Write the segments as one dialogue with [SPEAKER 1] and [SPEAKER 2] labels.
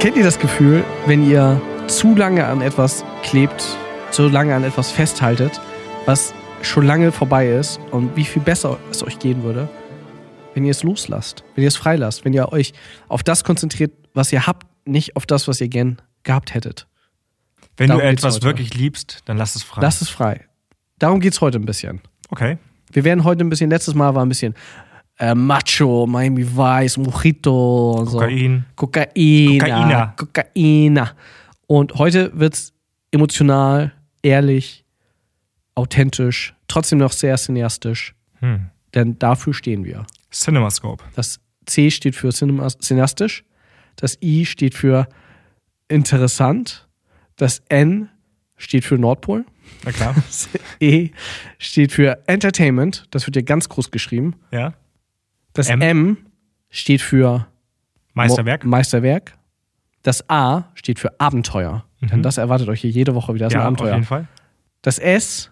[SPEAKER 1] Kennt ihr das Gefühl, wenn ihr zu lange an etwas klebt, zu lange an etwas festhaltet, was schon lange vorbei ist und wie viel besser es euch gehen würde, wenn ihr es loslasst, wenn ihr es freilasst, wenn ihr euch auf das konzentriert, was ihr habt, nicht auf das, was ihr gern gehabt hättet.
[SPEAKER 2] Wenn
[SPEAKER 1] Darum
[SPEAKER 2] du
[SPEAKER 1] geht's
[SPEAKER 2] etwas
[SPEAKER 1] heute.
[SPEAKER 2] wirklich liebst, dann lass es frei.
[SPEAKER 1] Lasst es frei. Darum geht's heute ein bisschen.
[SPEAKER 2] okay.
[SPEAKER 1] Wir werden heute ein bisschen, letztes Mal war ein bisschen äh, Macho, Miami Vice, Mojito und so.
[SPEAKER 2] Kokain.
[SPEAKER 1] Kokaina.
[SPEAKER 2] Kokaina.
[SPEAKER 1] Kokaina. Und heute wird's emotional, ehrlich, authentisch, trotzdem noch sehr cineastisch.
[SPEAKER 2] Hm.
[SPEAKER 1] Denn dafür stehen wir.
[SPEAKER 2] CinemaScope.
[SPEAKER 1] Das C steht für cinema- cineastisch. Das I steht für interessant. Das N steht für Nordpol.
[SPEAKER 2] Na klar.
[SPEAKER 1] Das E steht für Entertainment. Das wird hier ganz groß geschrieben.
[SPEAKER 2] ja.
[SPEAKER 1] Das
[SPEAKER 2] M.
[SPEAKER 1] M, steht für Mo-
[SPEAKER 2] Meisterwerk.
[SPEAKER 1] Meisterwerk. Das A steht für Abenteuer. Denn das erwartet euch hier jede Woche wieder. Das ist
[SPEAKER 2] Mhm. ja,
[SPEAKER 1] ein
[SPEAKER 2] auf jeden
[SPEAKER 1] Abenteuer.
[SPEAKER 2] Fall.
[SPEAKER 1] Das S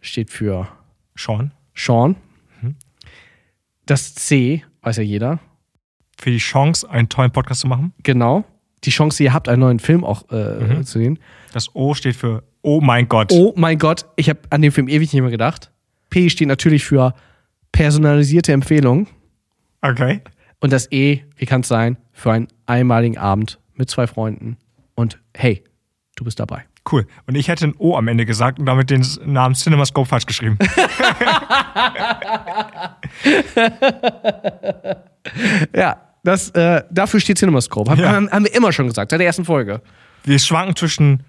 [SPEAKER 1] steht für
[SPEAKER 2] Sean.
[SPEAKER 1] Sean.
[SPEAKER 2] Mhm.
[SPEAKER 1] Das C, weiß ja jeder,
[SPEAKER 2] Für die Chance, einen tollen Podcast zu machen.
[SPEAKER 1] genau. Die Chance, ihr habt einen neuen Film auch äh,
[SPEAKER 2] Mhm.
[SPEAKER 1] zu sehen.
[SPEAKER 2] Das O steht für Oh mein Gott.
[SPEAKER 1] Oh mein Gott, ich habe an den Film ewig nicht mehr gedacht. P steht natürlich für personalisierte Empfehlungen.
[SPEAKER 2] Okay.
[SPEAKER 1] Und das E, wie kann es sein, für einen einmaligen Abend mit zwei Freunden. Und hey, du bist dabei.
[SPEAKER 2] Cool. Und ich hätte ein O am Ende gesagt und damit den S- Namen CinemaScope falsch geschrieben.
[SPEAKER 1] Ja, das, äh, dafür steht CinemaScope. Hab,
[SPEAKER 2] Ja.
[SPEAKER 1] haben, haben wir immer schon gesagt, seit der ersten Folge.
[SPEAKER 2] Wir schwanken zwischen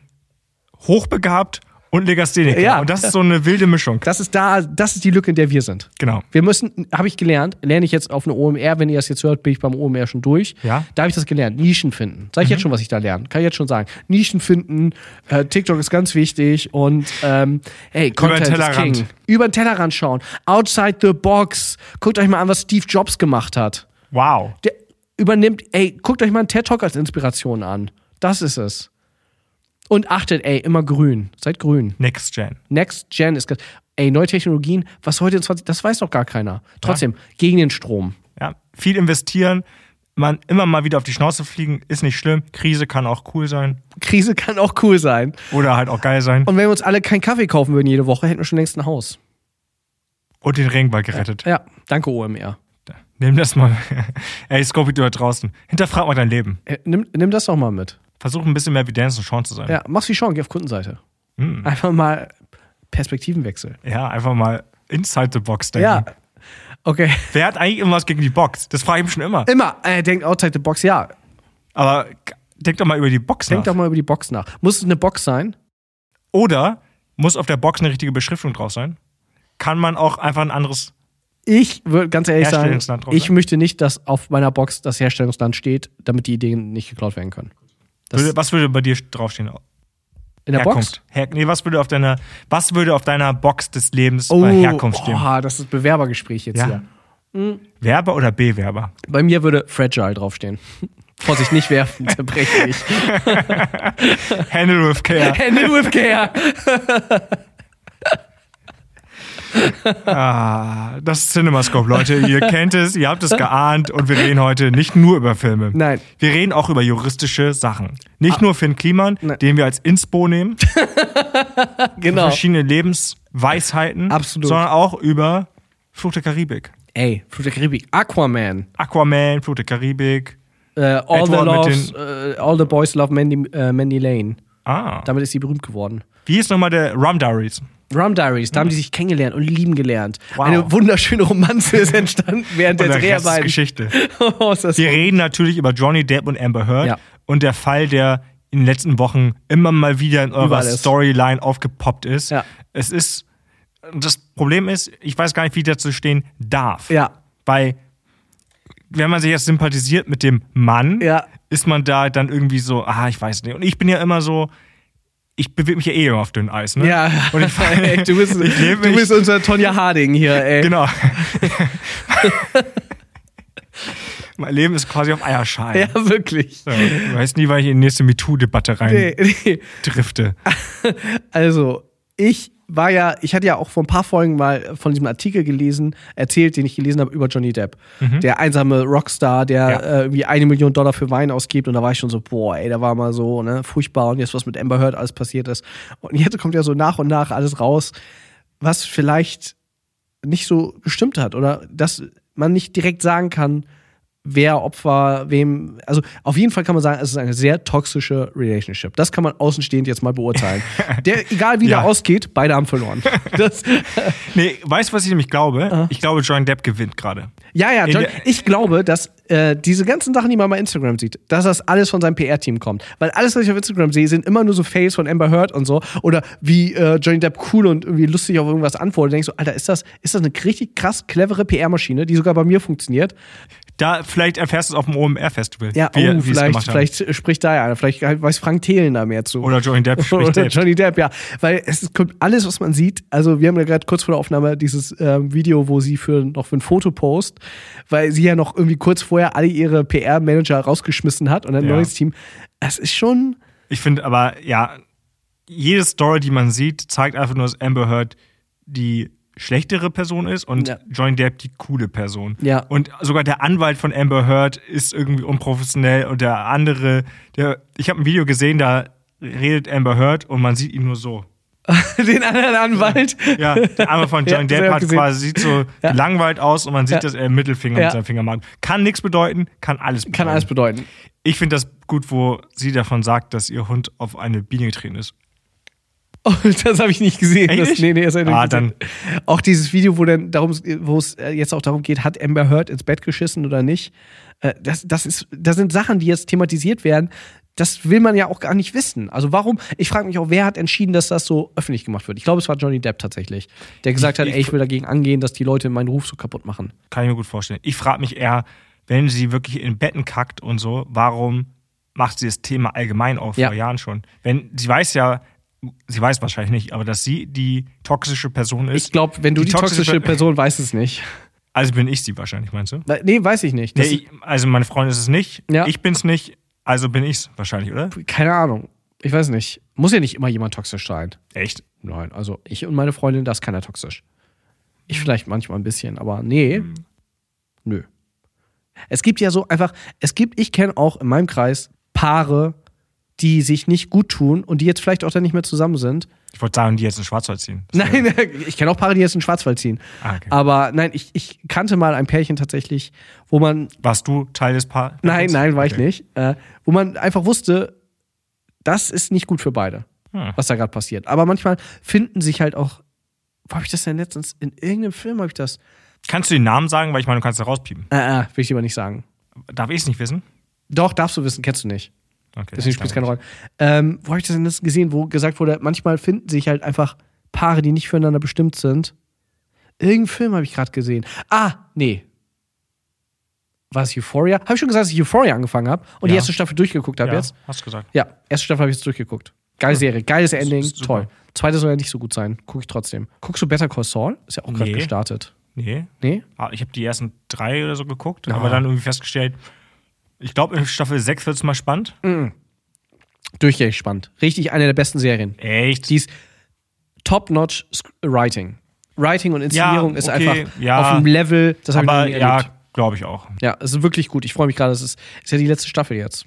[SPEAKER 2] hochbegabt und Legastheniker.
[SPEAKER 1] Ja.
[SPEAKER 2] Und das ist so eine wilde Mischung.
[SPEAKER 1] Das ist da, das ist die Lücke, in der wir sind.
[SPEAKER 2] Genau.
[SPEAKER 1] Wir müssen, habe ich gelernt, lerne ich jetzt auf eine OMR, wenn ihr das jetzt hört, bin ich beim OMR schon durch.
[SPEAKER 2] Ja. Mhm.
[SPEAKER 1] Da habe ich das gelernt. Nischen finden. Sag ich jetzt schon, was ich da lerne. Kann ich jetzt schon sagen. Nischen finden, äh, TikTok ist ganz wichtig und ähm, hey, Content
[SPEAKER 2] den
[SPEAKER 1] ist
[SPEAKER 2] Tellerrand.
[SPEAKER 1] King. Über den Tellerrand schauen. Outside the box. Guckt euch mal an, was Steve Jobs gemacht hat.
[SPEAKER 2] Wow.
[SPEAKER 1] Der übernimmt, ey, guckt euch mal einen TED Talk als Inspiration an. Das ist es. Und achtet, ey, immer grün. Seid grün.
[SPEAKER 2] Next Gen.
[SPEAKER 1] Next Gen ist. ganz- Ey, neue Technologien, was heute in 20, das weiß noch gar keiner. Trotzdem, gegen den Strom.
[SPEAKER 2] Ja. Viel investieren, man immer mal wieder auf die Schnauze fliegen, ist nicht schlimm. Krise kann auch cool sein
[SPEAKER 1] Krise kann auch cool sein.
[SPEAKER 2] oder halt auch geil sein.
[SPEAKER 1] Und wenn wir uns alle keinen Kaffee kaufen würden jede Woche, hätten wir schon längst ein Haus.
[SPEAKER 2] Und den Regenwald gerettet.
[SPEAKER 1] Ja, danke OMR.
[SPEAKER 2] Nimm das mal. Ey, Scopey, du da draußen. Hinterfrag mal dein Leben.
[SPEAKER 1] Äh, Nimm, nimm das doch mal mit.
[SPEAKER 2] Versuch ein bisschen mehr wie Dance und Sean zu sein.
[SPEAKER 1] Ja, mach's wie Sean, geh auf Kundenseite. Einfach mal Perspektivenwechsel.
[SPEAKER 2] Ja, einfach mal inside the box denken.
[SPEAKER 1] Ja. Okay.
[SPEAKER 2] Wer hat eigentlich immer was gegen die Box? Das frage ich mich schon immer.
[SPEAKER 1] Immer, äh, denkt outside the box, ja.
[SPEAKER 2] Aber k- denk doch mal über die Box
[SPEAKER 1] Denk
[SPEAKER 2] nach.
[SPEAKER 1] doch mal über die Box nach. Muss es eine Box sein?
[SPEAKER 2] Oder muss auf der Box eine richtige Beschriftung drauf sein? Kann man auch einfach ein anderes.
[SPEAKER 1] Ich würde ganz ehrlich sagen,
[SPEAKER 2] Herstellungsland drauf,
[SPEAKER 1] ich
[SPEAKER 2] ne?
[SPEAKER 1] möchte nicht, dass auf meiner Box das Herstellungsland steht, damit die Ideen nicht geklaut werden können. Das-
[SPEAKER 2] Würde, was würde bei dir draufstehen?
[SPEAKER 1] In der Box?
[SPEAKER 2] Herkunft. Her, nee, was würde auf deiner, was würde auf deiner Box des Lebens
[SPEAKER 1] Oh,
[SPEAKER 2] bei Herkunft stehen?
[SPEAKER 1] Oha, das ist Bewerbergespräch jetzt
[SPEAKER 2] Ja.
[SPEAKER 1] hier.
[SPEAKER 2] Werber oder Bewerber?
[SPEAKER 1] Bei mir würde Fragile draufstehen. Vorsicht, nicht werfen, zerbreche ich.
[SPEAKER 2] Handle with care.
[SPEAKER 1] Handle with care.
[SPEAKER 2] Ah, Das ist CinemaScope, Leute. Ihr kennt es, ihr habt es geahnt und wir reden heute nicht nur über Filme.
[SPEAKER 1] Nein. Ah.
[SPEAKER 2] Wir reden auch über juristische Sachen. Nicht nur Finn Kliman,
[SPEAKER 1] Nein.
[SPEAKER 2] den wir als Inspo nehmen,
[SPEAKER 1] Genau.
[SPEAKER 2] verschiedene Lebensweisheiten,
[SPEAKER 1] Absolut.
[SPEAKER 2] sondern auch über Flucht der Karibik.
[SPEAKER 1] Ey, Flut der Karibik, Aquaman,
[SPEAKER 2] Aquaman, Flucht der Karibik.
[SPEAKER 1] äh, All, the
[SPEAKER 2] Edward mit
[SPEAKER 1] Loves, äh, All the Boys Love Mandy, äh, Mandy Lane.
[SPEAKER 2] Ah.
[SPEAKER 1] Damit ist sie berühmt geworden.
[SPEAKER 2] Wie ist nochmal der Rum Diaries?
[SPEAKER 1] Rum Diaries, da haben die sich kennengelernt und lieben gelernt.
[SPEAKER 2] Mhm. Wow.
[SPEAKER 1] Eine wunderschöne Romanze ist entstanden während der
[SPEAKER 2] Und Rest ist
[SPEAKER 1] Dreharbeiten.
[SPEAKER 2] Geschichte.
[SPEAKER 1] Oh, ist das
[SPEAKER 2] Wir reden natürlich über Johnny Depp und Amber Heard
[SPEAKER 1] Ja.
[SPEAKER 2] und der Fall, der in den letzten Wochen immer mal wieder in eurer
[SPEAKER 1] Überall ist.
[SPEAKER 2] Storyline aufgepoppt ist.
[SPEAKER 1] Ja.
[SPEAKER 2] Es ist, das Problem ist, ich weiß gar nicht, wie ich dazu stehen darf.
[SPEAKER 1] Ja.
[SPEAKER 2] Weil, wenn man sich jetzt sympathisiert mit dem Mann,
[SPEAKER 1] Ja.
[SPEAKER 2] ist man da dann irgendwie so, ah, ich weiß nicht. Und ich bin ja immer so, ich bewege mich ja eh immer auf dünnem Eis, ne?
[SPEAKER 1] ja,
[SPEAKER 2] Und ich,
[SPEAKER 1] ey, du bist,
[SPEAKER 2] ich lebe
[SPEAKER 1] du
[SPEAKER 2] mich-
[SPEAKER 1] bist unser Tonja Harding hier, ey.
[SPEAKER 2] Genau. mein Leben ist quasi auf Eierschalen.
[SPEAKER 1] Ja, wirklich.
[SPEAKER 2] So, du weißt nie, wann ich in die nächste MeToo-Debatte rein
[SPEAKER 1] Nee, nee.
[SPEAKER 2] drifte.
[SPEAKER 1] Also, ich war ja, ich hatte ja auch vor ein paar Folgen mal von diesem Artikel gelesen, erzählt, den ich gelesen habe über Johnny Depp. Der einsame Rockstar, der
[SPEAKER 2] Ja.
[SPEAKER 1] äh, irgendwie eine Million Dollar für Wein ausgibt. Und da war ich schon so, boah, ey, da war mal so, ne, furchtbar. Und jetzt, was mit Amber Heard alles passiert ist. Und jetzt kommt ja so nach und nach alles raus, was vielleicht nicht so gestimmt hat. Oder dass man nicht direkt sagen kann, wer Opfer, wem. Also auf jeden Fall kann man sagen, es ist eine sehr toxische Relationship. Das kann man außenstehend jetzt mal beurteilen. Der, egal wie
[SPEAKER 2] Ja.
[SPEAKER 1] der ausgeht, beide haben verloren. Das,
[SPEAKER 2] Nee, weißt du, was ich nämlich glaube? Ich glaube, Johnny Depp gewinnt gerade.
[SPEAKER 1] ja, ja, John,
[SPEAKER 2] der-
[SPEAKER 1] ich glaube, dass äh, diese ganzen Sachen, die man bei Instagram sieht, dass das alles von seinem PR-Team kommt. Weil alles, was ich auf Instagram sehe, sind immer nur so Fails von Amber Heard und so. Oder wie äh, Johnny Depp cool und irgendwie lustig auf irgendwas antwortet. Da denkst du, Alter, ist das, ist das eine richtig krass clevere PR-Maschine, die sogar bei mir funktioniert?
[SPEAKER 2] Da, vielleicht erfährst du es auf dem OMR-Festival.
[SPEAKER 1] Ja,
[SPEAKER 2] wie er- wie
[SPEAKER 1] oh,
[SPEAKER 2] es
[SPEAKER 1] vielleicht,
[SPEAKER 2] gemacht haben.
[SPEAKER 1] vielleicht spricht da ja einer. Vielleicht weiß Frank Thelen da mehr zu.
[SPEAKER 2] Oder Johnny Depp spricht
[SPEAKER 1] Oder
[SPEAKER 2] selbst.
[SPEAKER 1] Johnny Depp, ja. Weil es ist- kommt alles, was man sieht. Also, wir haben ja gerade kurz vor der Aufnahme dieses ähm, Video, wo sie für, noch für ein Foto post, weil sie ja noch irgendwie kurz vorher alle ihre PR-Manager rausgeschmissen hat und ein
[SPEAKER 2] Ja.
[SPEAKER 1] neues Team. Es ist schon.
[SPEAKER 2] Ich finde aber, ja, jede Story, die man sieht, zeigt einfach nur, dass Amber Heard die schlechtere Person ist und
[SPEAKER 1] Ja.
[SPEAKER 2] Johnny Depp die coole Person.
[SPEAKER 1] Ja.
[SPEAKER 2] Und sogar der Anwalt von Amber Heard ist irgendwie unprofessionell und der andere, der, ich habe ein Video gesehen, da redet Amber Heard und man sieht ihn nur so.
[SPEAKER 1] Den anderen Anwalt.
[SPEAKER 2] Ja, der Arme von Johnny
[SPEAKER 1] Ja, das hab
[SPEAKER 2] Depp
[SPEAKER 1] ich
[SPEAKER 2] hat
[SPEAKER 1] gesehen.
[SPEAKER 2] quasi, sieht so
[SPEAKER 1] Ja.
[SPEAKER 2] langweilt aus und man sieht,
[SPEAKER 1] Ja.
[SPEAKER 2] dass er einen Mittelfinger
[SPEAKER 1] Ja.
[SPEAKER 2] mit seinem Finger macht. Kann nichts bedeuten, kann alles bedeuten.
[SPEAKER 1] Kann alles bedeuten.
[SPEAKER 2] ich finde das gut, wo sie davon sagt, dass ihr Hund auf eine Biene getreten ist.
[SPEAKER 1] Oh, das habe ich nicht gesehen.
[SPEAKER 2] Echt
[SPEAKER 1] Das,
[SPEAKER 2] nicht?
[SPEAKER 1] nee, nee, das hab ich
[SPEAKER 2] Ah,
[SPEAKER 1] nicht gesehen. Auch dieses Video, wo dann darum, wo es äh, jetzt auch darum geht, hat Amber Heard ins Bett geschissen oder nicht? Äh, Das, das ist, das sind Sachen, die jetzt thematisiert werden. Das will man ja auch gar nicht wissen. Also warum? Ich frage mich auch, wer hat entschieden, dass das so öffentlich gemacht wird? Ich glaube, es war Johnny Depp tatsächlich, der gesagt hat,
[SPEAKER 2] ich-
[SPEAKER 1] ey, ich will dagegen angehen, dass die Leute meinen Ruf so kaputt machen.
[SPEAKER 2] Kann ich mir gut vorstellen. Ich frage mich eher, wenn sie wirklich in Betten kackt und so, warum macht sie das Thema allgemein auf
[SPEAKER 1] Ja.
[SPEAKER 2] vor Jahren schon? Wenn sie weiß ja, sie weiß wahrscheinlich nicht, aber dass sie die toxische Person ist.
[SPEAKER 1] Ich glaube, wenn du die, toxische,
[SPEAKER 2] Pe-
[SPEAKER 1] Person weißt es nicht.
[SPEAKER 2] Also bin ich sie wahrscheinlich, meinst du?
[SPEAKER 1] We- Nee, weiß ich nicht.
[SPEAKER 2] Nee,
[SPEAKER 1] Das,
[SPEAKER 2] ich, also meine Freundin ist es nicht,
[SPEAKER 1] Ja.
[SPEAKER 2] ich bin's nicht, also bin ich's wahrscheinlich, oder?
[SPEAKER 1] Keine Ahnung. Ich weiß nicht. Muss ja nicht immer jemand toxisch sein.
[SPEAKER 2] Echt?
[SPEAKER 1] Nein, also ich und meine Freundin, das ist keiner toxisch.
[SPEAKER 2] Mhm.
[SPEAKER 1] Ich vielleicht manchmal ein bisschen, aber nee. Nö. Es gibt ja so einfach, es gibt, ich kenne auch in meinem Kreis Paare, die sich nicht gut tun und die jetzt vielleicht auch dann nicht mehr zusammen sind.
[SPEAKER 2] Ich wollte sagen, die jetzt in Schwarzwald ziehen. Das wär-
[SPEAKER 1] Nein, ich kenne auch Paare, die jetzt in Schwarzwald ziehen.
[SPEAKER 2] Ah, okay.
[SPEAKER 1] Aber nein, ich, ich kannte mal ein Pärchen tatsächlich, wo man
[SPEAKER 2] Warst du Teil des Paar?
[SPEAKER 1] Nein, nein, war ich
[SPEAKER 2] Okay.
[SPEAKER 1] nicht. Äh, wo man einfach wusste, das ist nicht gut für beide,
[SPEAKER 2] Hm.
[SPEAKER 1] was da gerade passiert. Aber manchmal finden sich halt auch, wo habe ich das denn letztens? In irgendeinem Film habe ich das.
[SPEAKER 2] Kannst du den Namen sagen, weil ich meine, du kannst da rauspiepen.
[SPEAKER 1] Äh, äh, will ich lieber nicht sagen.
[SPEAKER 2] Darf ich es nicht wissen?
[SPEAKER 1] Doch, darfst du wissen, kennst du nicht.
[SPEAKER 2] Okay.
[SPEAKER 1] Deswegen spielt es keine Rolle. Ähm, wo habe ich das denn letztens gesehen, wo gesagt wurde, manchmal finden sich halt einfach Paare, die nicht füreinander bestimmt sind. Irgendeinen Film habe ich gerade gesehen. Ah, nee. War es Euphoria? Habe ich schon gesagt, dass ich Euphoria angefangen habe und die
[SPEAKER 2] Ja.
[SPEAKER 1] erste Staffel durchgeguckt habe
[SPEAKER 2] ja,
[SPEAKER 1] jetzt?
[SPEAKER 2] Hast du gesagt.
[SPEAKER 1] Ja, erste Staffel habe ich jetzt durchgeguckt. Geile Serie, geiles Ending,
[SPEAKER 2] Hm. super.
[SPEAKER 1] toll. Zweite soll ja nicht so gut sein, gucke ich trotzdem. Guckst du Better Call Saul? Ist ja auch gerade
[SPEAKER 2] Nee.
[SPEAKER 1] gestartet.
[SPEAKER 2] Nee.
[SPEAKER 1] Nee?
[SPEAKER 2] Ah, Ich habe die ersten drei oder so geguckt, aber dann irgendwie festgestellt, ich glaube, in Staffel 6 wird es mal spannend.
[SPEAKER 1] Hm. Durchgängig spannend. Richtig eine der besten Serien.
[SPEAKER 2] Echt?
[SPEAKER 1] Die ist top-notch Sc- Writing. Writing und Inszenierung ist
[SPEAKER 2] okay,
[SPEAKER 1] einfach
[SPEAKER 2] ja.
[SPEAKER 1] auf einem Level, das habe ich noch
[SPEAKER 2] aber
[SPEAKER 1] nie erlebt.
[SPEAKER 2] ja, glaube ich auch.
[SPEAKER 1] Ja, es ist wirklich gut. Ich freue mich gerade. Es ist, ist ja die letzte Staffel jetzt.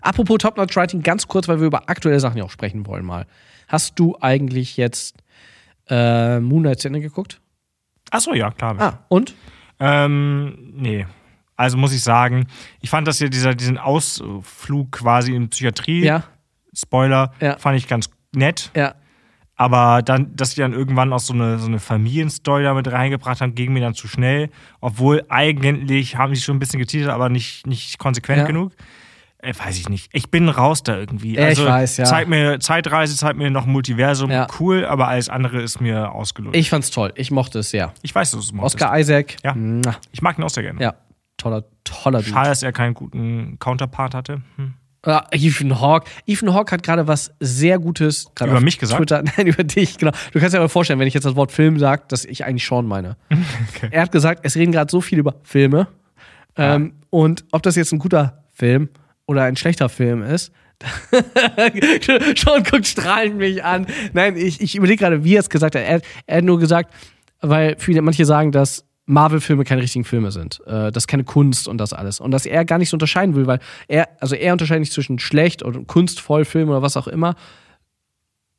[SPEAKER 1] Apropos Top Notch Writing, ganz kurz, weil wir über aktuelle Sachen ja auch sprechen wollen mal. Hast du eigentlich jetzt äh, Moonlight zu Ende geguckt?
[SPEAKER 2] Achso, ja, klar.
[SPEAKER 1] Ah, und?
[SPEAKER 2] Ähm, nee. Also muss ich sagen, ich fand das hier, dieser, diesen Ausflug quasi in Psychiatrie,
[SPEAKER 1] Ja,
[SPEAKER 2] Spoiler,
[SPEAKER 1] Ja.
[SPEAKER 2] fand ich ganz nett.
[SPEAKER 1] ja.
[SPEAKER 2] Aber dann, dass die dann irgendwann auch so eine, so eine Familienstory damit reingebracht haben, ging mir dann zu schnell. Obwohl eigentlich haben sie schon ein bisschen geteasert, aber nicht, nicht konsequent
[SPEAKER 1] Ja.
[SPEAKER 2] genug. Äh, weiß ich nicht. Ich bin raus da irgendwie.
[SPEAKER 1] Ja, ich weiß, ja.
[SPEAKER 2] Zeigt mir Zeitreise, zeigt mir noch ein Multiversum.
[SPEAKER 1] Ja.
[SPEAKER 2] Cool, aber alles andere ist mir ausgelutscht. Ich,
[SPEAKER 1] Ich fand's toll. Ich mochte es sehr.
[SPEAKER 2] weiß, dass du es mochtest.
[SPEAKER 1] Oscar Isaac.
[SPEAKER 2] Ja.
[SPEAKER 1] Mua.
[SPEAKER 2] Ich mag ihn auch sehr gerne.
[SPEAKER 1] Ja. Toller, toller Dude.
[SPEAKER 2] Schade, dass er keinen guten Counterpart hatte. Hm.
[SPEAKER 1] Ah, Ethan Hawke. Ethan Hawke hat gerade was sehr Gutes. gerade
[SPEAKER 2] Über
[SPEAKER 1] auf
[SPEAKER 2] mich gesagt?
[SPEAKER 1] Twitter. Nein, über dich, genau. Du kannst dir aber vorstellen, wenn ich jetzt das Wort Film sage, dass ich eigentlich Sean meine. Er hat gesagt, es reden gerade so viel über Filme. Ähm, Und ob das jetzt ein guter Film oder ein schlechter Film ist, Sean guckt strahlend mich an. Nein, ich, ich überlege gerade, wie er es gesagt hat. Er, er hat nur gesagt, weil viele, manche sagen, dass Marvel-Filme keine richtigen Filme sind. Äh, das ist keine Kunst und das alles. Und dass er gar nicht so unterscheiden will, weil er, also er unterscheidet nicht zwischen schlecht und kunstvoll Film oder was auch immer.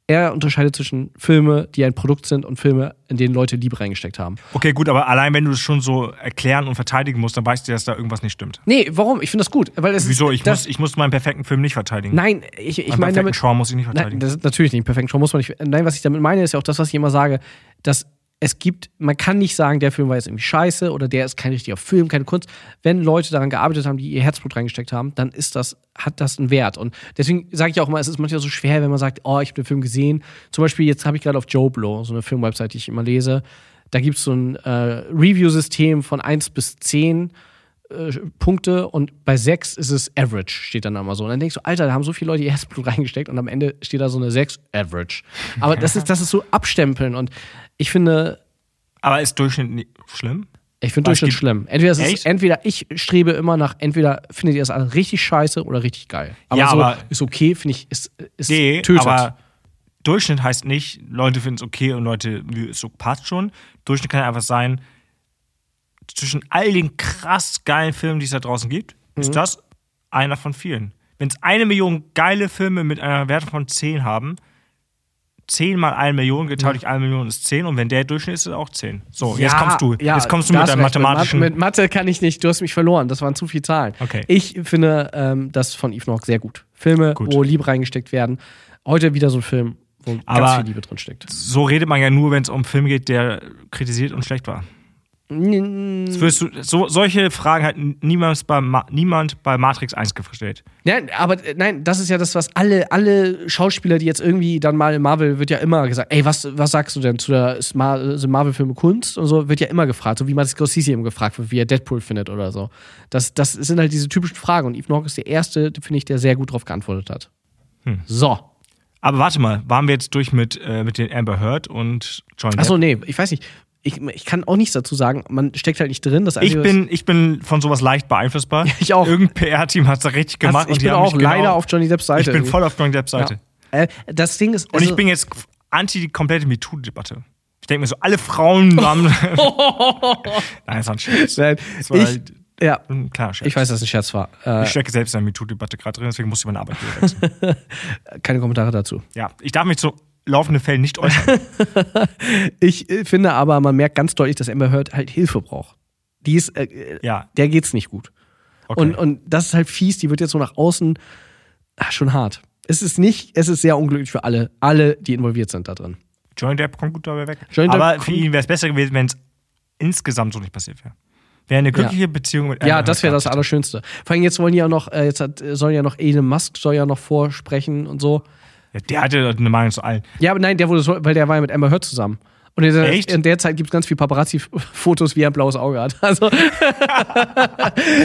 [SPEAKER 1] Er unterscheidet zwischen Filme, die ein Produkt sind und Filme, in denen Leute Liebe reingesteckt haben.
[SPEAKER 2] Okay, gut, aber allein wenn du es schon so erklären und verteidigen musst, dann weißt du, dass da irgendwas nicht stimmt.
[SPEAKER 1] Nee, warum? Ich finde das gut. Weil es ist-
[SPEAKER 2] Wieso? Ich,
[SPEAKER 1] das,
[SPEAKER 2] muss, ich muss meinen perfekten Film nicht verteidigen.
[SPEAKER 1] Nein, ich, ich meine
[SPEAKER 2] meinen perfekten
[SPEAKER 1] damit.
[SPEAKER 2] Shaw muss ich nicht
[SPEAKER 1] Nein,
[SPEAKER 2] verteidigen.
[SPEAKER 1] das ist natürlich nicht perfekt. Schon muss man nicht. Nein, was ich damit meine, ist ja auch das, was ich immer sage, dass es gibt, man kann nicht sagen, der Film war jetzt irgendwie scheiße oder der ist kein richtiger Film, keine Kunst. Wenn Leute daran gearbeitet haben, die ihr Herzblut reingesteckt haben, dann ist das, hat das einen Wert. Und deswegen sage ich auch immer, es ist manchmal so schwer, wenn man sagt, oh, ich habe den Film gesehen. Zum Beispiel, jetzt habe ich gerade auf Joe Blow, so eine Filmwebsite, die ich immer lese. Da gibt es so ein äh, Review-System von 1 bis 10 Punkte und bei sechs ist es Average, steht dann immer so. Und dann denkst du, Alter, da haben so viele Leute ihr Herzblut reingesteckt und am Ende steht da so eine sechs Average. Aber das ist, das ist so abstempeln und ich finde,
[SPEAKER 2] Aber ist Durchschnitt nie- schlimm?
[SPEAKER 1] ich finde
[SPEAKER 2] Was
[SPEAKER 1] Durchschnitt
[SPEAKER 2] gibt-
[SPEAKER 1] schlimm. Entweder, es ist,
[SPEAKER 2] Echt?
[SPEAKER 1] entweder ich strebe immer nach, entweder findet ihr es alles richtig scheiße oder richtig geil. Aber
[SPEAKER 2] Ja,
[SPEAKER 1] so
[SPEAKER 2] aber-
[SPEAKER 1] ist okay, finde ich, ist, ist
[SPEAKER 2] Nee,
[SPEAKER 1] tötet.
[SPEAKER 2] aber Durchschnitt heißt nicht, Leute finden es okay und Leute, nö, es so passt schon. Durchschnitt kann einfach sein, zwischen all den krass geilen Filmen, die es da draußen gibt,
[SPEAKER 1] Mhm.
[SPEAKER 2] ist das einer von vielen. Wenn es eine Million geile Filme mit einer Werte von 10 haben, 10 mal eine Million geteilt durch eine Million ist 10 und wenn der Durchschnitt ist, ist es auch 10. So, Oh, jetzt
[SPEAKER 1] Mhm. Ja,
[SPEAKER 2] kommst du.
[SPEAKER 1] ja,
[SPEAKER 2] jetzt kommst du
[SPEAKER 1] da
[SPEAKER 2] mit
[SPEAKER 1] hast
[SPEAKER 2] deinem
[SPEAKER 1] recht. Mat-
[SPEAKER 2] mathematischen.
[SPEAKER 1] Mit Mathe kann ich nicht, du hast mich verloren. Das waren zu viele Zahlen.
[SPEAKER 2] Okay.
[SPEAKER 1] Ich finde ähm, das von Yves noch sehr gut. Filme,
[SPEAKER 2] Gut.
[SPEAKER 1] wo Liebe reingesteckt werden. Heute wieder so ein Film, wo ganz
[SPEAKER 2] Aber-
[SPEAKER 1] viel Liebe drin steckt.
[SPEAKER 2] so redet man ja nur, wenn es um einen Film geht, der kritisiert und schlecht war.
[SPEAKER 1] Mm,
[SPEAKER 2] Das Würdest du, so, solche Fragen hat niemals bei, Ma- niemand bei Matrix 1 gestellt.
[SPEAKER 1] Nein, aber äh, nein, das ist ja das, was alle, alle Schauspieler, die jetzt irgendwie dann mal in Marvel, wird ja immer gesagt, ey, was, was sagst du denn zu der, ist Mar sind Marvel-Filme Kunst und so, wird ja immer gefragt, so wie Martin Scorsese eben gefragt wird, wie er Deadpool findet oder so. Das, das sind halt diese typischen Fragen und Yves Nork ist der Erste, finde ich, der sehr gut drauf geantwortet hat.
[SPEAKER 2] Hm.
[SPEAKER 1] So.
[SPEAKER 2] Aber warte mal, waren wir jetzt durch mit, äh, mit den Amber Heard und John Depp?
[SPEAKER 1] Achso, nee, ich weiß nicht. Ich, ich kann auch nichts dazu sagen. Man steckt halt nicht drin. Das
[SPEAKER 2] ich,
[SPEAKER 1] Einzige,
[SPEAKER 2] bin, ich bin von sowas leicht beeinflussbar.
[SPEAKER 1] ich auch.
[SPEAKER 2] Irgendein PR-Team hat es richtig
[SPEAKER 1] was,
[SPEAKER 2] gemacht.
[SPEAKER 1] ich
[SPEAKER 2] und die
[SPEAKER 1] bin
[SPEAKER 2] haben
[SPEAKER 1] auch
[SPEAKER 2] mich genau,
[SPEAKER 1] leider auf Johnny Depps
[SPEAKER 2] Ich
[SPEAKER 1] Seite.
[SPEAKER 2] bin voll auf John Depps Seite.
[SPEAKER 1] ja. Also äh, Das Ding ist.
[SPEAKER 2] Und ich bin jetzt anti die komplette MeToo-Debatte. Ich denke mir so, alle Frauen haben. Nein, das war ein Scherz.
[SPEAKER 1] Nein,
[SPEAKER 2] war
[SPEAKER 1] ich,
[SPEAKER 2] halt-
[SPEAKER 1] ja,
[SPEAKER 2] Ein kleiner Scherz.
[SPEAKER 1] ich weiß, dass es ein Scherz war. Äh,
[SPEAKER 2] Ich stecke selbst in der MeToo-Debatte gerade drin, deswegen muss ich meine Arbeit wieder wechseln.
[SPEAKER 1] keine Kommentare dazu.
[SPEAKER 2] ja, ich darf mich zu laufenden Fällen nicht äußern.
[SPEAKER 1] Ich äh, finde aber, man merkt ganz deutlich, dass Amber Heard halt Hilfe braucht. Die ist, äh, äh,
[SPEAKER 2] Ja,
[SPEAKER 1] der geht's nicht gut.
[SPEAKER 2] okay.
[SPEAKER 1] Und, und das ist halt fies, die wird jetzt so nach außen ah, schon hart. Es ist nicht, es ist sehr unglücklich für alle, alle, die involviert sind da drin.
[SPEAKER 2] Johnny Depp kommt gut dabei weg.
[SPEAKER 1] Johnny Depp
[SPEAKER 2] Aber für
[SPEAKER 1] kommt-
[SPEAKER 2] ihn wäre es besser gewesen, wenn es insgesamt so nicht passiert wäre. Wäre eine glückliche Beziehung mit
[SPEAKER 1] Ja,
[SPEAKER 2] Amber
[SPEAKER 1] das wäre
[SPEAKER 2] Heard
[SPEAKER 1] das Allerschönste. Vor allem jetzt wollen die ja noch, äh, jetzt hat, äh, soll ja noch Elon Musk soll ja noch vorsprechen und so.
[SPEAKER 2] Ja, der hatte eine Meinung zu allen.
[SPEAKER 1] Ja, aber nein, der wurde so, weil der war ja mit Amber Heard zusammen. Und in der,
[SPEAKER 2] Echt?
[SPEAKER 1] in der Zeit gibt es ganz viel Paparazzi-Fotos, wie er ein blaues Auge hat. Also, ey,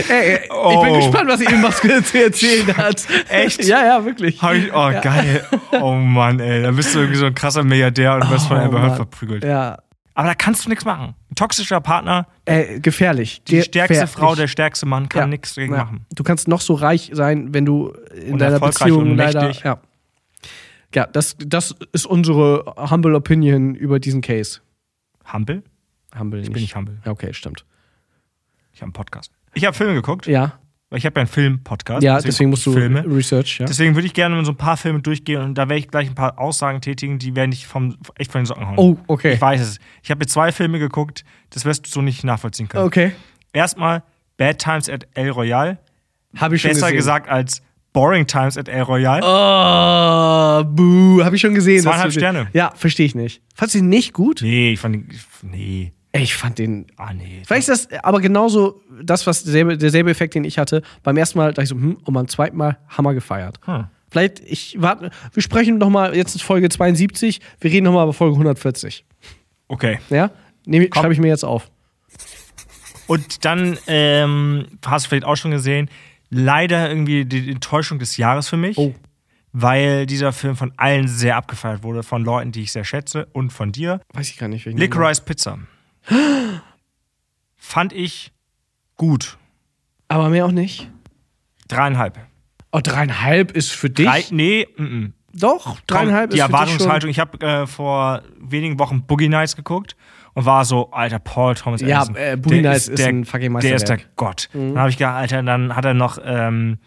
[SPEAKER 1] ey, ich bin
[SPEAKER 2] Oh.
[SPEAKER 1] gespannt, was Elon Musk zu erzählen hat.
[SPEAKER 2] Echt?
[SPEAKER 1] Ja, ja, wirklich.
[SPEAKER 2] Hab ich, oh, geil. Oh Mann, ey. Da bist du irgendwie so ein krasser Milliardär und wirst von
[SPEAKER 1] Oh,
[SPEAKER 2] Amber Heard
[SPEAKER 1] Mann.
[SPEAKER 2] verprügelt.
[SPEAKER 1] Ja,
[SPEAKER 2] Aber da kannst du nichts machen. Ein toxischer Partner,
[SPEAKER 1] äh, gefährlich.
[SPEAKER 2] die stärkste
[SPEAKER 1] Gefährlich.
[SPEAKER 2] Frau, der stärkste Mann kann
[SPEAKER 1] Ja.
[SPEAKER 2] nichts dagegen
[SPEAKER 1] Ja.
[SPEAKER 2] machen.
[SPEAKER 1] Du kannst noch so reich sein, wenn du in
[SPEAKER 2] Und
[SPEAKER 1] deiner
[SPEAKER 2] erfolgreich
[SPEAKER 1] Beziehung
[SPEAKER 2] und
[SPEAKER 1] leider.
[SPEAKER 2] mächtig.
[SPEAKER 1] Ja, ja das, das ist unsere humble Opinion über diesen Case.
[SPEAKER 2] Humble?
[SPEAKER 1] Humble nicht.
[SPEAKER 2] Bin ich humble.
[SPEAKER 1] Ja, okay, stimmt.
[SPEAKER 2] Ich habe einen Podcast. Ich habe Filme geguckt.
[SPEAKER 1] Ja,
[SPEAKER 2] weil Ich habe ja einen Film-Podcast.
[SPEAKER 1] ja deswegen musst du
[SPEAKER 2] Filme.
[SPEAKER 1] Research. Ja.
[SPEAKER 2] Deswegen würde ich gerne mal so ein paar Filme durchgehen und da werde ich gleich ein paar Aussagen tätigen, die werden dich vom, echt von den Socken hauen.
[SPEAKER 1] Oh, okay.
[SPEAKER 2] Ich weiß es. Ich habe jetzt zwei Filme geguckt, das wirst du so nicht nachvollziehen können.
[SPEAKER 1] Okay.
[SPEAKER 2] Erstmal Bad Times at El Royale.
[SPEAKER 1] Habe ich schon
[SPEAKER 2] Besser
[SPEAKER 1] gesehen.
[SPEAKER 2] gesagt als Boring Times at El Royale.
[SPEAKER 1] Oh, buh, habe ich schon gesehen. dass
[SPEAKER 2] Zweieinhalb
[SPEAKER 1] du den-
[SPEAKER 2] Sterne.
[SPEAKER 1] Ja, verstehe ich nicht. Fandst du den nicht gut?
[SPEAKER 2] Nee, ich fand den. ich- Nee.
[SPEAKER 1] Ey, Ich fand den
[SPEAKER 2] Ah, nee.
[SPEAKER 1] Vielleicht ist das aber genauso das, was derselbe, derselbe Effekt, den ich hatte. Beim ersten Mal dachte ich so, hm, und beim zweiten Mal Hammer gefeiert.
[SPEAKER 2] Hm.
[SPEAKER 1] Vielleicht, ich warte, wir sprechen nochmal, jetzt ist Folge 72, wir reden nochmal über Folge 140.
[SPEAKER 2] Okay.
[SPEAKER 1] Ja? Nehme- Schreibe ich mir jetzt auf.
[SPEAKER 2] Und dann ähm, hast du vielleicht auch schon gesehen, leider irgendwie die Enttäuschung des Jahres für mich.
[SPEAKER 1] Oh.
[SPEAKER 2] Weil dieser Film von allen sehr abgefeiert wurde, von Leuten, die ich sehr schätze und von dir.
[SPEAKER 1] Weiß ich gar nicht. Wegen
[SPEAKER 2] Licorice Pizza. Fand ich gut.
[SPEAKER 1] Aber mehr auch nicht.
[SPEAKER 2] Dreieinhalb.
[SPEAKER 1] Oh, dreieinhalb ist für dich?
[SPEAKER 2] Drei, nee, mhm.
[SPEAKER 1] Doch, dreieinhalb
[SPEAKER 2] Die
[SPEAKER 1] ist für dich schon.
[SPEAKER 2] Erwartungshaltung. Ich habe äh, vor wenigen Wochen Boogie Nights geguckt und war so, alter, Paul Thomas
[SPEAKER 1] Ja,
[SPEAKER 2] Anderson.
[SPEAKER 1] äh, Boogie
[SPEAKER 2] der
[SPEAKER 1] Nights ist
[SPEAKER 2] der,
[SPEAKER 1] ein fucking
[SPEAKER 2] Der ist der
[SPEAKER 1] Meisterwerk. Mhm.
[SPEAKER 2] Gott. Dann habe ich gedacht, alter, dann hat er noch ähm,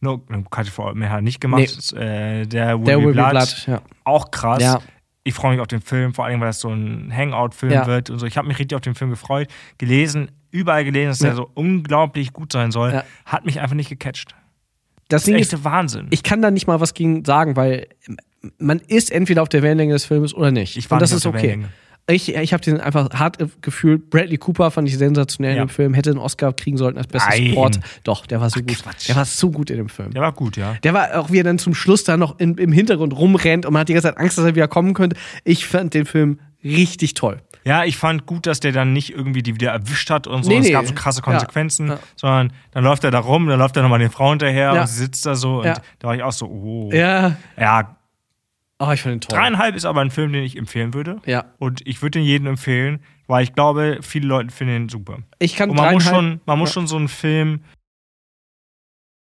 [SPEAKER 2] No Cut for All mehr hat er nicht gemacht.
[SPEAKER 1] Nee.
[SPEAKER 2] Das ist, Äh, der Will,
[SPEAKER 1] Der
[SPEAKER 2] Be
[SPEAKER 1] Will Be
[SPEAKER 2] Blood.
[SPEAKER 1] Blood, ja.
[SPEAKER 2] Auch krass.
[SPEAKER 1] Ja.
[SPEAKER 2] Ich freue mich auf den Film, vor allem, weil das so ein Hangout-Film
[SPEAKER 1] Ja.
[SPEAKER 2] wird und so. Ich habe mich richtig auf den Film gefreut, gelesen, überall gelesen, dass der so unglaublich gut sein soll.
[SPEAKER 1] Ja.
[SPEAKER 2] Hat mich einfach nicht gecatcht.
[SPEAKER 1] Das
[SPEAKER 2] Das
[SPEAKER 1] Ding
[SPEAKER 2] ist
[SPEAKER 1] ist,
[SPEAKER 2] echte Wahnsinn.
[SPEAKER 1] ich kann da nicht mal was gegen sagen, weil man ist entweder auf der Wellenlänge des Films oder nicht.
[SPEAKER 2] Ich war
[SPEAKER 1] Und das
[SPEAKER 2] nicht
[SPEAKER 1] ist
[SPEAKER 2] auf der
[SPEAKER 1] okay.
[SPEAKER 2] Wellenlänge.
[SPEAKER 1] Ich, ich habe den einfach hart gefühlt. Bradley Cooper fand ich sensationell
[SPEAKER 2] Ja.
[SPEAKER 1] in dem Film. Hätte einen Oscar kriegen sollten als bester
[SPEAKER 2] Nein.
[SPEAKER 1] Support. Doch, der war so gut.
[SPEAKER 2] Quatsch.
[SPEAKER 1] Der war so gut in dem Film.
[SPEAKER 2] der war gut, ja.
[SPEAKER 1] Der war auch, wie er dann zum Schluss da noch in, im Hintergrund rumrennt und man hat die ganze Zeit Angst, dass er wieder kommen könnte. Ich fand den Film richtig toll.
[SPEAKER 2] Ja, ich fand gut, dass der dann nicht irgendwie die wieder erwischt hat und so.
[SPEAKER 1] Nee,
[SPEAKER 2] es
[SPEAKER 1] nee.
[SPEAKER 2] gab so krasse
[SPEAKER 1] Ja.
[SPEAKER 2] Konsequenzen,
[SPEAKER 1] Ja.
[SPEAKER 2] sondern dann läuft er da rum, dann läuft er nochmal den Frauen hinterher
[SPEAKER 1] Ja.
[SPEAKER 2] und sie sitzt da so. Und
[SPEAKER 1] Ja.
[SPEAKER 2] da war ich auch so, oh.
[SPEAKER 1] Ja.
[SPEAKER 2] Ja,
[SPEAKER 1] Oh, ich fand den toll.
[SPEAKER 2] dreieinhalb ist aber ein Film, den ich empfehlen würde.
[SPEAKER 1] Ja.
[SPEAKER 2] Und ich würde den jedem empfehlen, weil ich glaube, viele Leute finden ihn super.
[SPEAKER 1] Ich kann
[SPEAKER 2] Und man muss
[SPEAKER 1] dreieinhalb-
[SPEAKER 2] schon, man muss
[SPEAKER 1] Ja.
[SPEAKER 2] schon so einen Film,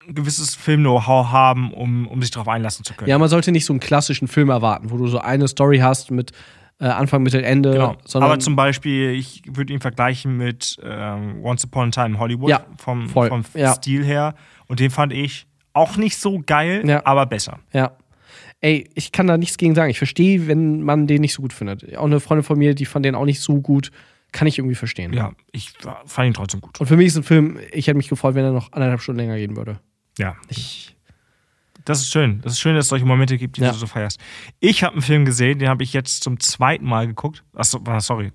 [SPEAKER 2] ein gewisses Film-Know-how haben, um, um sich darauf einlassen zu können.
[SPEAKER 1] Ja, man sollte nicht so einen klassischen Film erwarten, wo du so eine Story hast mit äh, Anfang, Mittel, Ende,
[SPEAKER 2] Genau.
[SPEAKER 1] sondern
[SPEAKER 2] Aber zum Beispiel, ich würde ihn vergleichen mit ähm, Once Upon a Time in Hollywood
[SPEAKER 1] Ja,
[SPEAKER 2] vom,
[SPEAKER 1] voll,
[SPEAKER 2] vom
[SPEAKER 1] ja.
[SPEAKER 2] Stil her. Und den fand ich auch nicht so geil,
[SPEAKER 1] Ja.
[SPEAKER 2] aber besser.
[SPEAKER 1] ja. Ey, ich kann da nichts gegen sagen. Ich verstehe, wenn man den nicht so gut findet. Auch eine Freundin von mir, die fand den auch nicht so gut, kann ich irgendwie verstehen.
[SPEAKER 2] Ja, ich fand ihn trotzdem gut.
[SPEAKER 1] Und für mich ist ein Film, ich hätte mich gefreut, wenn er noch anderthalb Stunden länger gehen würde.
[SPEAKER 2] Ja,
[SPEAKER 1] Ich,
[SPEAKER 2] das ist schön. Das ist schön, dass es solche Momente gibt, die
[SPEAKER 1] Ja.
[SPEAKER 2] du so feierst. Ich habe einen Film gesehen, den habe ich jetzt zum zweiten Mal geguckt. Achso, sorry.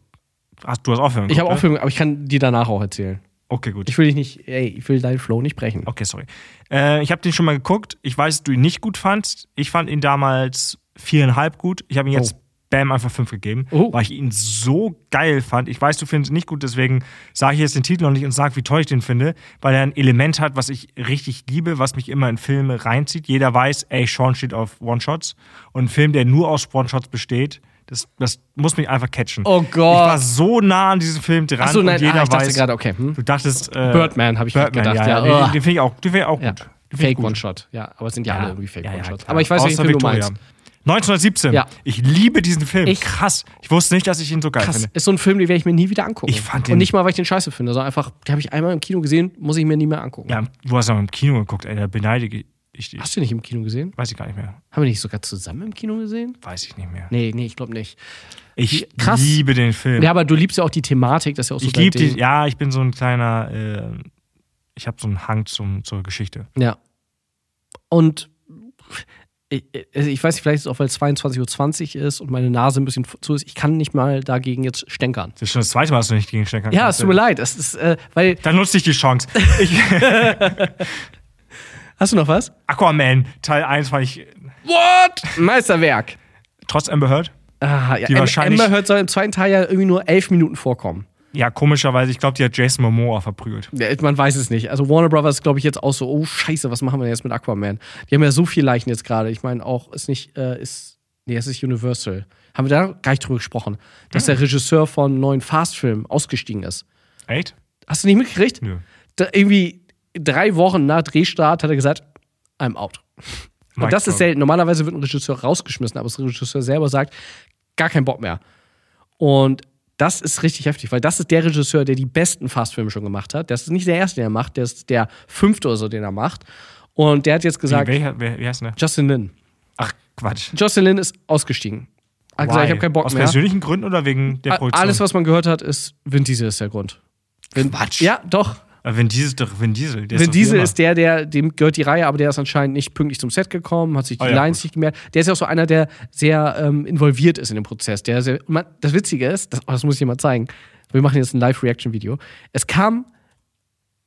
[SPEAKER 2] Ach, du hast auch Filme
[SPEAKER 1] ich habe auch
[SPEAKER 2] geguckt, ne?
[SPEAKER 1] Filme, aber ich kann die danach auch erzählen.
[SPEAKER 2] Okay, gut.
[SPEAKER 1] Ich will dich nicht, ey, ich will deinen Flow nicht brechen.
[SPEAKER 2] Okay, sorry. Äh, ich habe den schon mal geguckt. Ich weiß, dass du ihn nicht gut fandst. Ich fand ihn damals viereinhalb gut. Ich habe ihm jetzt
[SPEAKER 1] Oh.
[SPEAKER 2] Bam einfach fünf gegeben,
[SPEAKER 1] Oh.
[SPEAKER 2] weil ich ihn so geil fand. Ich weiß, du findest ihn nicht gut, deswegen sage ich jetzt den Titel noch nicht und sage, wie toll ich den finde, weil er ein Element hat, was ich richtig liebe, was mich immer in Filme reinzieht. Jeder weiß, ey, Sean steht auf One-Shots und ein Film, der nur aus One-Shots besteht, das, das muss mich einfach catchen.
[SPEAKER 1] Oh Gott.
[SPEAKER 2] Ich war so nah an diesem Film dran
[SPEAKER 1] Achso, nein,
[SPEAKER 2] und jeder
[SPEAKER 1] ah, ich dachte
[SPEAKER 2] weiß,
[SPEAKER 1] gerade, okay. Hm?
[SPEAKER 2] Du dachtest. Äh,
[SPEAKER 1] Birdman hab ich gedacht,
[SPEAKER 2] Ja,
[SPEAKER 1] ja. oh.
[SPEAKER 2] ja. Den, den finde ich auch, den find ich auch
[SPEAKER 1] Ja.
[SPEAKER 2] gut. Den find ich
[SPEAKER 1] Fake
[SPEAKER 2] gut.
[SPEAKER 1] One-Shot. Ja, aber es sind ja, alle irgendwie Fake
[SPEAKER 2] ja, ja,
[SPEAKER 1] One-Shots.
[SPEAKER 2] klar.
[SPEAKER 1] aber ich weiß, welchen
[SPEAKER 2] Außer
[SPEAKER 1] Film du
[SPEAKER 2] Victoria.
[SPEAKER 1] meinst.
[SPEAKER 2] 1917.
[SPEAKER 1] Ja.
[SPEAKER 2] Ich liebe diesen Film.
[SPEAKER 1] Ich-
[SPEAKER 2] Krass. Ich wusste nicht, dass ich ihn so geil
[SPEAKER 1] Krass.
[SPEAKER 2] finde.
[SPEAKER 1] Ist so ein Film, den werde ich mir nie wieder angucken.
[SPEAKER 2] ne- Ich fand
[SPEAKER 1] Und
[SPEAKER 2] den-
[SPEAKER 1] nicht mal, weil ich den scheiße finde, sondern einfach, den habe ich einmal im Kino gesehen, muss ich mir nie mehr angucken.
[SPEAKER 2] Ja, du hast ja im Kino geguckt, ey, da beneide ich dich.
[SPEAKER 1] Hast du den nicht im Kino gesehen?
[SPEAKER 2] Weiß ich gar nicht mehr.
[SPEAKER 1] Haben wir nicht sogar zusammen im Kino gesehen?
[SPEAKER 2] Weiß ich nicht mehr.
[SPEAKER 1] Nee, nee, ich glaube nicht.
[SPEAKER 2] Ich
[SPEAKER 1] Krass.
[SPEAKER 2] liebe den Film.
[SPEAKER 1] Ja, aber du liebst ja auch die Thematik, das ist ja auch so
[SPEAKER 2] ich
[SPEAKER 1] dein
[SPEAKER 2] liebe
[SPEAKER 1] Ding.
[SPEAKER 2] den. Ja, ich bin so ein kleiner. Äh, ich habe so einen Hang zum, zur Geschichte.
[SPEAKER 1] Ja. Und ich, also ich weiß nicht, vielleicht ist es auch, weil es 22.20 Uhr ist und meine Nase ein bisschen zu ist. Ich kann nicht mal dagegen jetzt stänkern.
[SPEAKER 2] Das ist schon das zweite Mal, dass du nicht gegen Stecker
[SPEAKER 1] Ja, es tut mir leid. Es ist, äh, weil,
[SPEAKER 2] Dann nutze ich die Chance.
[SPEAKER 1] hast du noch was?
[SPEAKER 2] Aquaman, Teil 1 fand ich
[SPEAKER 1] What? Meisterwerk.
[SPEAKER 2] trotz Amber Heard.
[SPEAKER 1] Ah, ja.
[SPEAKER 2] Die
[SPEAKER 1] Em-
[SPEAKER 2] wahrscheinlich-
[SPEAKER 1] Amber Heard soll im zweiten Teil ja irgendwie nur elf Minuten vorkommen.
[SPEAKER 2] Ja, komischerweise, ich glaube, die hat Jason Momoa verprügelt.
[SPEAKER 1] Ja, Man weiß es nicht. Also Warner Brothers glaube ich jetzt auch so, oh scheiße, was machen wir denn jetzt mit Aquaman? Die haben ja so viel Leichen jetzt gerade. Ich meine auch, ist nicht, äh, ist, nee, es ist Universal. Haben wir da gar nicht drüber gesprochen, dass der Regisseur von neuen Fast-Filmen ausgestiegen ist.
[SPEAKER 2] Echt?
[SPEAKER 1] Hast du nicht mitgekriegt?
[SPEAKER 2] Nö.
[SPEAKER 1] Da, irgendwie drei Wochen nach Drehstart hat er gesagt, I'm out.
[SPEAKER 2] Mike
[SPEAKER 1] Und das ist
[SPEAKER 2] Trout.
[SPEAKER 1] selten. Normalerweise wird ein Regisseur rausgeschmissen, aber das Regisseur selber sagt, gar keinen Bock mehr. Und das ist richtig heftig, weil das ist der Regisseur, der die besten Fast-Filme schon gemacht hat. Das ist nicht der erste, den er macht, der ist der fünfte oder so, den er macht. Und der hat jetzt gesagt,
[SPEAKER 2] Wie, wer, wer, wie heißt denn der?
[SPEAKER 1] Justin Lin.
[SPEAKER 2] Ach, Quatsch.
[SPEAKER 1] Justin Lin ist ausgestiegen. Hat gesagt, ich habe keinen Bock
[SPEAKER 2] Aus
[SPEAKER 1] mehr.
[SPEAKER 2] persönlichen Gründen oder wegen der
[SPEAKER 1] A-
[SPEAKER 2] Produktion?
[SPEAKER 1] Alles, was man gehört hat, ist, Vin Diesel ist der Grund. Vin,
[SPEAKER 2] Quatsch.
[SPEAKER 1] Ja, doch.
[SPEAKER 2] Aber Vin Diesel ist doch Vin Diesel. Der
[SPEAKER 1] Vin
[SPEAKER 2] doch
[SPEAKER 1] Diesel
[SPEAKER 2] wie
[SPEAKER 1] ist der, der, dem gehört die Reihe, aber der ist anscheinend nicht pünktlich zum Set gekommen, hat sich die
[SPEAKER 2] Ah, ja,
[SPEAKER 1] Lines nicht gemerkt. Der ist ja auch so einer, der sehr ähm, involviert ist in dem Prozess. Der sehr, und man, das Witzige ist, das, oh, das muss ich dir mal zeigen. Wir machen jetzt ein Live-Reaction-Video. Es kam,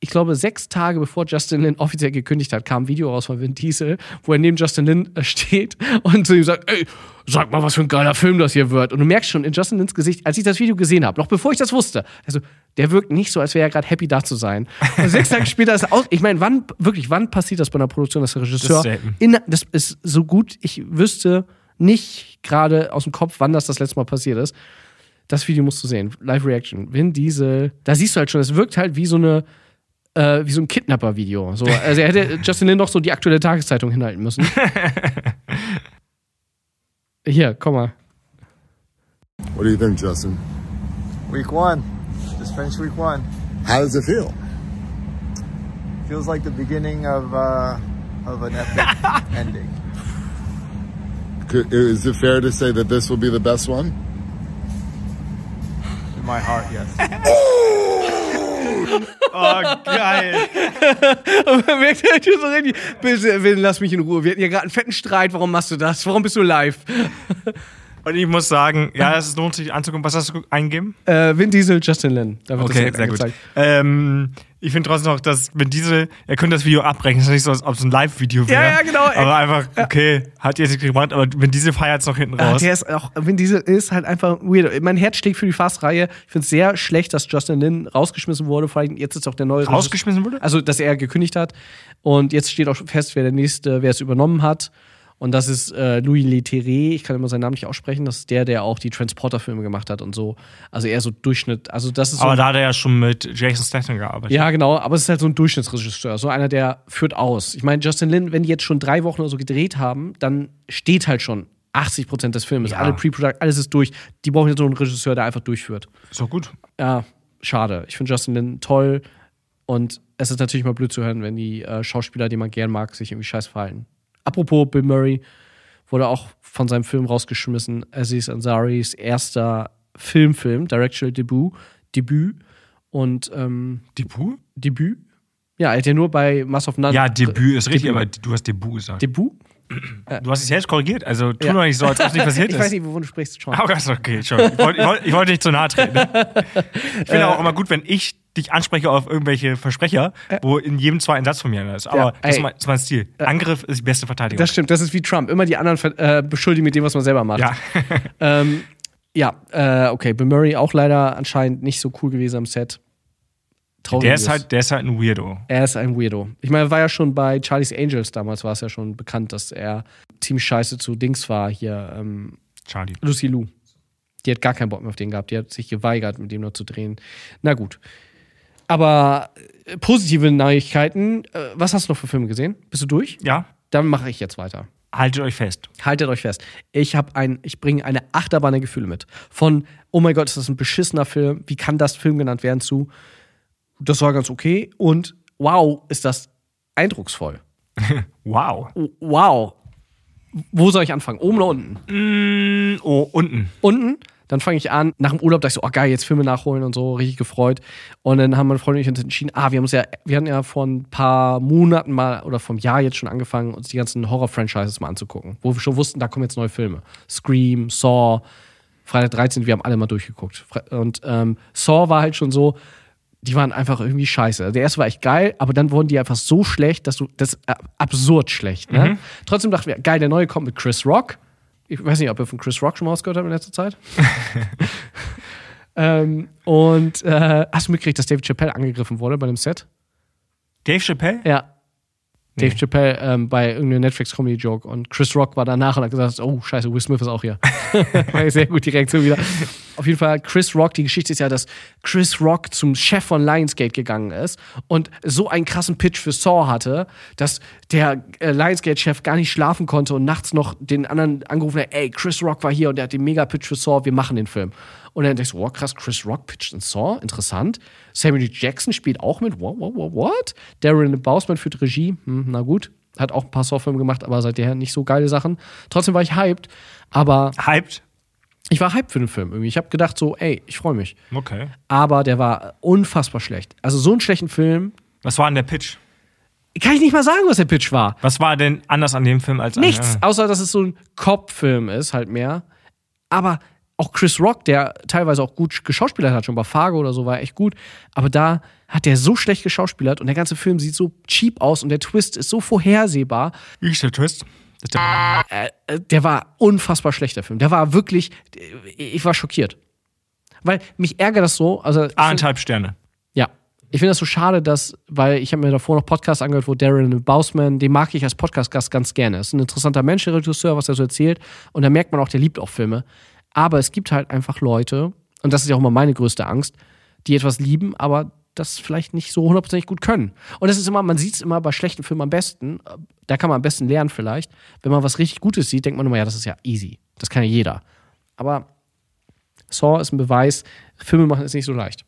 [SPEAKER 1] ich glaube, sechs Tage bevor Justin Lin offiziell gekündigt hat, kam ein Video raus von Vin Diesel, wo er neben Justin Lin äh, steht und zu ihm sagt: Ey, sag mal, was für ein geiler Film das hier wird. Und du merkst schon in Justin Lins Gesicht, als ich das Video gesehen habe, noch bevor ich das wusste, also der wirkt nicht so, als wäre er gerade happy da zu sein. Und sechs Tage später ist er aus. Ich meine, wann, wirklich, wann passiert das bei einer Produktion, dass der Regisseur.
[SPEAKER 2] selten.
[SPEAKER 1] in, das ist so gut, ich wüsste nicht gerade aus dem Kopf, wann das das letzte Mal passiert ist. Das Video musst du sehen. Live Reaction. Vin Diesel. Da siehst du halt schon, es wirkt halt wie so eine äh, wie so ein Kidnapper-Video. So, also er hätte Justin Lin noch so die aktuelle Tageszeitung hinhalten müssen. Hier, komm mal.
[SPEAKER 3] What do you think, Justin?
[SPEAKER 4] Week one. Just finished week one.
[SPEAKER 3] How does it feel?
[SPEAKER 4] Feels like the beginning of uh, of an epic ending.
[SPEAKER 3] Could, is it fair to say that this will be the best one?
[SPEAKER 4] In my heart, yes.
[SPEAKER 2] Oh, geil.
[SPEAKER 1] Und man merkt halt so richtig, bitte, Vin, lass mich in Ruhe. Wir hatten ja gerade einen fetten Streit. Warum machst du das? Warum bist du live?
[SPEAKER 2] Und ich muss sagen, ja, es lohnt sich anzugucken. Was hast du eingegeben?
[SPEAKER 1] Äh, Vin Diesel, Justin Lin. Da wird direkt
[SPEAKER 2] Ähm, ich finde trotzdem noch, dass wenn Diesel, er könnte das Video abbrechen. Es ist nicht so, als ob es ein Live-Video wäre.
[SPEAKER 1] ja, genau, ey.
[SPEAKER 2] Aber einfach, okay, hat jetzt nicht gebrannt, aber wenn Diesel feiert es noch hinten
[SPEAKER 1] Ah,
[SPEAKER 2] raus.
[SPEAKER 1] der ist auch, Vin Diesel ist halt einfach weird. Mein Herz schlägt für die Fast-Reihe. Ich finde es sehr schlecht, dass Justin Lin rausgeschmissen wurde. Vor allem jetzt ist auch der neue. Regisseur-
[SPEAKER 2] Rausgeschmissen wurde?
[SPEAKER 1] Also, dass er gekündigt hat. Und jetzt steht auch schon fest, wer der nächste, wer es übernommen hat. Und das ist äh, Louis Leterrier. Ich kann immer seinen Namen nicht aussprechen. Das ist der, der auch die Transporter-Filme gemacht hat und so. Also eher so Durchschnitt. Also, das ist so
[SPEAKER 2] Aber da hat er ja schon mit Jason Statham gearbeitet.
[SPEAKER 1] Ja, genau, aber es ist halt so ein Durchschnittsregisseur, so einer, der führt aus. Ich meine, Justin Lin, wenn die jetzt schon drei Wochen oder so gedreht haben, dann steht halt schon 80 Prozent des Filmes. Alle Pre-Product, alles ist durch. Die brauchen jetzt so einen Regisseur, der einfach durchführt.
[SPEAKER 2] So gut.
[SPEAKER 1] Ja, schade. Ich finde Justin Lin toll und es ist natürlich mal blöd zu hören, wenn die äh, Schauspieler, die man gern mag, sich irgendwie scheiß verhalten. Apropos Bill Murray wurde auch von seinem Film rausgeschmissen. Aziz Ansaris erster Filmfilm, Directorial Debut, Debüt und ähm,
[SPEAKER 2] Debut?
[SPEAKER 1] Debüt? Ja, er hat ja nur bei Mass of None.
[SPEAKER 2] Ja, Debüt ist richtig,
[SPEAKER 1] Debüt.
[SPEAKER 2] aber du hast Debüt gesagt.
[SPEAKER 1] Debüt?
[SPEAKER 2] Du hast dich selbst korrigiert, also tu
[SPEAKER 1] Ja.
[SPEAKER 2] doch nicht so, als ob es nicht passiert
[SPEAKER 1] Ich
[SPEAKER 2] ist.
[SPEAKER 1] weiß nicht, wovon du sprichst, schon.
[SPEAKER 2] Oh Gott, okay, schon. Ich wollte ich wollte- ich wollte nicht zu nahe treten. Ich
[SPEAKER 1] Äh.
[SPEAKER 2] finde auch immer gut, wenn ich dich anspreche auf irgendwelche Versprecher, wo in jedem zweiten Satz von mir einer ist. Aber
[SPEAKER 1] Äh. Ja,
[SPEAKER 2] das,
[SPEAKER 1] ey. Äh.
[SPEAKER 2] ist mein, das ist mein Stil. Angriff ist die beste Verteidigung.
[SPEAKER 1] Das stimmt, das ist wie Trump. Immer die anderen ver- äh, beschuldigen mit dem, was man selber macht.
[SPEAKER 2] ja.
[SPEAKER 1] ähm, ja äh, okay. Bill Murray auch leider anscheinend nicht so cool gewesen am Set. Traurig.
[SPEAKER 2] Der ist, halt, der ist halt ein Weirdo.
[SPEAKER 1] Er ist ein Weirdo. Ich meine, er war ja schon bei Charlie's Angels damals, war es ja schon bekannt, dass er ziemlich scheiße zu Dings war hier. Ähm,
[SPEAKER 2] Charlie.
[SPEAKER 1] Lucy Lou. Die hat gar keinen Bock mehr auf den gehabt. Die hat sich geweigert, mit dem noch zu drehen. Na gut. Aber äh, positive Neuigkeiten. Äh, was hast du noch für Filme gesehen? Bist du durch?
[SPEAKER 2] Ja,
[SPEAKER 1] Dann mache ich jetzt weiter.
[SPEAKER 2] haltet euch fest.
[SPEAKER 1] Haltet euch fest. Ich habe ein, ich bringe eine Achterbahn der Gefühle mit. Von, oh mein Gott, ist das ein beschissener Film? Wie kann das Film genannt werden? Zu, das war ganz okay. Und wow, ist das eindrucksvoll.
[SPEAKER 2] Wow.
[SPEAKER 1] Wow. Wo soll ich anfangen? Oben oder unten?
[SPEAKER 2] Oh, unten.
[SPEAKER 1] unten. Dann fange ich an, nach dem Urlaub dachte ich so, oh geil, jetzt Filme nachholen und so, richtig gefreut. Und dann haben meine Freunde und ich uns entschieden, ah, wir haben uns ja, wir hatten ja vor ein paar Monaten mal oder vom Jahr jetzt schon angefangen, uns die ganzen Horror-Franchises mal anzugucken, wo wir schon wussten, da kommen jetzt neue Filme. Scream, Saw, Freitag 13, wir haben alle mal durchgeguckt. Fre- Und ähm, Saw war halt schon so, die waren einfach irgendwie scheiße. Also Der erste war echt geil, aber dann wurden die einfach so schlecht, dass du, das ist ab- absurd schlecht. Ne? Trotzdem dachten wir, geil, der neue kommt mit Chris Rock. Ich weiß nicht, ob ihr von Chris Rock schon mal was gehört habt in letzter Zeit. ähm, und äh, hast du mitgekriegt, dass David Chappelle angegriffen wurde bei dem Set?
[SPEAKER 2] Dave Chappelle?
[SPEAKER 1] Ja. Dave Chappelle ähm, bei irgendeinem Netflix-Comedy-Joke und Chris Rock war danach und hat gesagt, oh scheiße, Will Smith ist auch hier. War ja Sehr gut, die Reaktion wieder. Auf jeden Fall, Chris Rock, die Geschichte ist ja, dass Chris Rock zum Chef von Lionsgate gegangen ist und so einen krassen Pitch für Saw hatte, dass der äh, Lionsgate-Chef gar nicht schlafen konnte und nachts noch den anderen angerufen hat, ey, Chris Rock war hier und der hat den Mega-Pitch für Saw, wir machen den Film. Und dann denkst du, wow, krass, Chris Rock pitcht in Saw, interessant. Samuel L. Jackson spielt auch mit, wow, wow, wow, what? Darren Bausman führt Regie, hm, na gut. Hat auch ein paar Saw-Filme gemacht, aber seither nicht so geile Sachen. Trotzdem war ich hyped, aber
[SPEAKER 2] Hyped?
[SPEAKER 1] ich war hyped für den Film irgendwie. Ich habe gedacht so, ey, ich freue mich.
[SPEAKER 2] Okay.
[SPEAKER 1] Aber der war unfassbar schlecht. Also so einen schlechten Film,
[SPEAKER 2] Was war denn der Pitch?
[SPEAKER 1] kann ich nicht mal sagen, was der Pitch war.
[SPEAKER 2] Was war denn anders an dem Film als an
[SPEAKER 1] Nichts, außer dass es so ein Cop-Film ist, halt mehr. Aber auch Chris Rock, der teilweise auch gut geschauspielert hat, schon bei Fargo oder so, war echt gut. Aber da hat der so schlecht geschauspielert und der ganze Film sieht so cheap aus und der Twist ist so vorhersehbar.
[SPEAKER 2] Wie ist der äh, Twist? Das ist der
[SPEAKER 1] Äh, Der war unfassbar schlecht, der Film. Der war wirklich, äh, ich war schockiert. Weil mich ärgert das so. Also, ich find-
[SPEAKER 2] Eineinhalb Sterne.
[SPEAKER 1] ja. Ich finde das so schade, dass, weil ich habe mir davor noch Podcasts angehört, wo Darren Bausman, den mag ich als Podcast-Gast ganz gerne. Ist ein interessanter Mensch, der Regisseur, was er so erzählt. Und da merkt man auch, der liebt auch Filme. Aber es gibt halt einfach Leute, und das ist ja auch immer meine größte Angst, die etwas lieben, aber das vielleicht nicht so hundertprozentig gut können. Und das ist immer, man sieht es immer bei schlechten Filmen am besten. Da kann man am besten lernen vielleicht. Wenn man was richtig Gutes sieht, denkt man immer, ja, das ist ja easy. Das kann ja jeder. Aber Saw ist ein Beweis, Filme machen ist nicht so leicht.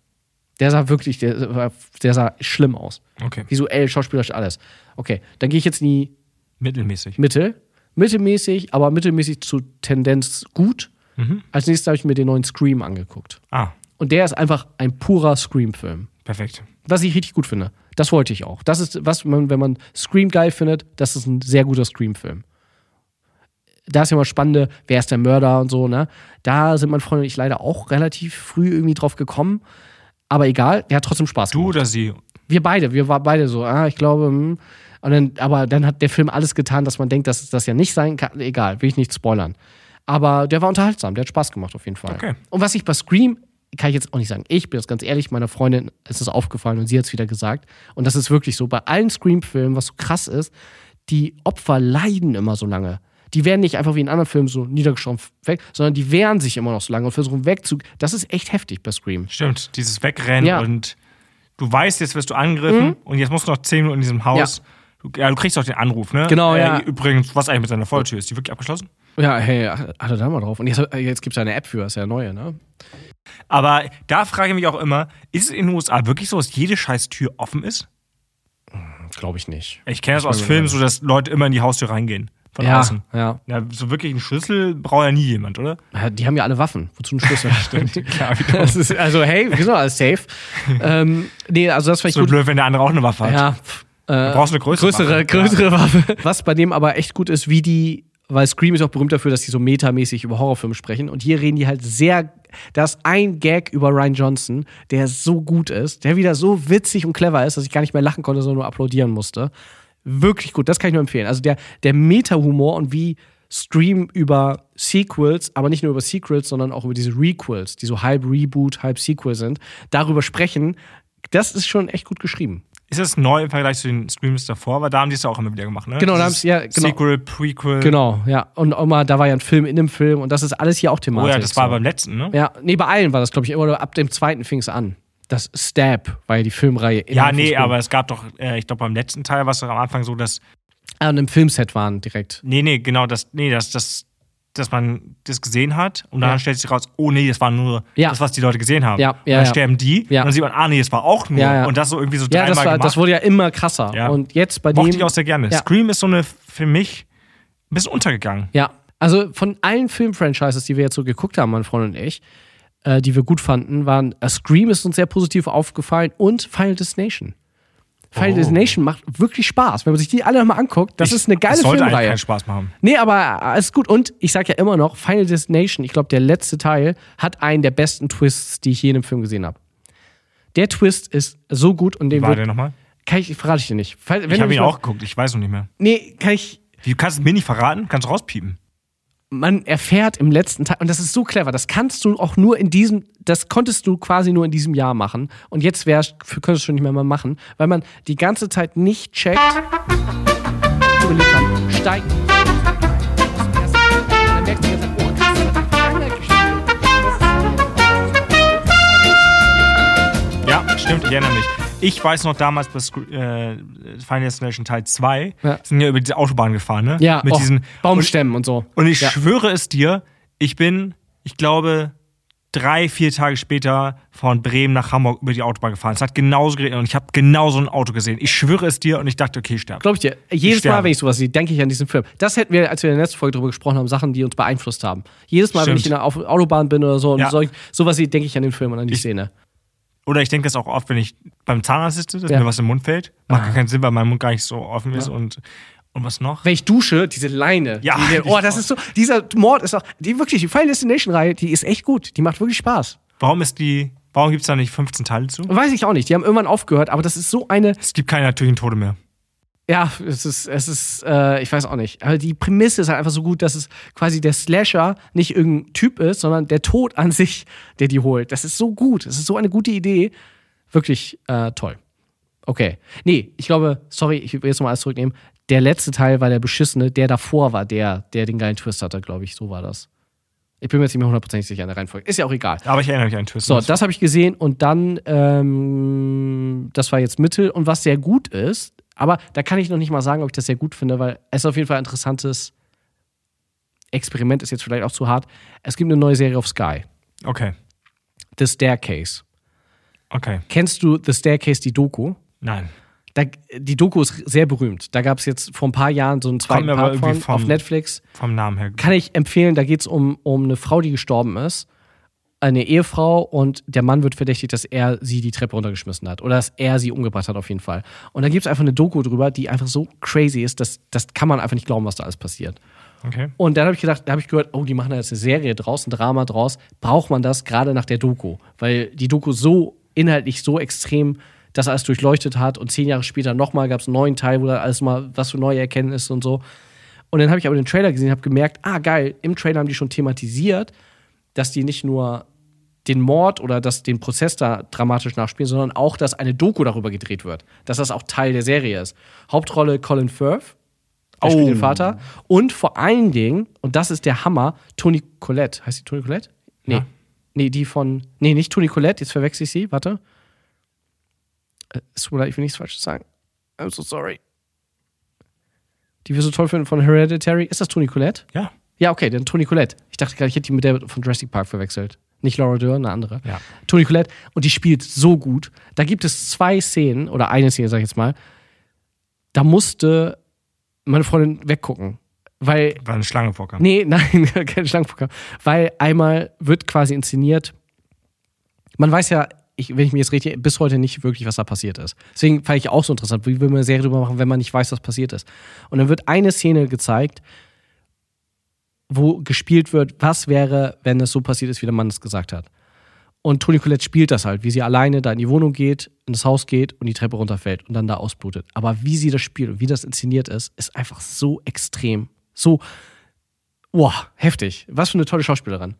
[SPEAKER 1] Der sah wirklich, der, war- der sah schlimm aus.
[SPEAKER 2] Okay.
[SPEAKER 1] Visuell, schauspielerisch, alles. Okay, dann gehe ich jetzt in die
[SPEAKER 2] Mittelmäßig.
[SPEAKER 1] Mittel. Mittelmäßig, aber mittelmäßig zu Tendenz gut. Als nächstes habe ich mir den neuen Scream angeguckt.
[SPEAKER 2] Ah,
[SPEAKER 1] Und der ist einfach ein purer Scream-Film.
[SPEAKER 2] perfekt.
[SPEAKER 1] Was ich richtig gut finde. Das wollte ich auch. Das ist, was man, wenn man Scream geil findet, das ist ein sehr guter Scream-Film. Da ist ja mal spannende, wer ist der Mörder und so, ne? Da sind mein Freund und ich leider auch relativ früh irgendwie drauf gekommen. Aber egal, der hat trotzdem Spaß
[SPEAKER 2] Du oder sie?
[SPEAKER 1] wir beide, wir waren beide so, ah, ich glaube, hm. und dann, aber dann hat der Film alles getan, dass man denkt, dass es das ja nicht sein kann. Egal, will ich nicht spoilern. Aber der war unterhaltsam, der hat Spaß gemacht auf jeden Fall.
[SPEAKER 2] Okay.
[SPEAKER 1] Und was ich bei Scream, kann ich jetzt auch nicht sagen, ich bin jetzt ganz ehrlich, meiner Freundin ist es aufgefallen und sie hat es wieder gesagt. Und das ist wirklich so, bei allen Scream-Filmen, was so krass ist, die Opfer leiden immer so lange. Die werden nicht einfach wie in anderen Filmen so niedergeschraubt weg, sondern die wehren sich immer noch so lange und versuchen wegzu. Das ist echt heftig bei Scream.
[SPEAKER 2] Stimmt, dieses Wegrennen
[SPEAKER 1] Ja. Mhm.
[SPEAKER 2] und du weißt, jetzt wirst du angegriffen und jetzt musst du noch 10 Minuten in diesem Haus. Du, ja, du kriegst auch den Anruf, ne?
[SPEAKER 1] Genau, ja.
[SPEAKER 2] Übrigens, was eigentlich mit seiner Volltür? Ist die wirklich abgeschlossen?
[SPEAKER 1] Ja, hey, ach- achte da mal drauf. Und jetzt, äh, jetzt gibt es eine App für, ist ja eine neue, ne?
[SPEAKER 2] Aber da frage ich mich auch immer, ist es in den USA wirklich so, dass jede scheiß Tür offen ist?
[SPEAKER 1] Glaube ich nicht.
[SPEAKER 2] Ich kenne das aus Filmen, so dass Leute immer in die Haustür reingehen. Von
[SPEAKER 1] Ja,
[SPEAKER 2] außen.
[SPEAKER 1] ja.
[SPEAKER 2] ja. So wirklich einen Schlüssel braucht ja nie jemand, oder?
[SPEAKER 1] Ja, Die haben ja alle Waffen. Wozu ein Schlüssel?
[SPEAKER 2] Klar, wie dumm.
[SPEAKER 1] das ist, also, hey, wir sind doch alle safe. ähm, nee, also das war ich
[SPEAKER 2] So
[SPEAKER 1] gut.
[SPEAKER 2] blöd, wenn der andere auch eine Waffe hat.
[SPEAKER 1] Ja, pff,
[SPEAKER 2] Du brauchst eine größere.
[SPEAKER 1] größere,
[SPEAKER 2] Waffe.
[SPEAKER 1] größere Waffe. Was bei dem aber echt gut ist, wie die, weil Scream ist auch berühmt dafür, dass die so metamäßig über Horrorfilme sprechen. Und hier reden die halt sehr. Da ist ein Gag über Ryan Johnson, der so gut ist, der wieder so witzig und clever ist, dass ich gar nicht mehr lachen konnte, sondern nur applaudieren musste. Wirklich gut, das kann ich nur empfehlen. Also der, der Meta-Humor und wie Stream über Sequels, aber nicht nur über Sequels, sondern auch über diese Requels, die so halb Reboot, halb Sequel sind, darüber sprechen, das ist schon echt gut geschrieben.
[SPEAKER 2] Ist das neu im Vergleich zu den Screams davor? Weil da haben die es ja auch immer wieder gemacht, ne?
[SPEAKER 1] Genau, da
[SPEAKER 2] Dieses
[SPEAKER 1] haben's- ja, genau.
[SPEAKER 2] Sequel, Prequel.
[SPEAKER 1] Genau, ja. Und auch mal, da war ja ein Film in dem Film und das ist alles hier auch
[SPEAKER 2] Oh
[SPEAKER 1] thematisch.
[SPEAKER 2] ja, das war
[SPEAKER 1] so.
[SPEAKER 2] beim letzten, ne?
[SPEAKER 1] Ja, nee, bei allen war das, glaube ich, oder ab dem zweiten fing es an. Das Stab war ja die Filmreihe.
[SPEAKER 2] Ja,
[SPEAKER 1] innerhalb von
[SPEAKER 2] nee,
[SPEAKER 1] Scream.
[SPEAKER 2] aber es gab doch, äh, ich glaube, beim letzten Teil war es doch am Anfang so, dass.
[SPEAKER 1] Ah, und im Filmset waren direkt.
[SPEAKER 2] Nee, nee, genau, das, nee, das, das, dass man das gesehen hat und dann
[SPEAKER 1] Ja.
[SPEAKER 2] stellt sich raus, oh nee, das war nur
[SPEAKER 1] Ja.
[SPEAKER 2] das, was die Leute gesehen haben.
[SPEAKER 1] Ja,
[SPEAKER 2] und
[SPEAKER 1] ja,
[SPEAKER 2] dann
[SPEAKER 1] ja.
[SPEAKER 2] sterben die
[SPEAKER 1] Ja.
[SPEAKER 2] und dann sieht man, ah nee, das war auch nur.
[SPEAKER 1] Ja, ja.
[SPEAKER 2] Und das so irgendwie so
[SPEAKER 1] Ja,
[SPEAKER 2] dreimal
[SPEAKER 1] das, war,
[SPEAKER 2] gemacht.
[SPEAKER 1] das wurde ja immer krasser.
[SPEAKER 2] Ja.
[SPEAKER 1] Und jetzt bei
[SPEAKER 2] Mochte
[SPEAKER 1] dem.
[SPEAKER 2] ich auch sehr gerne.
[SPEAKER 1] Ja.
[SPEAKER 2] Scream ist so eine, für mich, ein bisschen untergegangen.
[SPEAKER 1] Ja, also von allen Filmfranchises, die wir jetzt so geguckt haben, mein Freund und ich, äh, die wir gut fanden, waren äh, Scream ist uns sehr positiv aufgefallen und Final Destination. Final
[SPEAKER 2] Oh.
[SPEAKER 1] Destination macht wirklich Spaß, wenn man sich die alle nochmal anguckt. Das
[SPEAKER 2] Ich-
[SPEAKER 1] ist eine geile
[SPEAKER 2] das sollte eigentlich
[SPEAKER 1] Filmreihe.
[SPEAKER 2] keinen Spaß machen.
[SPEAKER 1] Nee, aber alles gut. Und ich sag ja immer noch, Final Destination, ich glaube, der letzte Teil hat einen der besten Twists, die ich je in einem Film gesehen habe. Der Twist ist so gut und den
[SPEAKER 2] War
[SPEAKER 1] wird,
[SPEAKER 2] der nochmal?
[SPEAKER 1] kann ich, verrate ich dir nicht. Fall- Wenn
[SPEAKER 2] Ich
[SPEAKER 1] du
[SPEAKER 2] habe
[SPEAKER 1] mich
[SPEAKER 2] ihn
[SPEAKER 1] mal-
[SPEAKER 2] auch geguckt, ich weiß noch nicht mehr.
[SPEAKER 1] Nee, kann ich,
[SPEAKER 2] Du kannst es mir nicht verraten, kannst rauspiepen.
[SPEAKER 1] man erfährt im letzten Teil, und das ist so clever, das kannst du auch nur in diesem, das konntest du quasi nur in diesem Jahr machen. Und jetzt wär, könntest du schon nicht mehr mal machen, weil man die ganze Zeit nicht checkt. Überlegt man, steigt. Dann merkt man die ganze Zeit, oh, krass, das hat lange gespielt.
[SPEAKER 2] Ja, stimmt, ich erinnere mich. Ich weiß noch damals bei Scre- äh, Final Destination Teil 2,
[SPEAKER 1] Ja.
[SPEAKER 2] sind ja über diese Autobahn gefahren, ne?
[SPEAKER 1] Ja,
[SPEAKER 2] Mit
[SPEAKER 1] oh,
[SPEAKER 2] diesen
[SPEAKER 1] Baumstämmen und, so.
[SPEAKER 2] Und, und ich
[SPEAKER 1] ja.
[SPEAKER 2] schwöre es dir, ich bin, ich glaube, drei, vier Tage später von Bremen nach Hamburg über die Autobahn gefahren. Es hat genauso geregnet und ich habe genauso ein Auto gesehen. Ich schwöre es dir und ich dachte, okay, ich sterbe.
[SPEAKER 1] Glaub ich dir, jedes Mal,
[SPEAKER 2] sterbe.
[SPEAKER 1] wenn ich sowas sehe, denke ich an diesen Film. Das hätten wir, als wir in der letzten Folge drüber gesprochen haben, Sachen, die uns beeinflusst haben. Jedes Mal, wenn
[SPEAKER 2] Stimmt.
[SPEAKER 1] ich in der Auf- Autobahn bin oder so und
[SPEAKER 2] Ja.
[SPEAKER 1] solch, sowas sehe, denke ich an den Film und an die Szene.
[SPEAKER 2] Oder ich denke das auch oft, wenn ich beim Zahnarzt sitze, dass
[SPEAKER 1] Ja. Ah.
[SPEAKER 2] mir was im Mund fällt. Macht gar keinen Sinn, weil mein Mund gar nicht so offen ist und, und was noch?
[SPEAKER 1] Wenn ich dusche, diese Leine.
[SPEAKER 2] Ja,
[SPEAKER 1] Die, oh, das ist so, dieser Mord ist auch, die wirklich, die Final Destination-Reihe, die ist echt gut. Die macht wirklich Spaß.
[SPEAKER 2] Warum ist die, warum gibt es da nicht 15 Teile zu?
[SPEAKER 1] Weiß ich auch nicht. Die haben irgendwann aufgehört, aber das ist so eine,
[SPEAKER 2] Es gibt keine natürlichen Tode mehr.
[SPEAKER 1] ja, es ist, es ist, äh, ich weiß auch nicht. Aber die Prämisse ist halt einfach so gut, dass es quasi der Slasher nicht irgendein Typ ist, sondern der Tod an sich, der die holt. Das ist so gut. Das ist so eine gute Idee. Wirklich äh, toll. Okay. Nee, ich glaube, sorry, ich will jetzt nochmal alles zurücknehmen. Der letzte Teil war der beschissene, der davor war der, der den geilen Twist hatte, glaube ich. So war das. Ich bin mir jetzt nicht mehr hundertprozentig sicher in der Reihenfolge. Ist ja auch egal.
[SPEAKER 2] Aber ich erinnere mich an Twist.
[SPEAKER 1] So, das habe ich gesehen und dann, ähm, das war jetzt Mittel und was sehr gut ist, aber da kann ich noch nicht mal sagen, ob ich das sehr gut finde, weil es auf jeden Fall ein interessantes Experiment ist jetzt vielleicht auch zu hart. Es gibt eine neue Serie auf Sky,
[SPEAKER 2] okay,
[SPEAKER 1] The Staircase.
[SPEAKER 2] okay.
[SPEAKER 1] Kennst du The Staircase, die Doku?
[SPEAKER 2] Nein.
[SPEAKER 1] Da, die Doku ist sehr berühmt. Da gab es jetzt vor ein paar Jahren so einen zweiten
[SPEAKER 2] mir aber
[SPEAKER 1] Part von,
[SPEAKER 2] irgendwie vom-
[SPEAKER 1] auf Netflix.
[SPEAKER 2] Vom Namen her.
[SPEAKER 1] kann ich empfehlen, da geht es um, um eine Frau, die gestorben ist. Eine Ehefrau und der Mann wird verdächtigt, dass er sie die Treppe runtergeschmissen hat. Oder dass er sie umgebracht hat, auf jeden Fall. Und dann gibt es einfach eine Doku drüber, die einfach so crazy ist, dass das kann man einfach nicht glauben, was da alles passiert.
[SPEAKER 2] Okay.
[SPEAKER 1] Und dann habe ich gedacht, da habe ich gehört, oh, die machen da jetzt eine Serie draus, ein Drama draus. Braucht man das gerade nach der Doku? Weil die Doku so inhaltlich so extrem das alles durchleuchtet hat und zehn Jahre später nochmal gab es einen neuen Teil, wo da alles mal was für neue Erkenntnisse und so. Und dann habe ich aber den Trailer gesehen und habe gemerkt, ah geil, im Trailer haben die schon thematisiert, dass die nicht nur den Mord oder das, den Prozess da dramatisch nachspielen, sondern auch, dass eine Doku darüber gedreht wird. Dass das auch Teil der Serie ist. Hauptrolle Colin Firth, der spielt den Vater. Und vor allen Dingen, und das ist der Hammer, Toni Collette. Heißt die Toni Collette? Nee. Nee, die von. Nee, nicht Toni Collette, jetzt verwechsel ich sie, warte. Äh, Es tut mir leid, ich will nichts Falsches sagen. I'm so sorry. Die wir so toll finden von Hereditary. Ist das Toni Collette?
[SPEAKER 2] Ja.
[SPEAKER 1] Ja, okay, dann Toni Collette. Ich dachte gerade, ich hätte die mit der von Jurassic Park verwechselt. Nicht Laura Dern, eine andere.
[SPEAKER 2] Ja.
[SPEAKER 1] Toni Collette. Und die spielt so gut. Da gibt es zwei Szenen, oder eine Szene, sag ich jetzt mal. Da musste meine Freundin weggucken. Weil
[SPEAKER 2] War eine Schlange vorkam.
[SPEAKER 1] Nee, nein, kein Schlangenprogramm. Weil einmal wird quasi inszeniert, man weiß ja, ich, wenn ich mir jetzt richtig, bis heute nicht wirklich, was da passiert ist. Deswegen fand ich auch so interessant, wie will man eine Serie drüber machen, wenn man nicht weiß, was passiert ist. Und dann wird eine Szene gezeigt, wo gespielt wird, was wäre, wenn es so passiert ist, wie der Mann es gesagt hat. Und Toni Collette spielt das halt, wie sie alleine da in die Wohnung geht, in das Haus geht und die Treppe runterfällt und dann da ausblutet. Aber wie sie das spielt und wie das inszeniert ist, ist einfach so extrem. So, Boah, heftig. Was für eine tolle Schauspielerin.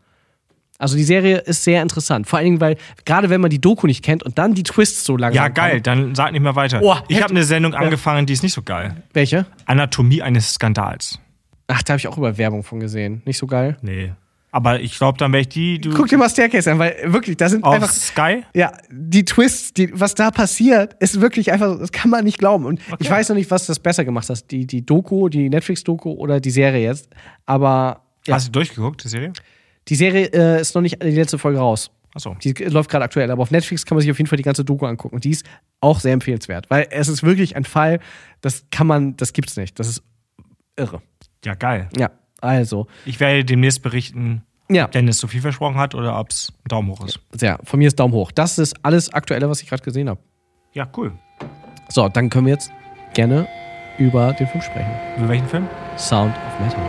[SPEAKER 1] Also die Serie ist sehr interessant. Vor allen Dingen, weil gerade wenn man die Doku nicht kennt und dann die Twists so lange
[SPEAKER 2] Ja, geil, dann sag nicht mehr weiter.
[SPEAKER 1] Oh,
[SPEAKER 2] ich
[SPEAKER 1] hätte-
[SPEAKER 2] habe eine Sendung angefangen, die ist nicht so geil.
[SPEAKER 1] Welche?
[SPEAKER 2] Anatomie eines Skandals.
[SPEAKER 1] Ach, da habe ich auch über Werbung von gesehen. Nicht so geil.
[SPEAKER 2] Nee. Aber ich glaube, dann wäre ich die, du
[SPEAKER 1] Guck dir mal Staircase an, weil wirklich, da sind
[SPEAKER 2] auf
[SPEAKER 1] einfach
[SPEAKER 2] Sky.
[SPEAKER 1] Ja, die Twists, die, was da passiert, ist wirklich einfach, das kann man nicht glauben. Und ich weiß noch nicht, was das besser gemacht hat. Die, die Doku, die Netflix-Doku oder die Serie jetzt. Aber ja,
[SPEAKER 2] Hast du durchgeguckt, die Serie?
[SPEAKER 1] die Serie äh, ist noch nicht die letzte Folge raus.
[SPEAKER 2] Achso.
[SPEAKER 1] Die läuft gerade aktuell, aber auf Netflix kann man sich auf jeden Fall die ganze Doku angucken. Und die ist auch sehr empfehlenswert, weil es ist wirklich ein Fall, das kann man, das gibt's nicht. Das ist irre.
[SPEAKER 2] Ja, geil.
[SPEAKER 1] Ja, also.
[SPEAKER 2] Ich werde demnächst berichten,
[SPEAKER 1] Ja,
[SPEAKER 2] ob Dennis so viel versprochen hat oder ob es ein Daumen hoch ist.
[SPEAKER 1] sehr. Von mir ist Daumen hoch. Das ist alles Aktuelle, was ich gerade gesehen habe.
[SPEAKER 2] Ja, cool.
[SPEAKER 1] So, dann können wir jetzt gerne über den Film sprechen.
[SPEAKER 2] Über welchen Film?
[SPEAKER 1] Sound of Metal.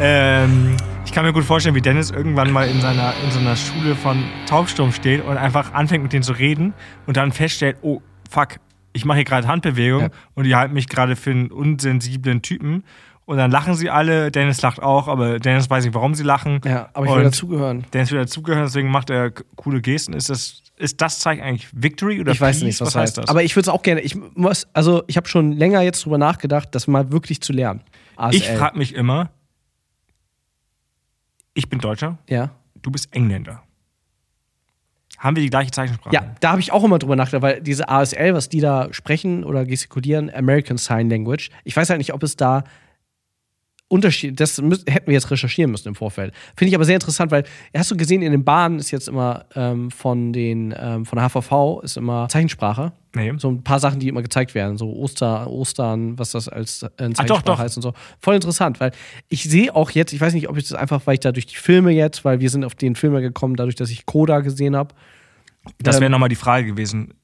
[SPEAKER 2] Ähm, ich kann mir gut vorstellen, wie Dennis irgendwann mal in seiner, in so einer Schule von Taubsturm steht und einfach anfängt mit denen zu reden und dann feststellt, oh, fuck, ich mache hier gerade Handbewegung
[SPEAKER 1] Ja.
[SPEAKER 2] und ihr halten mich gerade für einen unsensiblen Typen. Und dann lachen sie alle, Dennis lacht auch, aber Dennis weiß nicht, warum sie lachen.
[SPEAKER 1] Ja, aber ich will
[SPEAKER 2] Und
[SPEAKER 1] dazugehören.
[SPEAKER 2] Dennis will dazugehören, deswegen macht er k- coole Gesten. Ist das, ist das Zeichen eigentlich Victory oder
[SPEAKER 1] Ich weiß
[SPEAKER 2] Peace?
[SPEAKER 1] nicht, was,
[SPEAKER 2] was
[SPEAKER 1] heißt
[SPEAKER 2] das?
[SPEAKER 1] das. Aber ich würde es auch gerne, ich muss, also ich habe schon länger jetzt drüber nachgedacht, das mal wirklich zu lernen. ASL.
[SPEAKER 2] ich frage mich immer, ich bin Deutscher,
[SPEAKER 1] Ja.
[SPEAKER 2] du bist Engländer. Haben wir die gleiche Zeichensprache?
[SPEAKER 1] Ja, da habe ich auch immer drüber nachgedacht, weil diese ASL, was die da sprechen oder gestikulieren, American Sign Language, ich weiß halt nicht, ob es da Unterschied, das müß, hätten wir jetzt recherchieren müssen im Vorfeld. Finde ich aber sehr interessant, weil hast du gesehen, in den Bahnen ist jetzt immer ähm, von den ähm, von der HVV ist immer Zeichensprache.
[SPEAKER 2] Nee.
[SPEAKER 1] So ein paar Sachen, die immer gezeigt werden, so Oster, Ostern, was das als äh, in
[SPEAKER 2] doch,
[SPEAKER 1] Zeichensprache
[SPEAKER 2] doch.
[SPEAKER 1] heißt und so. Voll interessant, weil ich sehe auch jetzt, ich weiß nicht, ob ich das einfach, weil ich da durch die Filme jetzt, weil wir sind auf den Filme gekommen, dadurch, dass ich Koda gesehen habe.
[SPEAKER 2] Das
[SPEAKER 1] Ähm,
[SPEAKER 2] wäre nochmal die Frage gewesen.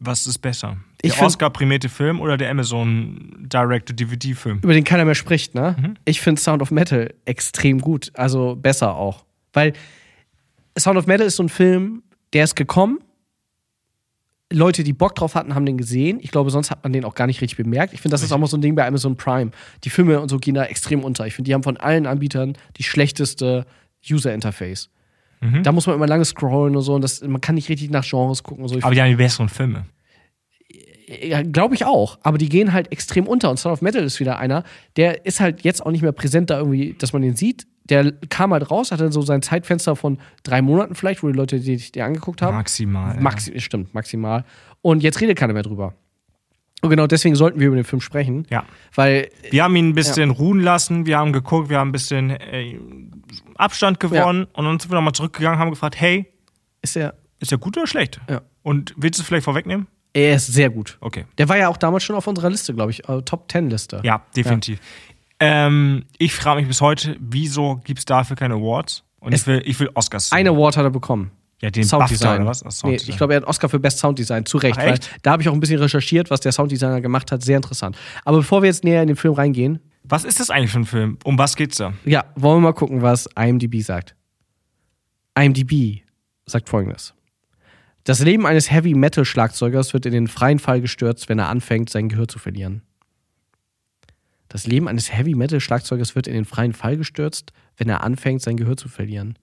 [SPEAKER 2] Was ist besser?
[SPEAKER 1] Ich
[SPEAKER 2] Der
[SPEAKER 1] find-
[SPEAKER 2] Oscar-prämierte Film oder der Amazon Direct-to-DVD-Film?
[SPEAKER 1] über den keiner mehr spricht, ne? Ich finde Sound of Metal extrem gut, also besser auch. Weil Sound of Metal ist so ein Film, der ist gekommen. Leute, die Bock drauf hatten, haben den gesehen. Ich glaube, sonst hat man den auch gar nicht richtig bemerkt. Ich finde, das ist auch mal so ein Ding bei Amazon Prime. Die Filme und so gehen da extrem unter. Ich finde, die haben von allen Anbietern die schlechteste User-Interface. Da muss man immer lange scrollen und so. Und das, man kann nicht richtig nach Genres gucken. Und so. Ich
[SPEAKER 2] Aber die haben die besseren Filme.
[SPEAKER 1] Ja, glaube Äh, ich auch. Aber die gehen halt extrem unter. Und Sound of Metal ist wieder einer, der ist halt jetzt auch nicht mehr präsent da irgendwie, dass man den sieht. Der kam halt raus, hatte so sein Zeitfenster von drei Monaten vielleicht, wo die Leute die, die angeguckt haben.
[SPEAKER 2] Maximal. ja.
[SPEAKER 1] Maxi stimmt, maximal. Und jetzt redet keiner mehr drüber. Und genau deswegen sollten wir über den Film sprechen.
[SPEAKER 2] Ja.
[SPEAKER 1] Weil
[SPEAKER 2] Wir haben ihn ein bisschen ruhen lassen, wir haben geguckt, wir haben ein bisschen äh, Abstand gewonnen und dann sind wir nochmal zurückgegangen, haben gefragt, hey,
[SPEAKER 1] ist er,
[SPEAKER 2] ist der gut oder schlecht?
[SPEAKER 1] Ja.
[SPEAKER 2] Und willst du es vielleicht vorwegnehmen?
[SPEAKER 1] er ist sehr gut.
[SPEAKER 2] Okay.
[SPEAKER 1] Der war ja auch damals schon auf unserer Liste, glaube ich, äh, Top Ten Liste.
[SPEAKER 2] Ja, definitiv. Ähm, ich frage mich bis heute, wieso gibt es dafür keine Awards? Und ich will, ich will Oscars. sehen.
[SPEAKER 1] Ein Award hat er bekommen.
[SPEAKER 2] ja, den BAFTA
[SPEAKER 1] Sounddesign.
[SPEAKER 2] oder was? Ach,
[SPEAKER 1] nee,
[SPEAKER 2] Sounddesign.
[SPEAKER 1] ich glaube, er hat einen Oscar für Best Sounddesign. Zu Recht.
[SPEAKER 2] Ach,
[SPEAKER 1] weil
[SPEAKER 2] echt?
[SPEAKER 1] da habe ich auch ein bisschen recherchiert, was der Sounddesigner gemacht hat. Sehr interessant. Aber bevor wir jetzt näher in den Film reingehen,
[SPEAKER 2] was ist das eigentlich für ein Film? Um was geht's da?
[SPEAKER 1] ja, wollen wir mal gucken, was IMDb sagt. IMDb sagt folgendes. Das Leben eines Heavy-Metal-Schlagzeugers wird in den freien Fall gestürzt, wenn er anfängt, sein Gehör zu verlieren. Das Leben eines Heavy-Metal-Schlagzeugers wird in den freien Fall gestürzt, wenn er anfängt, sein Gehör zu verlieren.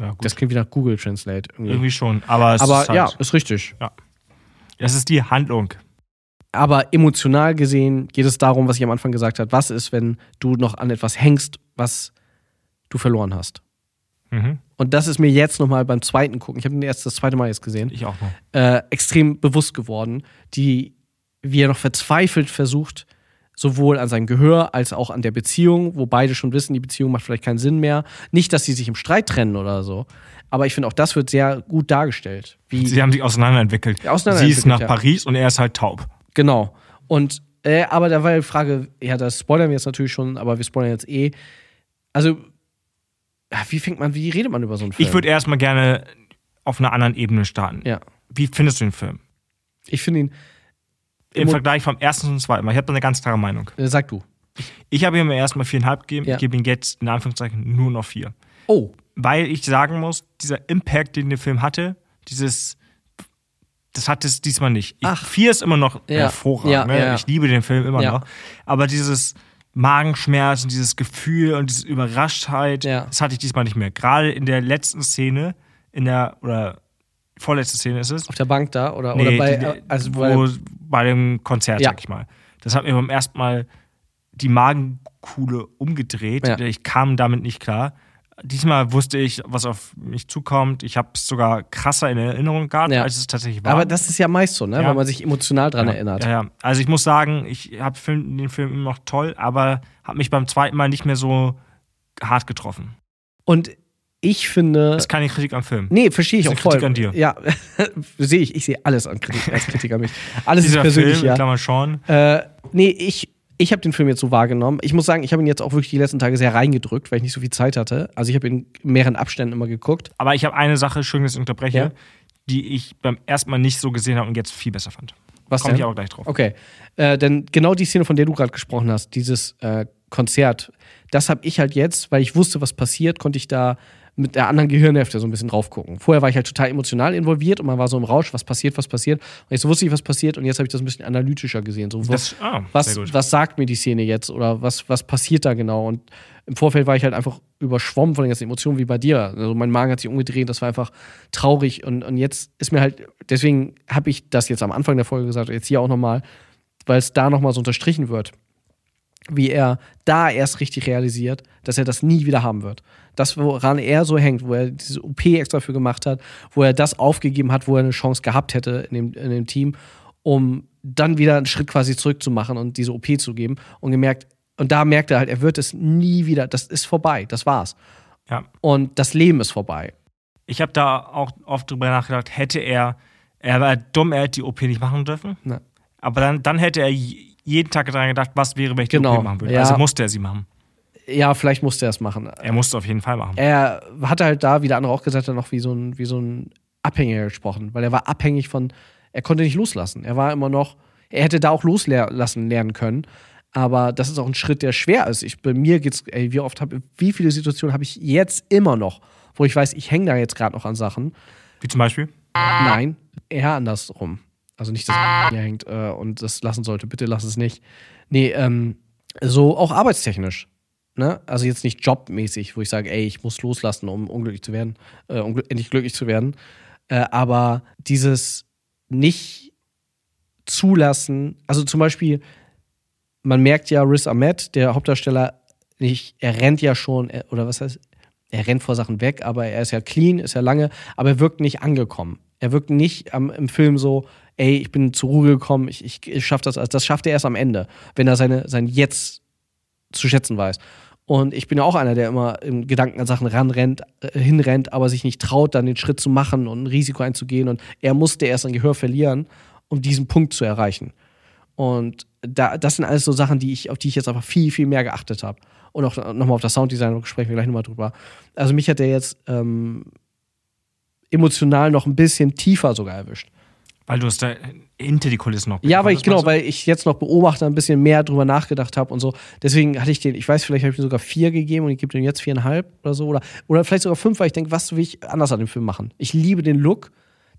[SPEAKER 2] Ja, gut.
[SPEAKER 1] Das klingt wie nach Google Translate. Irgendwie.
[SPEAKER 2] Irgendwie schon. Aber, es
[SPEAKER 1] Aber
[SPEAKER 2] ist halt,
[SPEAKER 1] ja, ist richtig.
[SPEAKER 2] das ist die Handlung.
[SPEAKER 1] Aber emotional gesehen geht es darum, was ich am Anfang gesagt habe. Was ist, wenn du noch an etwas hängst, was du verloren hast?
[SPEAKER 2] Mhm.
[SPEAKER 1] Und das ist mir jetzt nochmal beim zweiten Gucken, ich habe den erst das zweite Mal jetzt gesehen,
[SPEAKER 2] Ich auch noch.
[SPEAKER 1] äh, extrem bewusst geworden, die, wie er noch verzweifelt versucht, sowohl an seinem Gehör als auch an der Beziehung, wo beide schon wissen, die Beziehung macht vielleicht keinen Sinn mehr. Nicht, dass sie sich im Streit trennen oder so, aber ich finde auch das wird sehr gut dargestellt. Wie,
[SPEAKER 2] Sie haben sich auseinanderentwickelt.
[SPEAKER 1] auseinanderentwickelt,
[SPEAKER 2] Sie ist nach
[SPEAKER 1] ja.
[SPEAKER 2] Paris und er ist halt taub.
[SPEAKER 1] Genau. Und äh, aber da war die Frage, ja, das spoilern wir jetzt natürlich schon, aber wir spoilern jetzt eh. Also, ja, wie fängt man, wie redet man über so einen Film?
[SPEAKER 2] Ich würde erstmal gerne auf einer anderen Ebene starten.
[SPEAKER 1] Ja.
[SPEAKER 2] Wie findest du den Film?
[SPEAKER 1] Ich finde ihn,
[SPEAKER 2] Im
[SPEAKER 1] Emo-
[SPEAKER 2] Vergleich vom ersten zum zweiten Mal. Ich habe da eine ganz klare Meinung.
[SPEAKER 1] äh, sag du.
[SPEAKER 2] Ich habe ihm erstmal viereinhalb gegeben.
[SPEAKER 1] Ja.
[SPEAKER 2] Ich gebe ihm jetzt in Anführungszeichen nur noch vier.
[SPEAKER 1] Oh,
[SPEAKER 2] Weil ich sagen muss, dieser Impact, den der Film hatte, dieses, das hat es diesmal nicht. Ich,
[SPEAKER 1] Ach.
[SPEAKER 2] Vier ist immer noch
[SPEAKER 1] Ja.
[SPEAKER 2] hervorragend.
[SPEAKER 1] Ja,
[SPEAKER 2] ne?
[SPEAKER 1] ja, ja.
[SPEAKER 2] Ich liebe den Film immer
[SPEAKER 1] Ja.
[SPEAKER 2] noch. Aber dieses Magenschmerz und dieses Gefühl und diese Überraschtheit,
[SPEAKER 1] Ja.
[SPEAKER 2] das hatte ich diesmal nicht mehr. Gerade in der letzten Szene, in der, oder vorletzte Szene ist es,
[SPEAKER 1] auf der Bank da oder,
[SPEAKER 2] Nee,
[SPEAKER 1] oder bei,
[SPEAKER 2] die,
[SPEAKER 1] äh, also
[SPEAKER 2] wo,
[SPEAKER 1] bei,
[SPEAKER 2] bei dem Konzert,
[SPEAKER 1] Ja.
[SPEAKER 2] sag ich mal. Das hat mir beim ersten Mal die Magenkuhle umgedreht.
[SPEAKER 1] Ja.
[SPEAKER 2] Ich kam damit nicht klar. Diesmal wusste ich, was auf mich zukommt. Ich habe es sogar krasser in Erinnerung gehabt,
[SPEAKER 1] Ja.
[SPEAKER 2] als es tatsächlich war.
[SPEAKER 1] aber das ist ja meist so, ne,
[SPEAKER 2] Ja.
[SPEAKER 1] weil man sich emotional dran
[SPEAKER 2] ja.
[SPEAKER 1] erinnert.
[SPEAKER 2] Ja, ja. Also ich muss sagen, ich habe Film, den Film immer noch toll, aber habe mich beim zweiten Mal nicht mehr so hart getroffen.
[SPEAKER 1] Und ich finde,
[SPEAKER 2] Das ist keine Kritik am Film.
[SPEAKER 1] nee, verstehe ich
[SPEAKER 2] ist
[SPEAKER 1] auch
[SPEAKER 2] eine
[SPEAKER 1] voll.
[SPEAKER 2] Kritik an dir.
[SPEAKER 1] Ja, sehe ich, ich sehe alles an Kritik, als Kritik an mich. Alles ist
[SPEAKER 2] Dieser
[SPEAKER 1] persönlich,
[SPEAKER 2] Film,
[SPEAKER 1] ja.
[SPEAKER 2] in Klammern Sean,
[SPEAKER 1] Äh, nee, ich, ich habe den Film jetzt so wahrgenommen. Ich muss sagen, ich habe ihn jetzt auch wirklich die letzten Tage sehr reingedrückt, weil ich nicht so viel Zeit hatte. Also ich habe ihn in mehreren Abständen immer geguckt.
[SPEAKER 2] aber ich habe eine Sache, schön, dass ich unterbreche,
[SPEAKER 1] Ja.
[SPEAKER 2] die ich beim ersten Mal nicht so gesehen habe und jetzt viel besser fand.
[SPEAKER 1] Was
[SPEAKER 2] Komme ich
[SPEAKER 1] denn?
[SPEAKER 2] auch gleich drauf.
[SPEAKER 1] Okay, äh, denn genau die Szene, von der du gerade gesprochen hast, dieses äh, Konzert, das habe ich halt jetzt, weil ich wusste, was passiert, konnte ich da mit der anderen Gehirnhälfte so ein bisschen drauf gucken. Vorher war ich halt total emotional involviert und man war so im Rausch, was passiert, was passiert. Und jetzt wusste ich, was passiert und jetzt habe ich das ein bisschen analytischer gesehen. So, was,
[SPEAKER 2] Das- ah,
[SPEAKER 1] was,
[SPEAKER 2] sehr gut.
[SPEAKER 1] was sagt mir die Szene jetzt oder was, was passiert da genau? Und im Vorfeld war ich halt einfach überschwommen von den ganzen Emotionen wie bei dir. Also mein Magen hat sich umgedreht, das war einfach traurig. Und, und jetzt ist mir halt, deswegen habe ich das jetzt am Anfang der Folge gesagt, jetzt hier auch nochmal, weil es da nochmal so unterstrichen wird, wie er da erst richtig realisiert, dass er das nie wieder haben wird. Das, woran er so hängt, wo er diese OP extra für gemacht hat, wo er das aufgegeben hat, wo er eine Chance gehabt hätte in dem, in dem Team, um dann wieder einen Schritt quasi zurückzumachen und diese OP zu geben und gemerkt, und da merkt er halt, er wird es nie wieder, das ist vorbei, das war's.
[SPEAKER 2] Ja.
[SPEAKER 1] Und das Leben ist vorbei.
[SPEAKER 2] Ich habe da auch oft drüber nachgedacht, hätte er, er war dumm, er hätte die OP nicht machen dürfen.
[SPEAKER 1] Na.
[SPEAKER 2] Aber dann, dann hätte er j- jeden Tag daran gedacht, was wäre, wenn ich die
[SPEAKER 1] Genau,
[SPEAKER 2] OP machen würde.
[SPEAKER 1] ja.
[SPEAKER 2] Also musste er sie machen.
[SPEAKER 1] Ja, vielleicht musste er es machen.
[SPEAKER 2] Er musste auf jeden Fall machen.
[SPEAKER 1] er hatte halt da, wie der andere auch gesagt hat, noch wie so ein, wie so ein Abhängiger gesprochen, weil er war abhängig von, er konnte nicht loslassen. Er war immer noch, er hätte da auch loslassen lernen können. Aber das ist auch ein Schritt, der schwer ist. Ich, bei mir geht's, ey, wie oft habe, wie viele Situationen habe ich jetzt immer noch, wo ich weiß, ich hänge da jetzt gerade noch an Sachen.
[SPEAKER 2] Wie zum Beispiel?
[SPEAKER 1] Nein, eher andersrum. Also nicht, dass man hier hängt äh, und das lassen sollte. Bitte lass es nicht. Nee, ähm, so auch arbeitstechnisch. Ne? Also jetzt nicht jobmäßig, wo ich sage, ey, ich muss loslassen, um unglücklich zu werden, äh, um gl- endlich glücklich zu werden. Äh, aber dieses nicht zulassen. Also zum Beispiel, man merkt ja, Riz Ahmed, der Hauptdarsteller, nicht, er rennt ja schon, er, oder was heißt, er rennt vor Sachen weg, aber er ist ja clean, ist ja lange, aber er wirkt nicht angekommen. Er wirkt nicht am, im Film so, ey, ich bin zur Ruhe gekommen, ich, ich, ich schaff das. alles. Das schafft er erst am Ende, wenn er seine, sein Jetzt zu schätzen weiß. Und ich bin ja auch einer, der immer in Gedanken an Sachen ranrennt, äh, hinrennt, aber sich nicht traut, dann den Schritt zu machen und ein Risiko einzugehen. Und er musste erst ein Gehör verlieren, um diesen Punkt zu erreichen. Und da, das sind alles so Sachen, die ich, auf die ich jetzt einfach viel, viel mehr geachtet habe. Und auch nochmal auf das Sounddesign, da sprechen wir gleich nochmal drüber. Also mich hat der jetzt ähm, emotional noch ein bisschen tiefer sogar erwischt.
[SPEAKER 2] Weil du es da hinter die Kulissen noch
[SPEAKER 1] Ja, weil
[SPEAKER 2] bekommen,
[SPEAKER 1] ich, genau,
[SPEAKER 2] das meinst
[SPEAKER 1] weil ich jetzt noch beobachte, ein bisschen mehr drüber nachgedacht habe und so. Deswegen hatte ich den, ich weiß, vielleicht habe ich ihm sogar vier gegeben und ich gebe dem jetzt viereinhalb oder so. Oder, oder vielleicht sogar fünf, weil ich denke, was will ich anders an dem Film machen? Ich liebe den Look.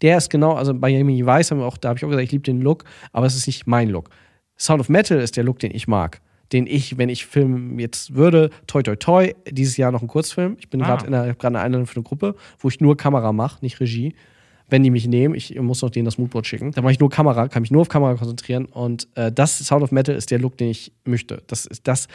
[SPEAKER 1] Der ist genau, also bei Miami Weiß haben wir auch, da habe ich auch gesagt, ich liebe den Look, aber es ist nicht mein Look. Sound of Metal ist der Look, den ich mag. Den ich, wenn ich filmen jetzt würde, toi toi toi, dieses Jahr noch einen Kurzfilm. Ich bin
[SPEAKER 2] Ah.
[SPEAKER 1] gerade in einer, gerade eine Einladung für eine Gruppe, wo ich nur Kamera mache, nicht Regie wenn die mich nehmen, ich muss noch denen das Moodboard schicken, dann mache ich nur Kamera, kann mich nur auf Kamera konzentrieren und äh, das Sound of Metal ist der Look, den ich möchte. Das ist das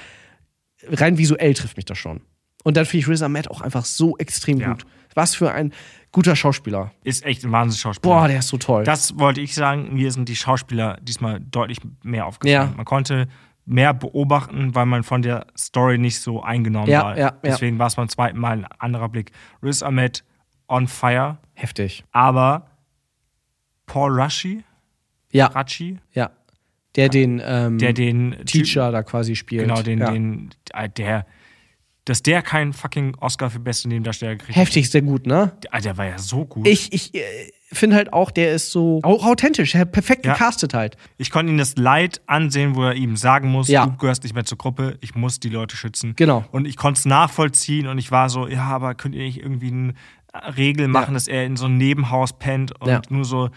[SPEAKER 1] rein visuell trifft mich das schon. Und dann finde ich Riz Ahmed auch einfach so extrem
[SPEAKER 2] Ja.
[SPEAKER 1] gut. Was für ein guter Schauspieler.
[SPEAKER 2] du? Ist echt ein Wahnsinnsschauspieler.
[SPEAKER 1] Boah, der ist so toll.
[SPEAKER 2] Das wollte ich sagen. Mir sind die Schauspieler diesmal deutlich mehr aufgefallen.
[SPEAKER 1] Ja.
[SPEAKER 2] Man konnte mehr beobachten, weil man von der Story nicht so eingenommen
[SPEAKER 1] Ja,
[SPEAKER 2] war.
[SPEAKER 1] ja, ja.
[SPEAKER 2] Deswegen war es beim zweiten Mal ein anderer Blick. Riz Ahmed on fire,
[SPEAKER 1] Heftig.
[SPEAKER 2] aber Paul Rashi,
[SPEAKER 1] Ja,
[SPEAKER 2] Rashi
[SPEAKER 1] ja. Der den, ähm,
[SPEAKER 2] der den Typen-
[SPEAKER 1] Teacher da quasi spielt.
[SPEAKER 2] genau den,
[SPEAKER 1] ja.
[SPEAKER 2] den äh, der, dass der keinen fucking Oscar für beste Nebendarsteller gekriegt hat.
[SPEAKER 1] Heftig, sehr gut, ne?
[SPEAKER 2] Ah, der war ja so gut.
[SPEAKER 1] Ich, ich äh, finde halt auch, der ist so auch authentisch, perfekt
[SPEAKER 2] Ja.
[SPEAKER 1] gecastet halt.
[SPEAKER 2] Ich konnte ihm das Leid ansehen, wo er ihm sagen muss,
[SPEAKER 1] Ja.
[SPEAKER 2] du gehörst nicht mehr zur Gruppe, ich muss die Leute schützen.
[SPEAKER 1] Genau.
[SPEAKER 2] Und ich konnte es nachvollziehen und ich war so, ja, aber könnt ihr nicht irgendwie eine Regel machen, dass er in so ein Nebenhaus pennt und
[SPEAKER 1] Ja.
[SPEAKER 2] nur so.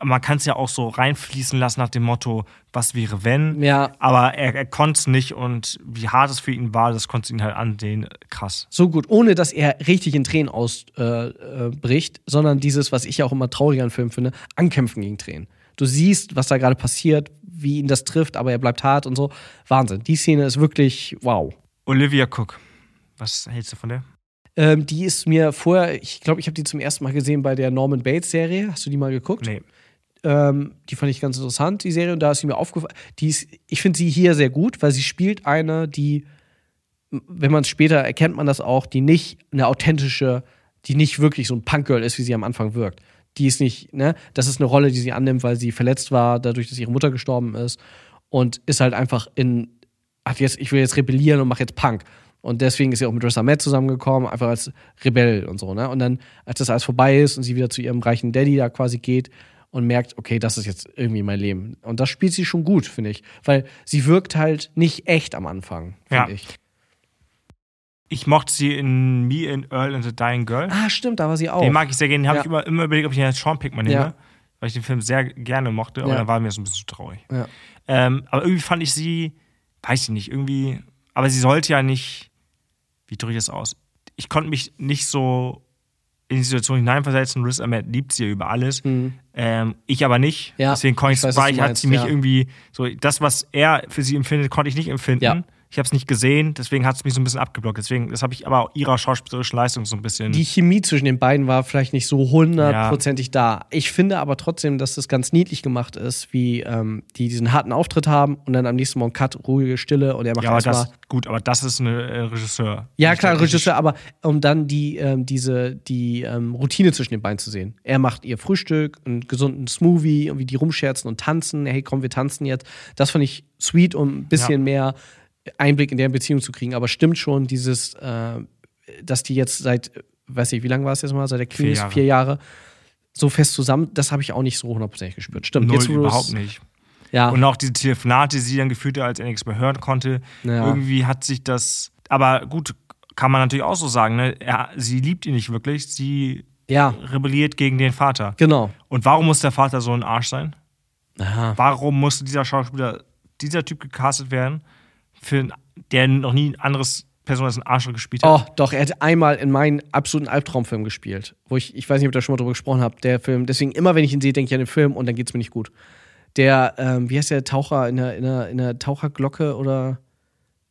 [SPEAKER 2] Man kann es ja auch so reinfließen lassen nach dem Motto, was wäre wenn.
[SPEAKER 1] Ja.
[SPEAKER 2] Aber er, er konnte es nicht und wie hart es für ihn war, das konnte ihn halt ansehen. Krass.
[SPEAKER 1] so gut, ohne dass er richtig in Tränen ausbricht, äh, äh, bricht, sondern dieses, was ich ja auch immer traurig an Filmen finde, Ankämpfen gegen Tränen. Du siehst, was da gerade passiert, wie ihn das trifft, aber er bleibt hart und so. Wahnsinn. Die Szene ist wirklich wow.
[SPEAKER 2] Olivia Cook. Was hältst du von der?
[SPEAKER 1] Ähm, die ist mir vorher, ich glaube, ich habe die zum ersten Mal gesehen bei der Norman Bates-Serie. Hast du die mal geguckt?
[SPEAKER 2] Nee.
[SPEAKER 1] Ähm, die fand ich ganz interessant, die Serie. Und da ist sie mir aufgefallen. Die ist, ich finde sie hier sehr gut, weil sie spielt eine, die, m- wenn man es später erkennt, man das auch, die nicht eine authentische, die nicht wirklich so ein Punkgirl ist, wie sie am Anfang wirkt. Die ist nicht, ne, das ist eine Rolle, die sie annimmt, weil sie verletzt war, dadurch, dass ihre Mutter gestorben ist. Und ist halt einfach in, ach, jetzt, ich will jetzt rebellieren und mache jetzt Punk. Und deswegen ist sie auch mit Rissa Matt zusammengekommen, einfach als Rebell und so, ne? Und dann, als das alles vorbei ist und sie wieder zu ihrem reichen Daddy da quasi geht und merkt, okay, das ist jetzt irgendwie mein Leben. Und das spielt sie schon gut, finde ich. Weil sie wirkt halt nicht echt am Anfang,
[SPEAKER 2] Ja.
[SPEAKER 1] finde ich.
[SPEAKER 2] Ich mochte sie in Me and Earl and the Dying Girl.
[SPEAKER 1] Ah, stimmt, da war sie auch.
[SPEAKER 2] Den mag ich sehr gerne. Den habe
[SPEAKER 1] Ja.
[SPEAKER 2] ich immer, immer überlegt, ob ich den als Sean Pickman nehme,
[SPEAKER 1] Ja.
[SPEAKER 2] weil ich den Film sehr gerne mochte, aber
[SPEAKER 1] Ja.
[SPEAKER 2] dann war mir das ein bisschen zu traurig.
[SPEAKER 1] Ja.
[SPEAKER 2] Ähm, aber irgendwie fand ich sie, weiß ich nicht, irgendwie, aber sie sollte ja nicht, wie drücke ich das aus? Ich konnte mich nicht so in die Situation hineinversetzen. Riz Ahmed liebt sie ja über alles. Ähm, ich aber nicht.
[SPEAKER 1] Mhm. Ja,
[SPEAKER 2] Deswegen konnte ich,
[SPEAKER 1] ich weiß,
[SPEAKER 2] war
[SPEAKER 1] was du
[SPEAKER 2] ich, hat
[SPEAKER 1] meinst,
[SPEAKER 2] sie mich
[SPEAKER 1] ja.
[SPEAKER 2] irgendwie, so das, was er für sie empfindet, konnte ich nicht empfinden.
[SPEAKER 1] Ja.
[SPEAKER 2] Ich habe es nicht gesehen, deswegen hat es mich so ein bisschen abgeblockt. Deswegen, das habe ich aber auch ihrer schauspielerischen Leistung so ein bisschen.
[SPEAKER 1] die Chemie zwischen den beiden war vielleicht nicht so hundertprozentig da. Ich finde aber trotzdem, dass das ganz niedlich gemacht ist, wie ähm, die diesen harten Auftritt haben und dann am nächsten Morgen Cut, ruhige Stille und er macht
[SPEAKER 2] Ja, aber
[SPEAKER 1] erstmal.
[SPEAKER 2] das, gut, aber das ist ein äh, Regisseur.
[SPEAKER 1] Ja,
[SPEAKER 2] Nicht
[SPEAKER 1] klar,
[SPEAKER 2] der
[SPEAKER 1] Regisseur, aber um dann die, ähm, diese, die ähm, Routine zwischen den beiden zu sehen. Er macht ihr Frühstück, einen gesunden Smoothie und wie die rumscherzen und tanzen. Hey, komm, wir tanzen jetzt. Das fand ich sweet, um ein bisschen
[SPEAKER 2] Ja.
[SPEAKER 1] mehr Einblick in deren Beziehung zu kriegen. Aber stimmt schon, dieses, äh, dass die jetzt seit, äh, weiß ich, wie lange war es jetzt mal, seit der Klinik
[SPEAKER 2] Jahre.
[SPEAKER 1] vier Jahre so fest zusammen, das habe ich auch nicht so hundertprozentig gespürt. Stimmt,
[SPEAKER 2] Null,
[SPEAKER 1] jetzt wo Ah. du es-
[SPEAKER 2] überhaupt nicht.
[SPEAKER 1] Ja,
[SPEAKER 2] Und auch diese Telefonate, die sie dann geführt hat, als er nichts mehr hören konnte.
[SPEAKER 1] Ja.
[SPEAKER 2] Irgendwie hat sich das. Aber gut, kann man natürlich auch so sagen, ne? Er, sie liebt ihn nicht wirklich, sie
[SPEAKER 1] ja,
[SPEAKER 2] rebelliert gegen den Vater.
[SPEAKER 1] genau.
[SPEAKER 2] Und warum muss der Vater so ein Arsch sein?
[SPEAKER 1] Aha.
[SPEAKER 2] Warum musste dieser Schauspieler, dieser Typ gecastet werden, für, einen- der noch nie ein anderes Person als ein Arschloch gespielt hat?
[SPEAKER 1] Oh, doch, er hat einmal in meinen absoluten Albtraumfilm gespielt. Wo ich, ich weiß nicht, ob ich da schon mal drüber gesprochen habe, der Film. Deswegen immer, wenn ich ihn sehe, denke ich an den Film und dann geht's mir nicht gut. der, ähm, wie heißt der Taucher in der, in der, in der Taucherglocke oder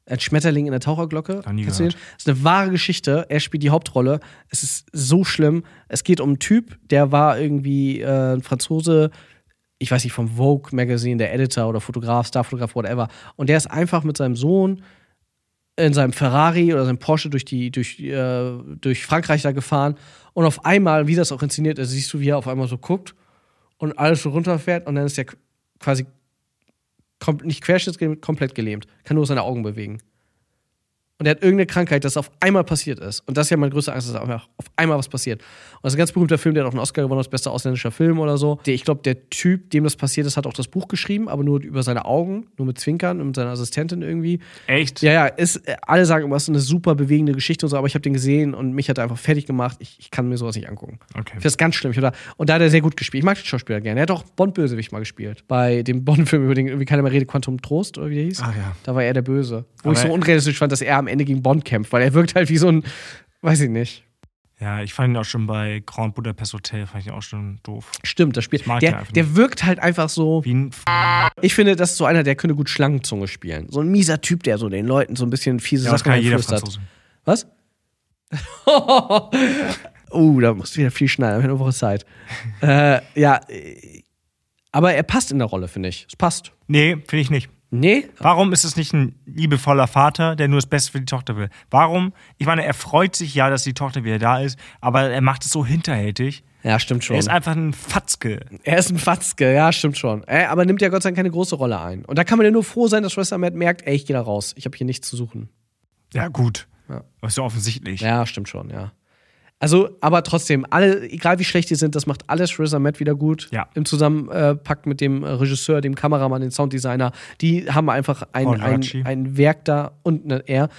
[SPEAKER 1] ein Schmetterling in der Taucherglocke?
[SPEAKER 2] Noch nie
[SPEAKER 1] Kennst du den?
[SPEAKER 2] gehört.
[SPEAKER 1] Das ist eine wahre Geschichte. Er spielt die Hauptrolle. Es ist so schlimm. Es geht um einen Typ, der war irgendwie äh, ein Franzose, ich weiß nicht, vom Vogue Magazine, der Editor oder Fotograf, Starfotograf, whatever. Und der ist einfach mit seinem Sohn in seinem Ferrari oder seinem Porsche durch, die, durch, äh, durch Frankreich da gefahren. Und auf einmal, wie das auch inszeniert ist, siehst du, wie er auf einmal so guckt und alles so runterfährt. Und dann ist er qu- quasi kom nicht querschnittsgelähmt, komplett gelähmt. Kann nur seine Augen bewegen. Und er hat irgendeine Krankheit, das auf einmal passiert ist. Und das ist ja meine größte Angst, dass einfach auf einmal was passiert. Und das ist ein ganz berühmter Film, der hat auch einen Oscar gewonnen als bester ausländischer Film oder so. Der, ich glaube, der Typ, dem das passiert ist, hat auch das Buch geschrieben, aber nur über seine Augen, nur mit Zwinkern und mit seiner Assistentin irgendwie.
[SPEAKER 2] Echt?
[SPEAKER 1] Ja, ja, ist, äh, alle sagen immer, es ist eine super bewegende Geschichte und so, aber ich habe den gesehen und mich hat er einfach fertig gemacht. Ich, ich kann mir sowas nicht angucken. Ich
[SPEAKER 2] Okay.
[SPEAKER 1] finde das ganz schlimm. Ich, hab da- und da hat er sehr gut gespielt. Ich mag den Schauspieler gerne. Er hat auch Bond-Bösewicht mal gespielt. Bei dem Bond-Film, über den irgendwie keiner mehr redet, Quantum Trost oder wie der hieß.
[SPEAKER 2] Ach Ah, ja.
[SPEAKER 1] Da war er der Böse. Wo
[SPEAKER 2] Aber
[SPEAKER 1] ich so
[SPEAKER 2] er-
[SPEAKER 1] unrealistisch fand, dass er am Ende gegen Bond kämpft, weil er wirkt halt wie so ein, weiß ich nicht.
[SPEAKER 2] Ja, ich fand ihn auch schon bei Grand Budapest Hotel, fand ich ihn auch schon doof.
[SPEAKER 1] Stimmt, das Spiel.
[SPEAKER 2] Ich mag den
[SPEAKER 1] Der,
[SPEAKER 2] einfach
[SPEAKER 1] der wirkt halt einfach so.
[SPEAKER 2] Wie ein
[SPEAKER 1] Ich finde, das ist so einer, der könnte gut Schlangenzunge spielen. So ein mieser Typ, der so den Leuten so ein bisschen fiese
[SPEAKER 2] ja, das
[SPEAKER 1] Sachen
[SPEAKER 2] kann ja jeder
[SPEAKER 1] einflüstert.
[SPEAKER 2] Franzose.
[SPEAKER 1] Was? oh, Uh, da musst du wieder viel schneiden, eine Woche Zeit. Äh, ja, äh, aber er passt in der Rolle, finde ich. Es passt.
[SPEAKER 2] Nee, finde ich nicht.
[SPEAKER 1] Nee?
[SPEAKER 2] Warum ist es nicht ein liebevoller Vater, der nur das Beste für die Tochter will? Warum? Ich meine, er freut sich ja, dass die Tochter wieder da ist, aber er macht es so hinterhältig.
[SPEAKER 1] Ja, stimmt schon.
[SPEAKER 2] Er ist einfach ein Fatzke.
[SPEAKER 1] Er ist ein Fatzke, ja, stimmt schon. Äh, aber nimmt ja Gott sei Dank keine große Rolle ein. Und da kann man ja nur froh sein, dass Schwester Matt merkt, ey, ich gehe da raus. Ich habe hier nichts zu suchen.
[SPEAKER 2] Ja, gut. Aber ist ja offensichtlich.
[SPEAKER 1] Ja, stimmt schon, ja. Also, aber trotzdem, alle, egal wie schlecht die sind, das macht alles Schwester Matt wieder gut.
[SPEAKER 2] Ja.
[SPEAKER 1] Im Zusammenpack mit dem äh, Regisseur, dem Kameramann, dem Sounddesigner. Die haben einfach ein,
[SPEAKER 2] Paul
[SPEAKER 1] ein,
[SPEAKER 2] Ratschi.
[SPEAKER 1] ein Werk da und ne, er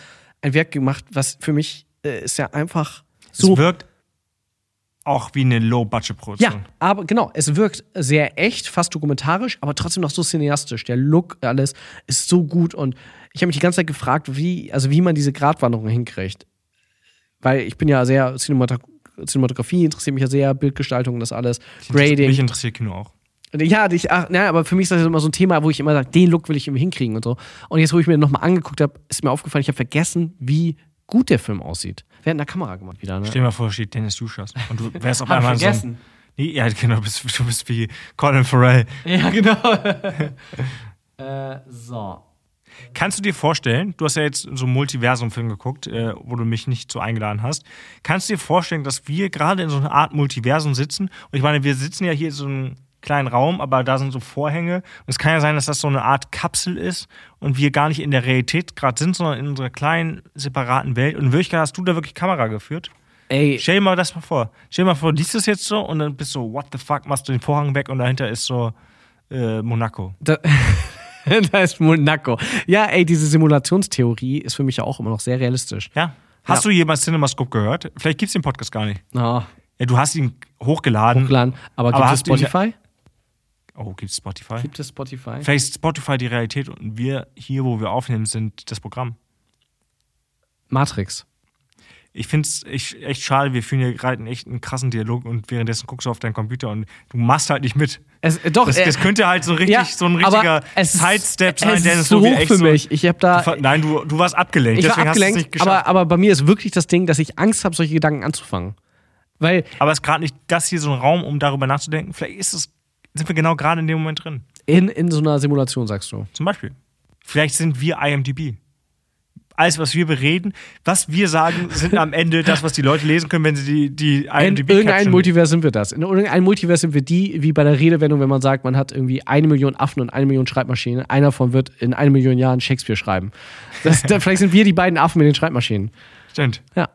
[SPEAKER 1] ein Werk gemacht, was für mich äh, ist ja einfach so.
[SPEAKER 2] Es wirkt auch wie eine
[SPEAKER 1] Ja,
[SPEAKER 2] Low-Budget-Produktion.
[SPEAKER 1] aber genau, es wirkt sehr echt, fast dokumentarisch, aber trotzdem noch so cineastisch. Der Look, alles ist so gut und ich habe mich die ganze Zeit gefragt, wie, also wie man diese Gratwanderung hinkriegt. Weil ich bin ja sehr Cinematog Cinematografie interessiert mich ja sehr, Bildgestaltung und das alles,
[SPEAKER 2] Mich
[SPEAKER 1] Grading.
[SPEAKER 2] interessiert Kino auch.
[SPEAKER 1] Ja, ich, ach, na, aber für mich ist das immer so ein Thema, wo ich immer sage, den Look will ich irgendwie hinkriegen und so. Und jetzt, wo ich mir nochmal angeguckt habe, ist mir aufgefallen, ich habe vergessen, wie gut der Film aussieht. Während der Kamera gemacht wieder, ne?
[SPEAKER 2] Stell dir mal vor, steht Dennis Duschas. Und du wärst auf
[SPEAKER 1] Hab ich
[SPEAKER 2] einmal so.
[SPEAKER 1] vergessen.
[SPEAKER 2] Ein, nee, ja, genau, du bist, du bist wie Colin Farrell.
[SPEAKER 1] Ja, genau. äh, so.
[SPEAKER 2] Kannst du dir vorstellen, du hast ja jetzt so einen Multiversum-Film geguckt, äh, wo du mich nicht so eingeladen hast. Kannst du dir vorstellen, dass wir gerade in so einer Art Multiversum sitzen? Und ich meine, wir sitzen ja hier in so einem kleinen Raum, aber da sind so Vorhänge. Und es kann ja sein, dass das so eine Art Kapsel ist und wir gar nicht in der Realität gerade sind, sondern in unserer kleinen, separaten Welt. Und in Wirklichkeit hast du da wirklich Kamera geführt.
[SPEAKER 1] Ey,
[SPEAKER 2] Stell dir mal das mal vor. Stell dir mal vor, liest das jetzt so und dann bist du so, what the fuck, machst du den Vorhang weg und dahinter ist so äh, Monaco.
[SPEAKER 1] da, da ist Monaco. Ja, ey, diese Simulationstheorie ist für mich ja auch immer noch sehr realistisch.
[SPEAKER 2] Ja. Hast
[SPEAKER 1] Ja.
[SPEAKER 2] du jemals CinemaScope gehört? Vielleicht gibt's den Podcast gar nicht.
[SPEAKER 1] Oh,
[SPEAKER 2] Ja, du hast ihn hochgeladen.
[SPEAKER 1] Plan. Aber,
[SPEAKER 2] Aber
[SPEAKER 1] gibt es
[SPEAKER 2] hast du ihn-
[SPEAKER 1] Spotify?
[SPEAKER 2] Oh, gibt's Spotify?
[SPEAKER 1] Gibt es Spotify?
[SPEAKER 2] Vielleicht ist Spotify die Realität und wir hier, wo wir aufnehmen, sind das Programm.
[SPEAKER 1] Matrix.
[SPEAKER 2] Ich find's echt, echt schade, wir führen hier gerade einen echt einen krassen Dialog und währenddessen guckst du auf deinen Computer und du machst halt nicht mit.
[SPEAKER 1] Es, äh, doch,
[SPEAKER 2] Das,
[SPEAKER 1] äh,
[SPEAKER 2] das könnte halt so richtig
[SPEAKER 1] ja,
[SPEAKER 2] so ein
[SPEAKER 1] aber
[SPEAKER 2] richtiger
[SPEAKER 1] es ist-
[SPEAKER 2] Sidestep sein,
[SPEAKER 1] es
[SPEAKER 2] der
[SPEAKER 1] ist so hoch für mich. Ich habe da,
[SPEAKER 2] Du, ver- nein, du, du warst abgelenkt,
[SPEAKER 1] ich war
[SPEAKER 2] deswegen hast du es nicht
[SPEAKER 1] abgelenkt,
[SPEAKER 2] geschafft.
[SPEAKER 1] aber, aber bei mir ist wirklich das Ding, dass ich Angst habe, solche Gedanken anzufangen. Weil
[SPEAKER 2] Aber ist gerade nicht das hier so ein Raum, um darüber nachzudenken? Vielleicht ist es, sind wir genau gerade in dem Moment drin.
[SPEAKER 1] in, in so einer Simulation, sagst du.
[SPEAKER 2] Zum Beispiel. Vielleicht sind wir IMDb. Alles, was wir bereden, was wir sagen, sind am Ende das, was die Leute lesen können, wenn sie die, die
[SPEAKER 1] In
[SPEAKER 2] IMDb
[SPEAKER 1] irgendeinem
[SPEAKER 2] Caption lesen.
[SPEAKER 1] Multiverse sind wir das. In irgendeinem Multiverse sind wir die, wie bei der Redewendung, wenn man sagt, man hat irgendwie eine Million Affen und eine Million Schreibmaschinen. Einer davon wird in eine Million Jahren Shakespeare schreiben. Das, da, vielleicht sind wir die beiden Affen mit den Schreibmaschinen.
[SPEAKER 2] Stimmt.
[SPEAKER 1] Ja.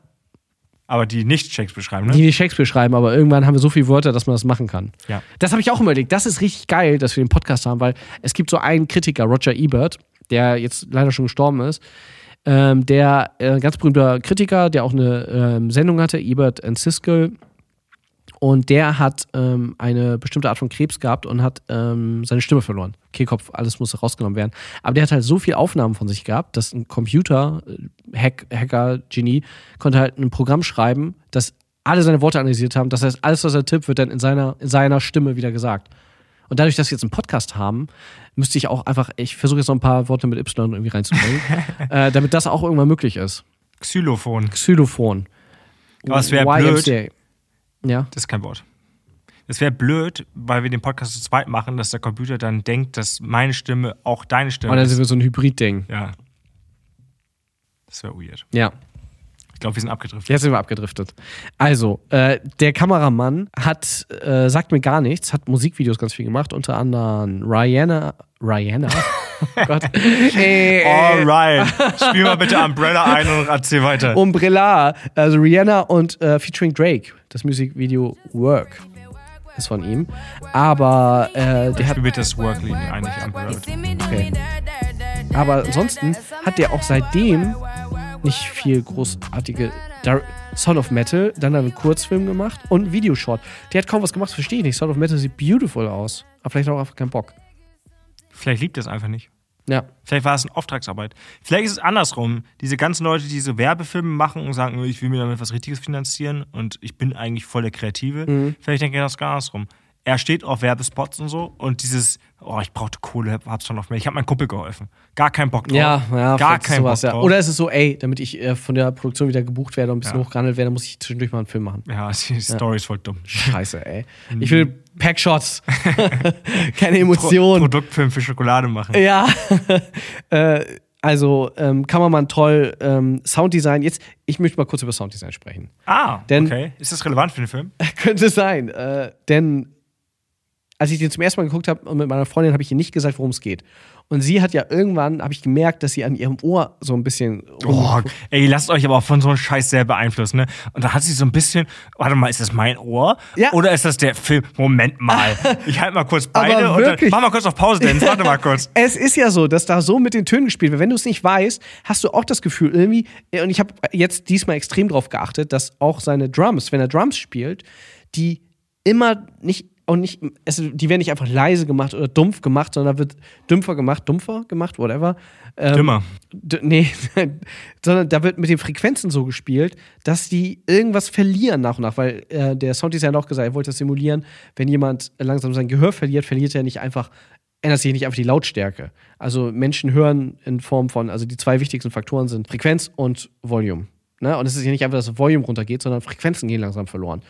[SPEAKER 2] Aber die nicht Shakespeare schreiben, ne?
[SPEAKER 1] Die, die Shakespeare schreiben, aber irgendwann haben wir so viele Wörter, dass man das machen kann.
[SPEAKER 2] Ja.
[SPEAKER 1] Das habe ich auch immer überlegt. Das ist richtig geil, dass wir den Podcast haben, weil es gibt so einen Kritiker, Roger Ebert, der jetzt leider schon gestorben ist. Ähm, der äh, ganz berühmter Kritiker, der auch eine ähm, Sendung hatte, Ebert and Siskel. Und der hat ähm, eine bestimmte Art von Krebs gehabt und hat ähm, seine Stimme verloren. Kehlkopf, alles musste rausgenommen werden. Aber der hat halt so viel Aufnahmen von sich gehabt, dass ein äh, Computer-Hacker-Genie konnte halt ein Programm schreiben, das alle seine Worte analysiert haben. Das heißt, alles, was er tippt, wird dann in seiner, in seiner Stimme wieder gesagt. Und dadurch, dass wir jetzt einen Podcast haben, müsste ich auch einfach, ich versuche jetzt noch ein paar Worte mit Y irgendwie reinzubringen, äh, damit das auch irgendwann möglich ist.
[SPEAKER 2] Xylophon.
[SPEAKER 1] Xylophon.
[SPEAKER 2] Aber es wäre blöd.
[SPEAKER 1] YMCA. Ja.
[SPEAKER 2] Das ist kein Wort. Es wäre blöd, weil wir den Podcast zu zweit machen, dass der Computer dann denkt, dass meine Stimme auch deine
[SPEAKER 1] Und
[SPEAKER 2] Stimme
[SPEAKER 1] dann
[SPEAKER 2] ist.
[SPEAKER 1] sind wir so ein Hybrid-Ding.
[SPEAKER 2] Ja. Das wäre weird.
[SPEAKER 1] Ja.
[SPEAKER 2] Ich glaube, wir sind abgedriftet.
[SPEAKER 1] Jetzt sind wir abgedriftet. Also, äh, der Kameramann hat, äh, sagt mir gar nichts, hat Musikvideos ganz viel gemacht, unter anderem Rihanna. Rihanna? oh Gott. Äh,
[SPEAKER 2] Alright. Spiel mal bitte Umbrella ein und erzähl weiter.
[SPEAKER 1] Oh, Umbrella, also Rihanna und äh, featuring Drake, das Musikvideo Work ist von ihm. Aber äh, der hat,
[SPEAKER 2] Spiel bitte das Workling ein, nicht Umbrella.
[SPEAKER 1] okay. aber ansonsten hat der auch seitdem nicht viel großartige Dar Son of Metal, dann hat er einen Kurzfilm gemacht und einen Videoshort. Der hat kaum was gemacht, verstehe ich nicht. Son of Metal sieht beautiful aus, aber vielleicht hat er auch einfach keinen Bock.
[SPEAKER 2] Vielleicht liebt er es einfach nicht.
[SPEAKER 1] Ja,
[SPEAKER 2] Vielleicht war es eine Auftragsarbeit. Vielleicht ist es andersrum. Diese ganzen Leute, die so Werbefilme machen und sagen, ich will mir damit was Richtiges finanzieren und ich bin eigentlich voll der Kreative.
[SPEAKER 1] Mhm.
[SPEAKER 2] Vielleicht denke ich das gar andersrum. Er steht auf Werbespots und so und dieses, oh, ich brauchte Kohle, hab's schon auf mir. Ich habe meinem Kumpel geholfen. Gar keinen Bock drauf.
[SPEAKER 1] ja, ja
[SPEAKER 2] gar
[SPEAKER 1] vielleicht ist
[SPEAKER 2] keinen
[SPEAKER 1] sowas,
[SPEAKER 2] Bock
[SPEAKER 1] ja.
[SPEAKER 2] drauf.
[SPEAKER 1] Oder ist es so, ey, damit ich äh, von der Produktion wieder gebucht werde und ein bisschen
[SPEAKER 2] Ja.
[SPEAKER 1] hochgehandelt werde, muss ich zwischendurch mal einen Film machen.
[SPEAKER 2] ja, die Story ist voll dumm.
[SPEAKER 1] Scheiße, ey. Ich will Packshots. Keine
[SPEAKER 2] Pro
[SPEAKER 1] Emotionen.
[SPEAKER 2] Produktfilm für Schokolade machen.
[SPEAKER 1] Ja. äh, also, ähm, Kameramann toll, ähm, Sounddesign. Jetzt, ich möchte mal kurz über Sounddesign sprechen.
[SPEAKER 2] Ah,
[SPEAKER 1] Denn-
[SPEAKER 2] okay. Ist das relevant für den Film?
[SPEAKER 1] Könnte sein. Äh, denn als ich den zum ersten Mal geguckt habe und mit meiner Freundin, habe ich ihr nicht gesagt, worum es geht. Und sie hat ja irgendwann, habe ich gemerkt, dass sie an ihrem Ohr so ein bisschen.
[SPEAKER 2] Oh, ey, lasst euch aber auch von so einem Scheiß sehr beeinflussen, ne? Und da hat sie so ein bisschen, warte mal, ist das mein Ohr?
[SPEAKER 1] Ja.
[SPEAKER 2] Oder ist das der Film? Moment mal. Ich halte mal kurz beide
[SPEAKER 1] Aber
[SPEAKER 2] und dann,
[SPEAKER 1] wirklich.
[SPEAKER 2] mach mal kurz auf Pause, Dennis, warte mal kurz.
[SPEAKER 1] Es ist ja so, dass da so mit den Tönen gespielt wird. Wenn du es nicht weißt, hast du auch das Gefühl irgendwie, äh, und ich habe jetzt diesmal extrem drauf geachtet, dass auch seine Drums, wenn er Drums spielt, die immer nicht, und nicht, es, die werden nicht einfach leise gemacht oder dumpf gemacht, sondern wird dümpfer gemacht, dumpfer gemacht, whatever. Ähm,
[SPEAKER 2] Dümmer.
[SPEAKER 1] D nee, nein. sondern da wird mit den Frequenzen so gespielt, dass die irgendwas verlieren nach und nach, weil äh, der Sounddesigner hat auch gesagt, er wollte das simulieren, wenn jemand langsam sein Gehör verliert, verliert er nicht einfach, ändert sich nicht einfach die Lautstärke. Also Menschen hören in Form von, also die zwei wichtigsten Faktoren sind Frequenz und Volume. Ne? Und es ist ja nicht einfach, dass das Volume runtergeht, sondern Frequenzen gehen langsam verloren.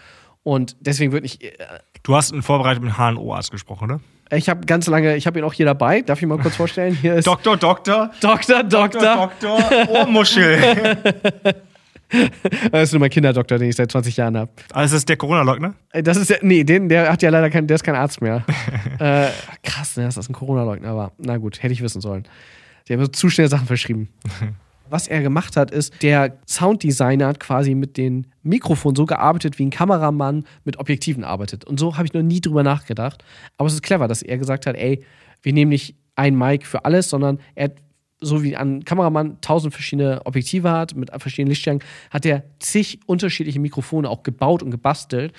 [SPEAKER 1] Und deswegen wird nicht,
[SPEAKER 2] Du hast einen vorbereiteten HNO-Arzt gesprochen, ne? oder?
[SPEAKER 1] ich habe ganz lange, ich habe ihn auch hier dabei, darf ich ihn mal kurz vorstellen? Hier ist
[SPEAKER 2] Doktor, Doktor,
[SPEAKER 1] Dr. Dr.
[SPEAKER 2] Doktor, Ohrmuschel.
[SPEAKER 1] Das ist nur mein Kinderdoktor, den ich seit 20 Jahren habe.
[SPEAKER 2] Also, das ist der Corona-Leugner?
[SPEAKER 1] Äh, Das ist ja, nee, den, der hat ja leider kein, der ist kein Arzt mehr. äh, krass, ne, dass das ein Corona-Leugner war. Na gut, hätte ich wissen sollen. Die haben so zu schnell Sachen verschrieben. Was er gemacht hat, ist, der Sounddesigner hat quasi mit den Mikrofonen so gearbeitet, wie ein Kameramann mit Objektiven arbeitet. Und so habe ich noch nie drüber nachgedacht. Aber es ist clever, dass er gesagt hat, ey, wir nehmen nicht ein Mic für alles, sondern er hat, so wie ein Kameramann tausend verschiedene Objektive hat, mit verschiedenen Lichtstärken, hat er zig unterschiedliche Mikrofone auch gebaut und gebastelt.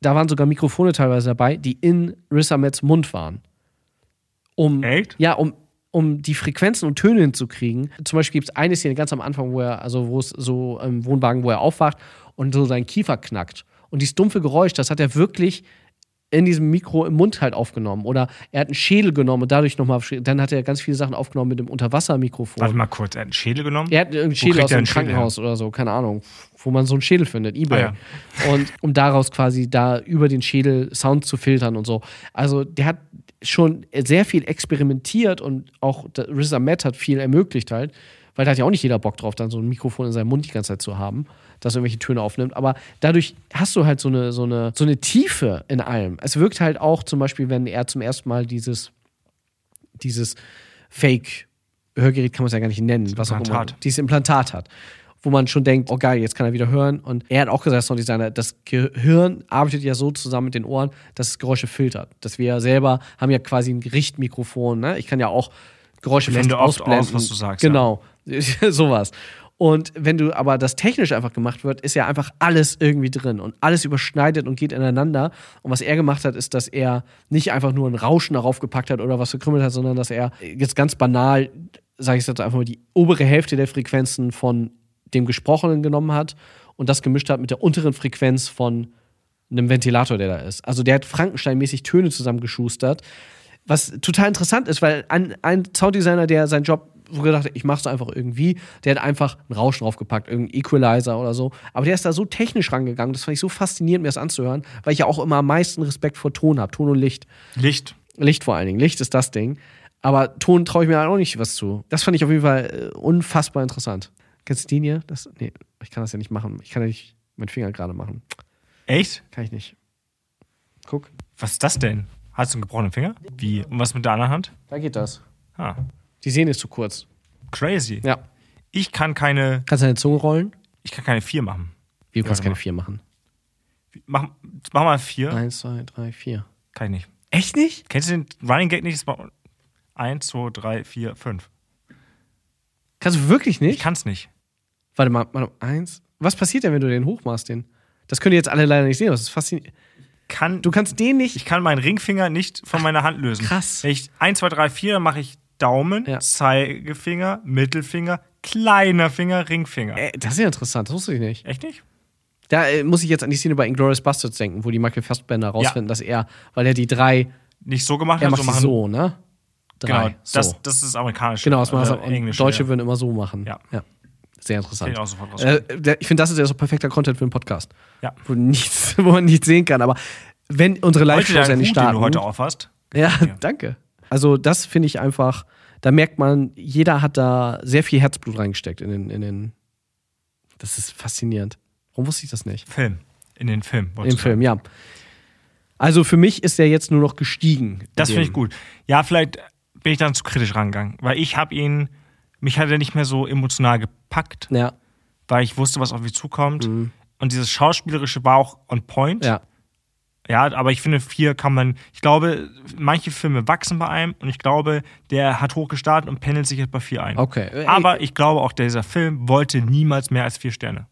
[SPEAKER 1] Da waren sogar Mikrofone teilweise dabei, die in Riz Ahmeds Mund waren. Um,
[SPEAKER 2] Echt?
[SPEAKER 1] Ja, um, um die Frequenzen und Töne hinzukriegen. Zum Beispiel gibt es eine Szene ganz am Anfang, wo er, also wo es so im Wohnwagen, wo er aufwacht und so sein Kiefer knackt. Und dieses dumpfe Geräusch, das hat er wirklich in diesem Mikro im Mund halt aufgenommen. Oder er hat einen Schädel genommen und dadurch nochmal. Dann hat er ganz viele Sachen aufgenommen mit dem
[SPEAKER 2] Warte
[SPEAKER 1] Unterwassermikrofon.
[SPEAKER 2] mal kurz, er hat einen Schädel genommen?
[SPEAKER 1] Er hat irgendeinen Schädel
[SPEAKER 2] kriegt
[SPEAKER 1] aus
[SPEAKER 2] er
[SPEAKER 1] einem
[SPEAKER 2] einen Schädel her?
[SPEAKER 1] Krankenhaus oder so, keine Ahnung, wo man so einen Schädel findet, Ebay.
[SPEAKER 2] Ah,
[SPEAKER 1] Und um daraus quasi da über den Schädel Sound zu filtern und so. Also der hat schon sehr viel experimentiert und auch der Riz Ahmed hat viel ermöglicht halt, weil da hat ja auch nicht jeder Bock drauf, dann so ein Mikrofon in seinem Mund die ganze Zeit zu haben, das irgendwelche Töne aufnimmt. Aber dadurch hast du halt so eine, so eine, so eine Tiefe in allem. Es wirkt halt auch zum Beispiel, wenn er zum ersten Mal dieses, dieses Fake Hörgerät kann man es ja gar nicht nennen, was auch immer,
[SPEAKER 2] Implantat.
[SPEAKER 1] dieses Implantat hat. Wo man schon denkt, oh geil, jetzt kann er wieder hören. Und er hat auch gesagt, Sounddesigner, das Gehirn arbeitet ja so zusammen mit den Ohren, dass es Geräusche filtert. Dass wir ja selber haben ja quasi ein Richtmikrofon. Ne? Ich kann ja auch Geräusche
[SPEAKER 2] Blende
[SPEAKER 1] fest
[SPEAKER 2] oft aus,
[SPEAKER 1] ausblenden.
[SPEAKER 2] was du sagst,
[SPEAKER 1] Genau, sowas. Und wenn du aber das technisch einfach gemacht wird, ist ja einfach alles irgendwie drin und alles überschneidet und geht ineinander. Und was er gemacht hat, ist, dass er nicht einfach nur ein Rauschen darauf gepackt hat oder was verkrümmelt hat, sondern dass er jetzt ganz banal, sage ich jetzt einfach mal, die obere Hälfte der Frequenzen von dem Gesprochenen genommen hat und das gemischt hat mit der unteren Frequenz von einem Ventilator, der da ist. Also der hat Frankenstein-mäßig Töne zusammengeschustert. Was total interessant ist, weil ein, ein Sounddesigner, der seinen Job so gedacht hat, ich mach's einfach irgendwie, der hat einfach einen Rauschen draufgepackt, irgendeinen Equalizer oder so. Aber der ist da so technisch rangegangen, das fand ich so faszinierend, mir das anzuhören, weil ich ja auch immer am meisten Respekt vor Ton habe, Ton und Licht.
[SPEAKER 2] Licht.
[SPEAKER 1] Licht vor allen Dingen. Licht ist das Ding. Aber Ton traue ich mir halt auch nicht was zu. Das fand ich auf jeden Fall äh, unfassbar interessant. Kennst du den hier? Das, nee, ich kann das ja nicht machen. Ich kann ja nicht meinen Finger gerade machen.
[SPEAKER 2] Echt?
[SPEAKER 1] Kann ich nicht. Guck,
[SPEAKER 2] Was ist das denn? Hast du einen gebrochenen Finger? Wie? Und was mit der anderen Hand?
[SPEAKER 1] da geht das.
[SPEAKER 2] Ah,
[SPEAKER 1] Die Sehne ist zu kurz.
[SPEAKER 2] crazy.
[SPEAKER 1] Ja.
[SPEAKER 2] Ich kann keine,
[SPEAKER 1] Kannst du deine Zunge rollen?
[SPEAKER 2] ich kann keine vier machen.
[SPEAKER 1] Wie, du kannst keine vier machen.
[SPEAKER 2] Mach, mach mal vier.
[SPEAKER 1] Eins, zwei, drei, vier.
[SPEAKER 2] Kann ich nicht.
[SPEAKER 1] Echt nicht?
[SPEAKER 2] Kennst du den Running Gag nicht? Das war- Eins, zwei, drei, vier, fünf.
[SPEAKER 1] Kannst du wirklich
[SPEAKER 2] Ich
[SPEAKER 1] nicht?
[SPEAKER 2] kann's nicht.
[SPEAKER 1] Warte mal, warte mal. Eins. Was passiert denn, wenn du den hochmachst, den? Das könnt ihr jetzt alle leider nicht sehen, aber das ist faszinierend.
[SPEAKER 2] Kann,
[SPEAKER 1] Du kannst den nicht.
[SPEAKER 2] ich kann meinen Ringfinger nicht von meiner Hand lösen.
[SPEAKER 1] krass.
[SPEAKER 2] Wenn ich eins, zwei, drei, vier, dann mache ich Daumen,
[SPEAKER 1] Ja.
[SPEAKER 2] Zeigefinger, Mittelfinger, kleiner Finger, Ringfinger.
[SPEAKER 1] Äh, das ist ja interessant, das wusste ich nicht.
[SPEAKER 2] Echt nicht?
[SPEAKER 1] Da äh, muss ich jetzt an die Szene bei Inglourious Bastards denken, wo die Michael Fassbender rausfinden, dass er, weil er die drei,
[SPEAKER 2] Nicht so gemacht,
[SPEAKER 1] er
[SPEAKER 2] hat,
[SPEAKER 1] macht
[SPEAKER 2] so
[SPEAKER 1] sie
[SPEAKER 2] machen.
[SPEAKER 1] so, ne? Drei.
[SPEAKER 2] Genau,
[SPEAKER 1] so.
[SPEAKER 2] das, das ist amerikanisch.
[SPEAKER 1] Genau, das machen das
[SPEAKER 2] äh,
[SPEAKER 1] auch. Und
[SPEAKER 2] Englisch,
[SPEAKER 1] Deutsche
[SPEAKER 2] ja.
[SPEAKER 1] würden immer so machen.
[SPEAKER 2] Ja.
[SPEAKER 1] Sehr interessant.
[SPEAKER 2] Hätte ich auch sofort
[SPEAKER 1] äh,
[SPEAKER 2] rausgekommen.
[SPEAKER 1] der- ich finde, das ist ja so perfekter Content für einen Podcast.
[SPEAKER 2] Ja.
[SPEAKER 1] Wo, nichts, wo man nichts sehen kann. Aber wenn unsere
[SPEAKER 2] Heute
[SPEAKER 1] Live-Shows ja
[SPEAKER 2] dein Hut,
[SPEAKER 1] nicht
[SPEAKER 2] den
[SPEAKER 1] starten.
[SPEAKER 2] du heute auffasst.
[SPEAKER 1] ja, danke. Also, das finde ich einfach, da merkt man, jeder hat da sehr viel Herzblut reingesteckt in den. In den das ist faszinierend. Warum wusste ich das nicht?
[SPEAKER 2] Film. In den Film. wollte
[SPEAKER 1] Im
[SPEAKER 2] ich
[SPEAKER 1] Film, ja. Also für mich ist der jetzt nur noch gestiegen.
[SPEAKER 2] Das
[SPEAKER 1] In
[SPEAKER 2] finde ich
[SPEAKER 1] dem-
[SPEAKER 2] gut. Ja, vielleicht bin ich dann zu kritisch rangegangen, weil ich habe ihn, mich hat er nicht mehr so emotional gepackt,
[SPEAKER 1] Ja,
[SPEAKER 2] weil ich wusste, was auf mich zukommt. Und dieses Schauspielerische war auch on point.
[SPEAKER 1] Mhm. ja.
[SPEAKER 2] Ja, aber ich finde, vier kann man, ich glaube, manche Filme wachsen bei einem und ich glaube, der hat hoch gestartet und pendelt sich jetzt bei vier ein.
[SPEAKER 1] Okay. Ey.
[SPEAKER 2] Aber ich glaube auch, dieser Film wollte niemals mehr als vier Sterne.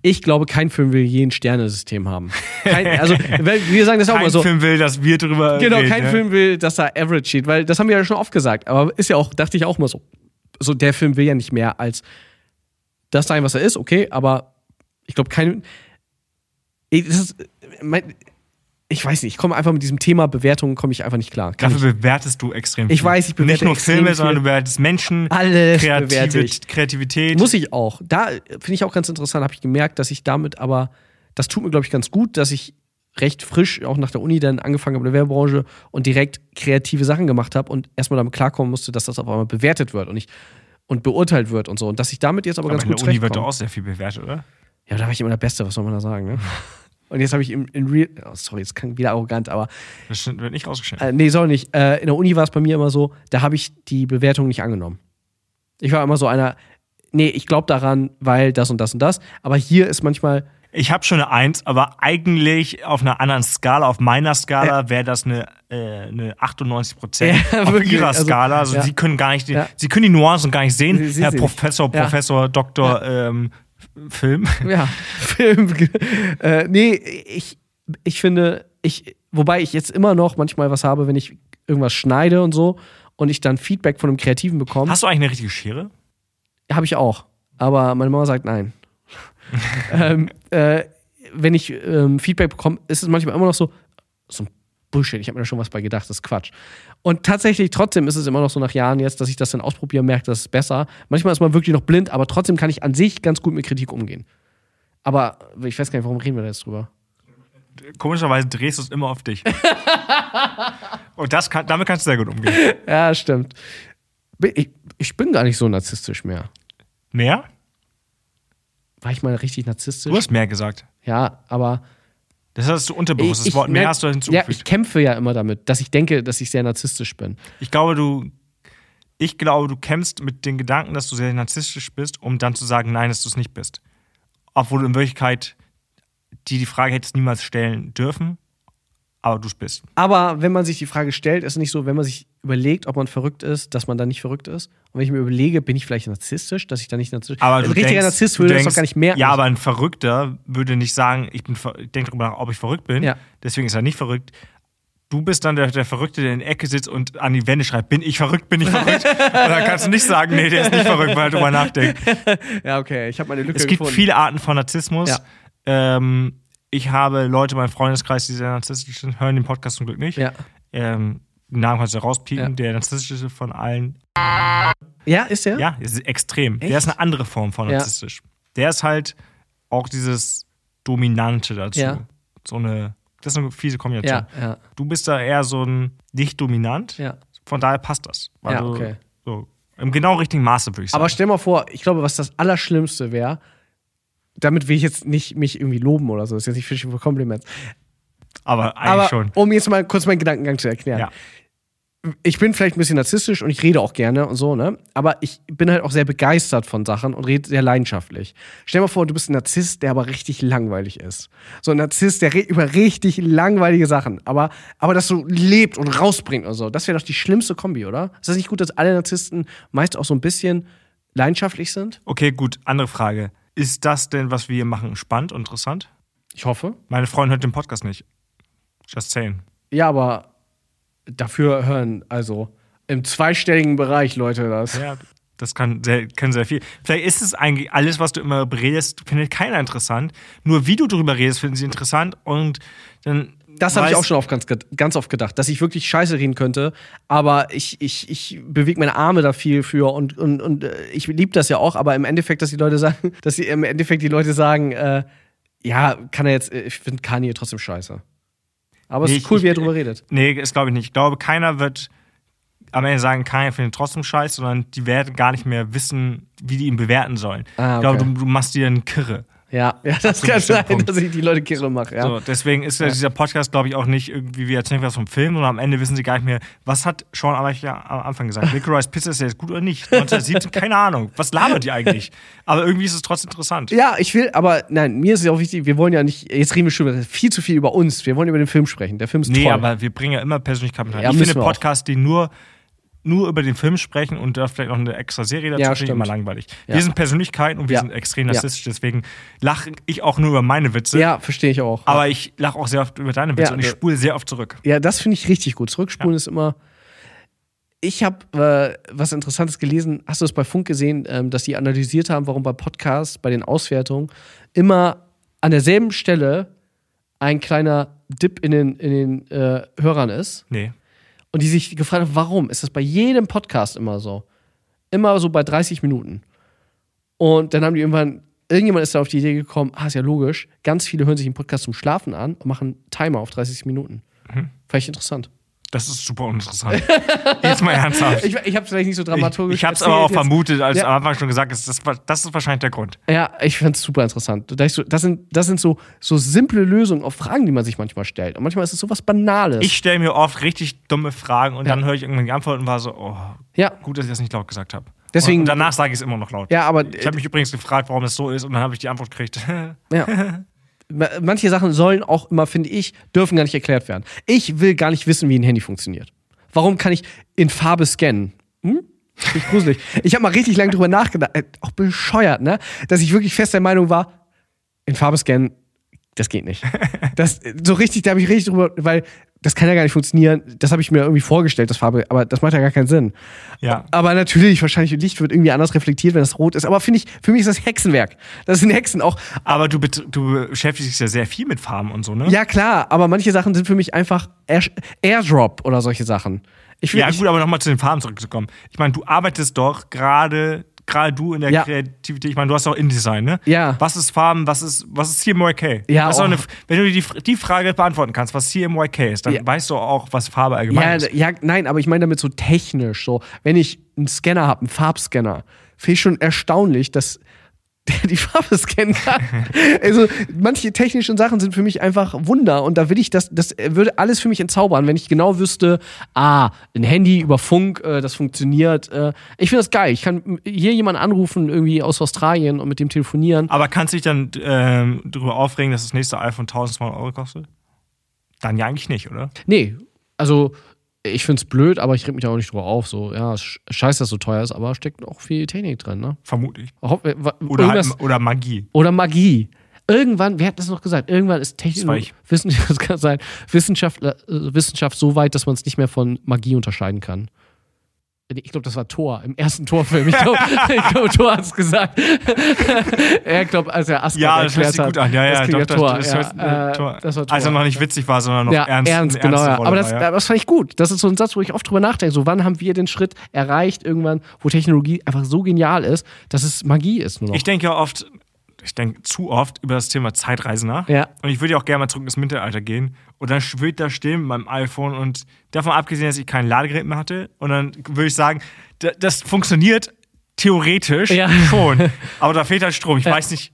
[SPEAKER 1] Ich glaube, kein Film will je ein Sternesystem haben. Kein, also weil wir sagen das auch
[SPEAKER 2] Kein
[SPEAKER 1] mal so.
[SPEAKER 2] Film will, dass wir drüber
[SPEAKER 1] genau,
[SPEAKER 2] reden.
[SPEAKER 1] kein
[SPEAKER 2] ne?
[SPEAKER 1] Film will, dass da Average steht, weil das haben wir ja schon oft gesagt. Aber ist ja auch, dachte ich auch mal so. So der Film will ja nicht mehr als das sein, was er ist, okay. Aber ich glaube, kein. Ich, das ist, mein, ich weiß nicht. Ich komme einfach mit diesem Thema Bewertungen komme ich einfach nicht klar. Kann
[SPEAKER 2] Dafür bewertest du extrem viel.
[SPEAKER 1] Ich weiß, ich bewerte
[SPEAKER 2] Nicht nur
[SPEAKER 1] extrem
[SPEAKER 2] Filme,
[SPEAKER 1] viel.
[SPEAKER 2] sondern du bewertest Menschen,
[SPEAKER 1] Alles
[SPEAKER 2] Kreativ-
[SPEAKER 1] bewerte ich.
[SPEAKER 2] Kreativität.
[SPEAKER 1] Muss ich auch. Da äh, finde ich auch ganz interessant, habe ich gemerkt, dass ich damit aber, das tut mir, glaube ich, ganz gut, dass ich recht frisch auch nach der Uni dann angefangen habe in der Werbebranche und direkt kreative Sachen gemacht habe und erstmal damit klarkommen musste, dass das auf einmal bewertet wird und nicht und beurteilt wird und so. Und dass ich damit jetzt aber,
[SPEAKER 2] aber
[SPEAKER 1] ganz
[SPEAKER 2] in
[SPEAKER 1] gut
[SPEAKER 2] der Uni wird doch
[SPEAKER 1] zurechtkomme.
[SPEAKER 2] auch sehr viel bewertet, oder?
[SPEAKER 1] Ja, da war ich immer der Beste, was soll man da sagen, ne? Und jetzt habe ich im, in Real, oh, sorry, jetzt klang wieder arrogant, aber
[SPEAKER 2] Das stimmt, wird nicht rausgeschnitten.
[SPEAKER 1] äh, nee, soll nicht. Äh, in der Uni war es bei mir immer so, da habe ich die Bewertung nicht angenommen. Ich war immer so einer, nee, ich glaube daran, weil das und das und das. Aber hier ist manchmal,
[SPEAKER 2] Ich habe schon eine Eins, aber eigentlich auf einer anderen Skala, auf meiner Skala, wäre das eine, äh, eine 98 Prozent.
[SPEAKER 1] Ja,
[SPEAKER 2] auf
[SPEAKER 1] wirklich,
[SPEAKER 2] ihrer
[SPEAKER 1] also,
[SPEAKER 2] Skala. Also
[SPEAKER 1] ja.
[SPEAKER 2] sie können gar nicht, die,
[SPEAKER 1] Ja.
[SPEAKER 2] sie können die Nuancen gar nicht sehen.
[SPEAKER 1] Sie- sie
[SPEAKER 2] Herr
[SPEAKER 1] sehen
[SPEAKER 2] Professor,
[SPEAKER 1] nicht. Ja. Mhm.
[SPEAKER 2] Professor, Doktor, ähm, Film.
[SPEAKER 1] ja, Film. äh, nee, ich, ich finde, ich, wobei ich jetzt immer noch manchmal was habe, wenn ich irgendwas schneide und so und ich dann Feedback von einem Kreativen bekomme.
[SPEAKER 2] Hast du eigentlich eine richtige Schere?
[SPEAKER 1] Habe ich auch. Aber meine Mama sagt nein. ähm, äh, wenn ich ähm, Feedback bekomme, ist es manchmal immer noch so, so ein Bullshit, ich habe mir da schon was bei gedacht, das ist Quatsch. Und tatsächlich, trotzdem ist es immer noch so nach Jahren jetzt, dass ich das dann ausprobiere, merke, das ist besser. Manchmal ist man wirklich noch blind, aber trotzdem kann ich an sich ganz gut mit Kritik umgehen. Aber ich weiß gar nicht, warum reden wir da jetzt drüber?
[SPEAKER 2] Komischerweise drehst du es immer auf dich. Und das kann, damit kannst du sehr gut umgehen.
[SPEAKER 1] Ja, stimmt. Bin- Ich, ich bin gar nicht so narzisstisch mehr.
[SPEAKER 2] Mehr?
[SPEAKER 1] War ich mal richtig narzisstisch?
[SPEAKER 2] Du hast mehr gesagt.
[SPEAKER 1] Ja, aber
[SPEAKER 2] Das hast du unterbewusst. Das Wort mehr
[SPEAKER 1] merk-
[SPEAKER 2] hast du halt
[SPEAKER 1] Ja,
[SPEAKER 2] hinzugefügt.
[SPEAKER 1] ich kämpfe ja immer damit, dass ich denke, dass ich sehr narzisstisch bin.
[SPEAKER 2] Ich glaube, du. Ich glaube, du kämpfst mit den Gedanken, dass du sehr narzisstisch bist, um dann zu sagen, nein, dass du es nicht bist. Obwohl du in Wirklichkeit die, die Frage hättest niemals stellen dürfen, aber du es bist.
[SPEAKER 1] Aber wenn man sich die Frage stellt, ist es nicht so, wenn man sich überlegt, ob man verrückt ist, dass man dann nicht verrückt ist. Und wenn ich mir überlege, bin ich vielleicht narzisstisch, dass ich dann nicht narzisstisch
[SPEAKER 2] Aber
[SPEAKER 1] Ein
[SPEAKER 2] du
[SPEAKER 1] richtiger
[SPEAKER 2] denkst,
[SPEAKER 1] Narzisst
[SPEAKER 2] du
[SPEAKER 1] würde
[SPEAKER 2] denkst,
[SPEAKER 1] das doch gar nicht merken.
[SPEAKER 2] Ja, aber ein Verrückter würde nicht sagen, ich, bin ver- ich denke darüber nach, ob ich verrückt bin.
[SPEAKER 1] Ja.
[SPEAKER 2] Deswegen ist er nicht verrückt. Du bist dann der, der Verrückte, der in der Ecke sitzt und an die Wände schreibt, bin ich verrückt, bin ich verrückt. und dann kannst du nicht sagen, nee, der ist nicht verrückt, weil er drüber nachdenkt.
[SPEAKER 1] ja okay, ich habe meine Lücke
[SPEAKER 2] Es gibt
[SPEAKER 1] gefunden.
[SPEAKER 2] viele Arten von Narzissmus.
[SPEAKER 1] Ja.
[SPEAKER 2] Ähm, Ich habe Leute in meinem Freundeskreis, die sehr narzisstisch sind, hören den Podcast zum Glück nicht.
[SPEAKER 1] Ja.
[SPEAKER 2] Ähm, den Namen kannst du rauspiepen.
[SPEAKER 1] Ja.
[SPEAKER 2] Der narzisstische von allen.
[SPEAKER 1] Ja, ist er?
[SPEAKER 2] Ja, ist extrem. Der
[SPEAKER 1] Echt?
[SPEAKER 2] ist eine andere Form von
[SPEAKER 1] Ja.
[SPEAKER 2] narzisstisch. Der ist halt auch dieses Dominante dazu.
[SPEAKER 1] Ja.
[SPEAKER 2] So eine, das ist eine fiese Kombination.
[SPEAKER 1] Ja, ja,
[SPEAKER 2] Du bist da eher so ein nicht dominant.
[SPEAKER 1] ja.
[SPEAKER 2] Von daher passt das. Weil
[SPEAKER 1] Ja,
[SPEAKER 2] du-
[SPEAKER 1] okay.
[SPEAKER 2] So, Im genau richtigen Maße würde ich sagen.
[SPEAKER 1] Aber stell mal vor, ich glaube, was das Allerschlimmste wäre, damit will ich jetzt nicht mich irgendwie loben oder so, das ist jetzt nicht Fishing for Compliments.
[SPEAKER 2] Aber eigentlich
[SPEAKER 1] Aber
[SPEAKER 2] schon.
[SPEAKER 1] um jetzt mal kurz meinen Gedankengang zu erklären.
[SPEAKER 2] Ja.
[SPEAKER 1] Ich bin vielleicht ein bisschen narzisstisch und ich rede auch gerne und so, ne? Aber ich bin halt auch sehr begeistert von Sachen und rede sehr leidenschaftlich. Stell dir mal vor, du bist ein Narzisst, der aber richtig langweilig ist. So ein Narzisst, der redet über richtig langweilige Sachen, aber, aber das so lebt und rausbringt und so. Das wäre doch die schlimmste Kombi, oder? Ist das nicht gut, dass alle Narzissten meist auch so ein bisschen leidenschaftlich sind?
[SPEAKER 2] Okay, gut, andere Frage. Ist das denn, was wir hier machen, spannend, interessant?
[SPEAKER 1] Ich hoffe.
[SPEAKER 2] Meine Freundin hört den Podcast nicht. Just saying.
[SPEAKER 1] Ja, aber dafür hören, also im zweistelligen Bereich, Leute, das.
[SPEAKER 2] Ja, das kann sehr, kann sehr viel. Vielleicht ist es eigentlich alles, was du immer redest, findet keiner interessant. Nur wie du darüber redest, finden sie interessant und dann.
[SPEAKER 1] Das habe ich
[SPEAKER 2] weiß-
[SPEAKER 1] auch schon oft ganz, ge- ganz oft gedacht, dass ich wirklich scheiße reden könnte, aber ich, ich, ich bewege meine Arme da viel für und, und, und äh, ich liebe das ja auch, aber im Endeffekt, dass die Leute sagen, dass sie im Endeffekt die Leute sagen, äh, ja, kann er jetzt, äh, ich finde Kanye trotzdem scheiße. Aber
[SPEAKER 2] Nee,
[SPEAKER 1] es ist
[SPEAKER 2] ich-
[SPEAKER 1] cool, wie er
[SPEAKER 2] ich-
[SPEAKER 1] drüber redet.
[SPEAKER 2] Nee, das glaube ich nicht. Ich glaube, keiner wird am Ende sagen, keiner findet trotzdem scheiße, sondern die werden gar nicht mehr wissen, wie die ihn bewerten sollen.
[SPEAKER 1] Ah,
[SPEAKER 2] Ich glaube,
[SPEAKER 1] okay.
[SPEAKER 2] du, du machst dir einen Kirre.
[SPEAKER 1] Ja, ja das
[SPEAKER 2] Zum
[SPEAKER 1] kann sein,
[SPEAKER 2] bestimmten Punkt.
[SPEAKER 1] dass ich die Leute kirre mache. Ja.
[SPEAKER 2] So, deswegen ist ja. dieser Podcast, glaube ich, auch nicht irgendwie, wir erzählen was vom Film, sondern am Ende wissen sie gar nicht mehr, was hat Sean aber ja am Anfang gesagt? Licorice Pizza ist ja jetzt gut oder nicht? 1917, keine Ahnung. Was labert ihr eigentlich? Aber irgendwie ist es trotzdem interessant.
[SPEAKER 1] Ja, ich will, aber nein, mir ist es auch wichtig, wir wollen ja nicht, jetzt reden wir schon wieder viel zu viel über uns, wir wollen über den Film sprechen. Der Film ist
[SPEAKER 2] nee,
[SPEAKER 1] toll.
[SPEAKER 2] aber wir bringen ja immer Persönlichkeit mit rein.
[SPEAKER 1] Ja,
[SPEAKER 2] ich
[SPEAKER 1] müssen
[SPEAKER 2] finde
[SPEAKER 1] wir auch.
[SPEAKER 2] Podcasts, die nur, nur über den Film sprechen und da vielleicht noch eine extra Serie dazu,
[SPEAKER 1] Ja,
[SPEAKER 2] finde ich
[SPEAKER 1] stimmt.
[SPEAKER 2] immer langweilig.
[SPEAKER 1] Ja.
[SPEAKER 2] Wir sind Persönlichkeiten und wir
[SPEAKER 1] Ja.
[SPEAKER 2] sind extrem
[SPEAKER 1] Ja.
[SPEAKER 2] narzisstisch, deswegen lache ich auch nur über meine Witze.
[SPEAKER 1] ja, verstehe ich auch.
[SPEAKER 2] Aber ich lache auch sehr oft über deine Witze
[SPEAKER 1] Ja,
[SPEAKER 2] und ich
[SPEAKER 1] ja.
[SPEAKER 2] spule sehr oft zurück.
[SPEAKER 1] Ja, das finde ich richtig gut. Zurückspulen ist immer. Ich habe äh, was Interessantes gelesen. Hast du es bei Funk gesehen, ähm, dass die analysiert haben, warum bei Podcasts, bei den Auswertungen immer an derselben Stelle ein kleiner Dip in den, in den äh, Hörern ist?
[SPEAKER 2] Nee.
[SPEAKER 1] Und die sich gefragt haben, warum ist das bei jedem Podcast immer so? Immer so bei 30 Minuten. Und dann haben die irgendwann, irgendjemand ist da auf die Idee gekommen, ah, ist ja logisch, ganz viele hören sich einen Podcast zum Schlafen an und machen Timer auf 30 Minuten. Vielleicht interessant.
[SPEAKER 2] Das ist super uninteressant. Jetzt mal ernsthaft.
[SPEAKER 1] Ich, ich habe es vielleicht nicht so
[SPEAKER 2] Ich,
[SPEAKER 1] dramaturgisch.
[SPEAKER 2] ich habe es aber auch
[SPEAKER 1] erzählt jetzt.
[SPEAKER 2] vermutet, als
[SPEAKER 1] Ja.
[SPEAKER 2] am Anfang schon gesagt ist, das, war- das ist wahrscheinlich der Grund.
[SPEAKER 1] Ja, ich fand es super interessant. Da ich so- Das sind, das sind so, so simple Lösungen auf Fragen, die man sich manchmal stellt. Und manchmal ist es so was Banales.
[SPEAKER 2] Ich stelle mir oft richtig dumme Fragen und
[SPEAKER 1] Ja.
[SPEAKER 2] dann höre ich irgendwann die Antwort und war so, oh,
[SPEAKER 1] ja,
[SPEAKER 2] gut, dass ich das nicht laut gesagt habe.
[SPEAKER 1] Deswegen-
[SPEAKER 2] und danach sage ich es immer noch laut.
[SPEAKER 1] ja, aber
[SPEAKER 2] Ich habe mich übrigens gefragt, warum das so ist, und dann habe ich die Antwort gekriegt.
[SPEAKER 1] Ja. Ma- Manche Sachen sollen auch immer, finde ich, dürfen gar nicht erklärt werden. Ich will gar nicht wissen, wie ein Handy funktioniert. Warum kann ich in Farbe scannen? Hm? Finde Ich gruselig. Ich habe mal richtig lange drüber nachgedacht, äh, auch bescheuert, ne? Dass ich wirklich fest der Meinung war, in Farbe scannen, das geht nicht. Das, äh, so richtig, da habe ich richtig drüber, weil das kann ja gar nicht funktionieren. Das habe ich mir irgendwie vorgestellt, das Farbe, aber das macht ja gar keinen Sinn.
[SPEAKER 2] ja.
[SPEAKER 1] Aber natürlich, wahrscheinlich Licht wird irgendwie anders reflektiert, wenn das rot ist. Aber finde ich, für mich ist das Hexenwerk. Das sind Hexen. Auch,
[SPEAKER 2] Aber du, bet- du beschäftigst dich ja sehr viel mit Farben und so, ne?
[SPEAKER 1] ja, klar, aber manche Sachen sind für mich einfach Air Airdrop oder solche Sachen. Ich will,
[SPEAKER 2] Ja,
[SPEAKER 1] ich,
[SPEAKER 2] gut, aber nochmal zu den Farben zurückzukommen. Ich meine, du arbeitest doch gerade, gerade du in der
[SPEAKER 1] Ja.
[SPEAKER 2] Kreativität, ich meine, du hast auch InDesign, ne?
[SPEAKER 1] Ja.
[SPEAKER 2] Was ist Farben, was ist, was ist CMYK?
[SPEAKER 1] Ja, oh.
[SPEAKER 2] Das ist doch
[SPEAKER 1] auch.
[SPEAKER 2] eine, wenn du die, die Frage beantworten kannst, was CMYK ist, dann
[SPEAKER 1] Ja.
[SPEAKER 2] weißt du auch, was Farbe allgemein
[SPEAKER 1] ja,
[SPEAKER 2] ist.
[SPEAKER 1] ja, nein, aber ich meine damit so technisch. So, wenn ich einen Scanner habe, einen Farbscanner, finde ich schon erstaunlich, dass der die Farbe scannen kann. also manche technischen Sachen sind für mich einfach Wunder und da will ich das, das würde alles für mich entzaubern, wenn ich genau wüsste, ah, ein Handy über Funk, äh, das funktioniert. Äh, ich finde das geil. Ich kann hier jemanden anrufen, irgendwie aus Australien und mit dem telefonieren.
[SPEAKER 2] Aber kannst du dich dann ähm, darüber aufregen, dass das nächste iPhone 1200 Euro kostet? Dann ja eigentlich nicht, oder?
[SPEAKER 1] Nee, also ich find's blöd, aber ich reg mich auch nicht drüber auf. So, ja, sch- scheiße, dass es so teuer ist, aber steckt auch viel Technik drin, ne?
[SPEAKER 2] Vermutlich.
[SPEAKER 1] Hoff- wa-
[SPEAKER 2] Oder,
[SPEAKER 1] irgendwas-
[SPEAKER 2] halt, oder Magie.
[SPEAKER 1] oder Magie. Irgendwann, wer hat das noch gesagt? Irgendwann ist
[SPEAKER 2] Das war
[SPEAKER 1] Technik,
[SPEAKER 2] ich.
[SPEAKER 1] Wissen, das kann sein, Wissenschaft, äh, Wissenschaft so weit, dass man es nicht mehr von Magie unterscheiden kann. Nee, Ich glaube, das war Thor im ersten Torfilm. Ich glaube, glaub, Thor hat's gesagt. er glaubt, als er Asgard
[SPEAKER 2] Ja, das hört
[SPEAKER 1] erklärt
[SPEAKER 2] sich gut
[SPEAKER 1] hat.
[SPEAKER 2] an. Ja, ja,
[SPEAKER 1] klingt
[SPEAKER 2] doch,
[SPEAKER 1] Thor,
[SPEAKER 2] das, das,
[SPEAKER 1] ja,
[SPEAKER 2] hört- äh, Tor.
[SPEAKER 1] das war Thor.
[SPEAKER 2] Als er noch nicht witzig war, sondern noch
[SPEAKER 1] ja,
[SPEAKER 2] ernst. eine
[SPEAKER 1] genau.
[SPEAKER 2] ernste
[SPEAKER 1] ja.
[SPEAKER 2] Rolle ne?
[SPEAKER 1] Aber das,
[SPEAKER 2] war, ja.
[SPEAKER 1] das fand ich gut. Das ist so ein Satz, wo ich oft drüber nachdenke. So, wann haben wir den Schritt erreicht, irgendwann, wo Technologie einfach so genial ist, dass es Magie ist nur noch.
[SPEAKER 2] Ich denke ja oft, ich denke zu oft über das Thema Zeitreisen nach.
[SPEAKER 1] Ja.
[SPEAKER 2] Und ich würde ja auch gerne mal zurück ins Mittelalter gehen. Und dann würde ich da stehen mit meinem iPhone und davon abgesehen, dass ich kein Ladegerät mehr hatte. Und dann würde ich sagen, da- das funktioniert theoretisch
[SPEAKER 1] Ja.
[SPEAKER 2] schon. Aber da fehlt halt Strom. Ich weiß nicht,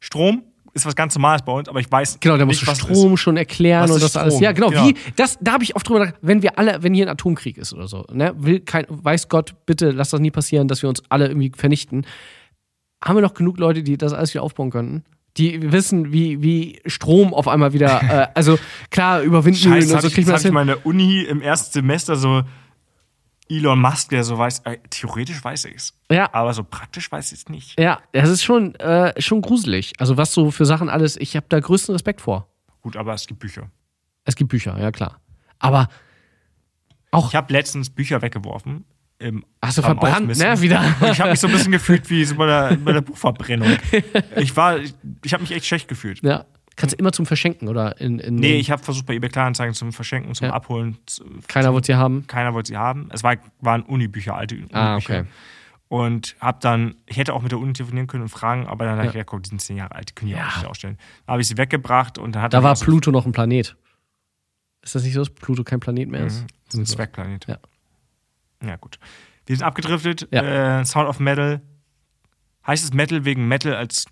[SPEAKER 2] Strom ist was ganz Normales bei uns, aber ich weiß
[SPEAKER 1] Genau, da musst
[SPEAKER 2] nicht,
[SPEAKER 1] du
[SPEAKER 2] was es
[SPEAKER 1] Strom schon erklären
[SPEAKER 2] Was
[SPEAKER 1] und
[SPEAKER 2] ist
[SPEAKER 1] das alles.
[SPEAKER 2] Strom?
[SPEAKER 1] Ja, genau.
[SPEAKER 2] Genau.
[SPEAKER 1] Wie, das, da habe ich oft drüber nachgedacht, wenn wir alle, wenn hier ein Atomkrieg ist oder so, ne, will kein, weiß Gott, bitte lass das nie passieren, dass wir uns alle irgendwie vernichten. Haben wir noch genug Leute, die das alles wieder aufbauen könnten? Die wissen, wie, wie Strom auf einmal wieder, äh, also klar, über Windmühlen
[SPEAKER 2] Scheiße,
[SPEAKER 1] und
[SPEAKER 2] hab
[SPEAKER 1] so
[SPEAKER 2] ich,
[SPEAKER 1] kriegt man
[SPEAKER 2] hab
[SPEAKER 1] also das
[SPEAKER 2] ich
[SPEAKER 1] hin.
[SPEAKER 2] mal in der Uni im ersten Semester so Elon Musk, der so weiß, äh, theoretisch weiß ich es.
[SPEAKER 1] Ja.
[SPEAKER 2] Aber so praktisch weiß ich es nicht.
[SPEAKER 1] Ja, das ist schon, äh, schon gruselig. Also was so für Sachen alles, ich habe da größten Respekt vor.
[SPEAKER 2] Gut, aber es gibt Bücher.
[SPEAKER 1] Es gibt Bücher, ja klar. Aber
[SPEAKER 2] Ich habe letztens Bücher weggeworfen. Im
[SPEAKER 1] hast du
[SPEAKER 2] beim
[SPEAKER 1] verbrannt,
[SPEAKER 2] Ausmisten.
[SPEAKER 1] ne, wieder.
[SPEAKER 2] Und Oh, ich habe mich so ein bisschen gefühlt wie so bei der, bei der Buchverbrennung. Ich war, ich, ich habe mich echt schlecht gefühlt.
[SPEAKER 1] Ja. Kannst du immer zum Verschenken oder in, in
[SPEAKER 2] Nee, ich habe versucht bei eBay Kleinanzeigen zum Verschenken, zum
[SPEAKER 1] Ja.
[SPEAKER 2] Abholen. Zu,
[SPEAKER 1] Keiner wird sie haben.
[SPEAKER 2] keiner wollte sie haben. Es war, waren Unibücher, alte Unibücher.
[SPEAKER 1] Ah, okay.
[SPEAKER 2] Und habe dann, ich hätte auch mit der Uni telefonieren können und fragen, aber dann dachte ich, ja, komm, die sind zehn Jahre alt, die können ja auch nicht ausstellen. Dann habe ich sie weggebracht und dann hat
[SPEAKER 1] Da
[SPEAKER 2] er
[SPEAKER 1] war
[SPEAKER 2] so-
[SPEAKER 1] Pluto noch ein Planet. Ist das nicht so, dass Pluto kein Planet mehr ist?
[SPEAKER 2] so ein Zwergplanet.
[SPEAKER 1] Ja.
[SPEAKER 2] Ja, gut. Wir sind abgedriftet.
[SPEAKER 1] Ja.
[SPEAKER 2] Äh, Sound of Metal. Heißt es Metal wegen Metal als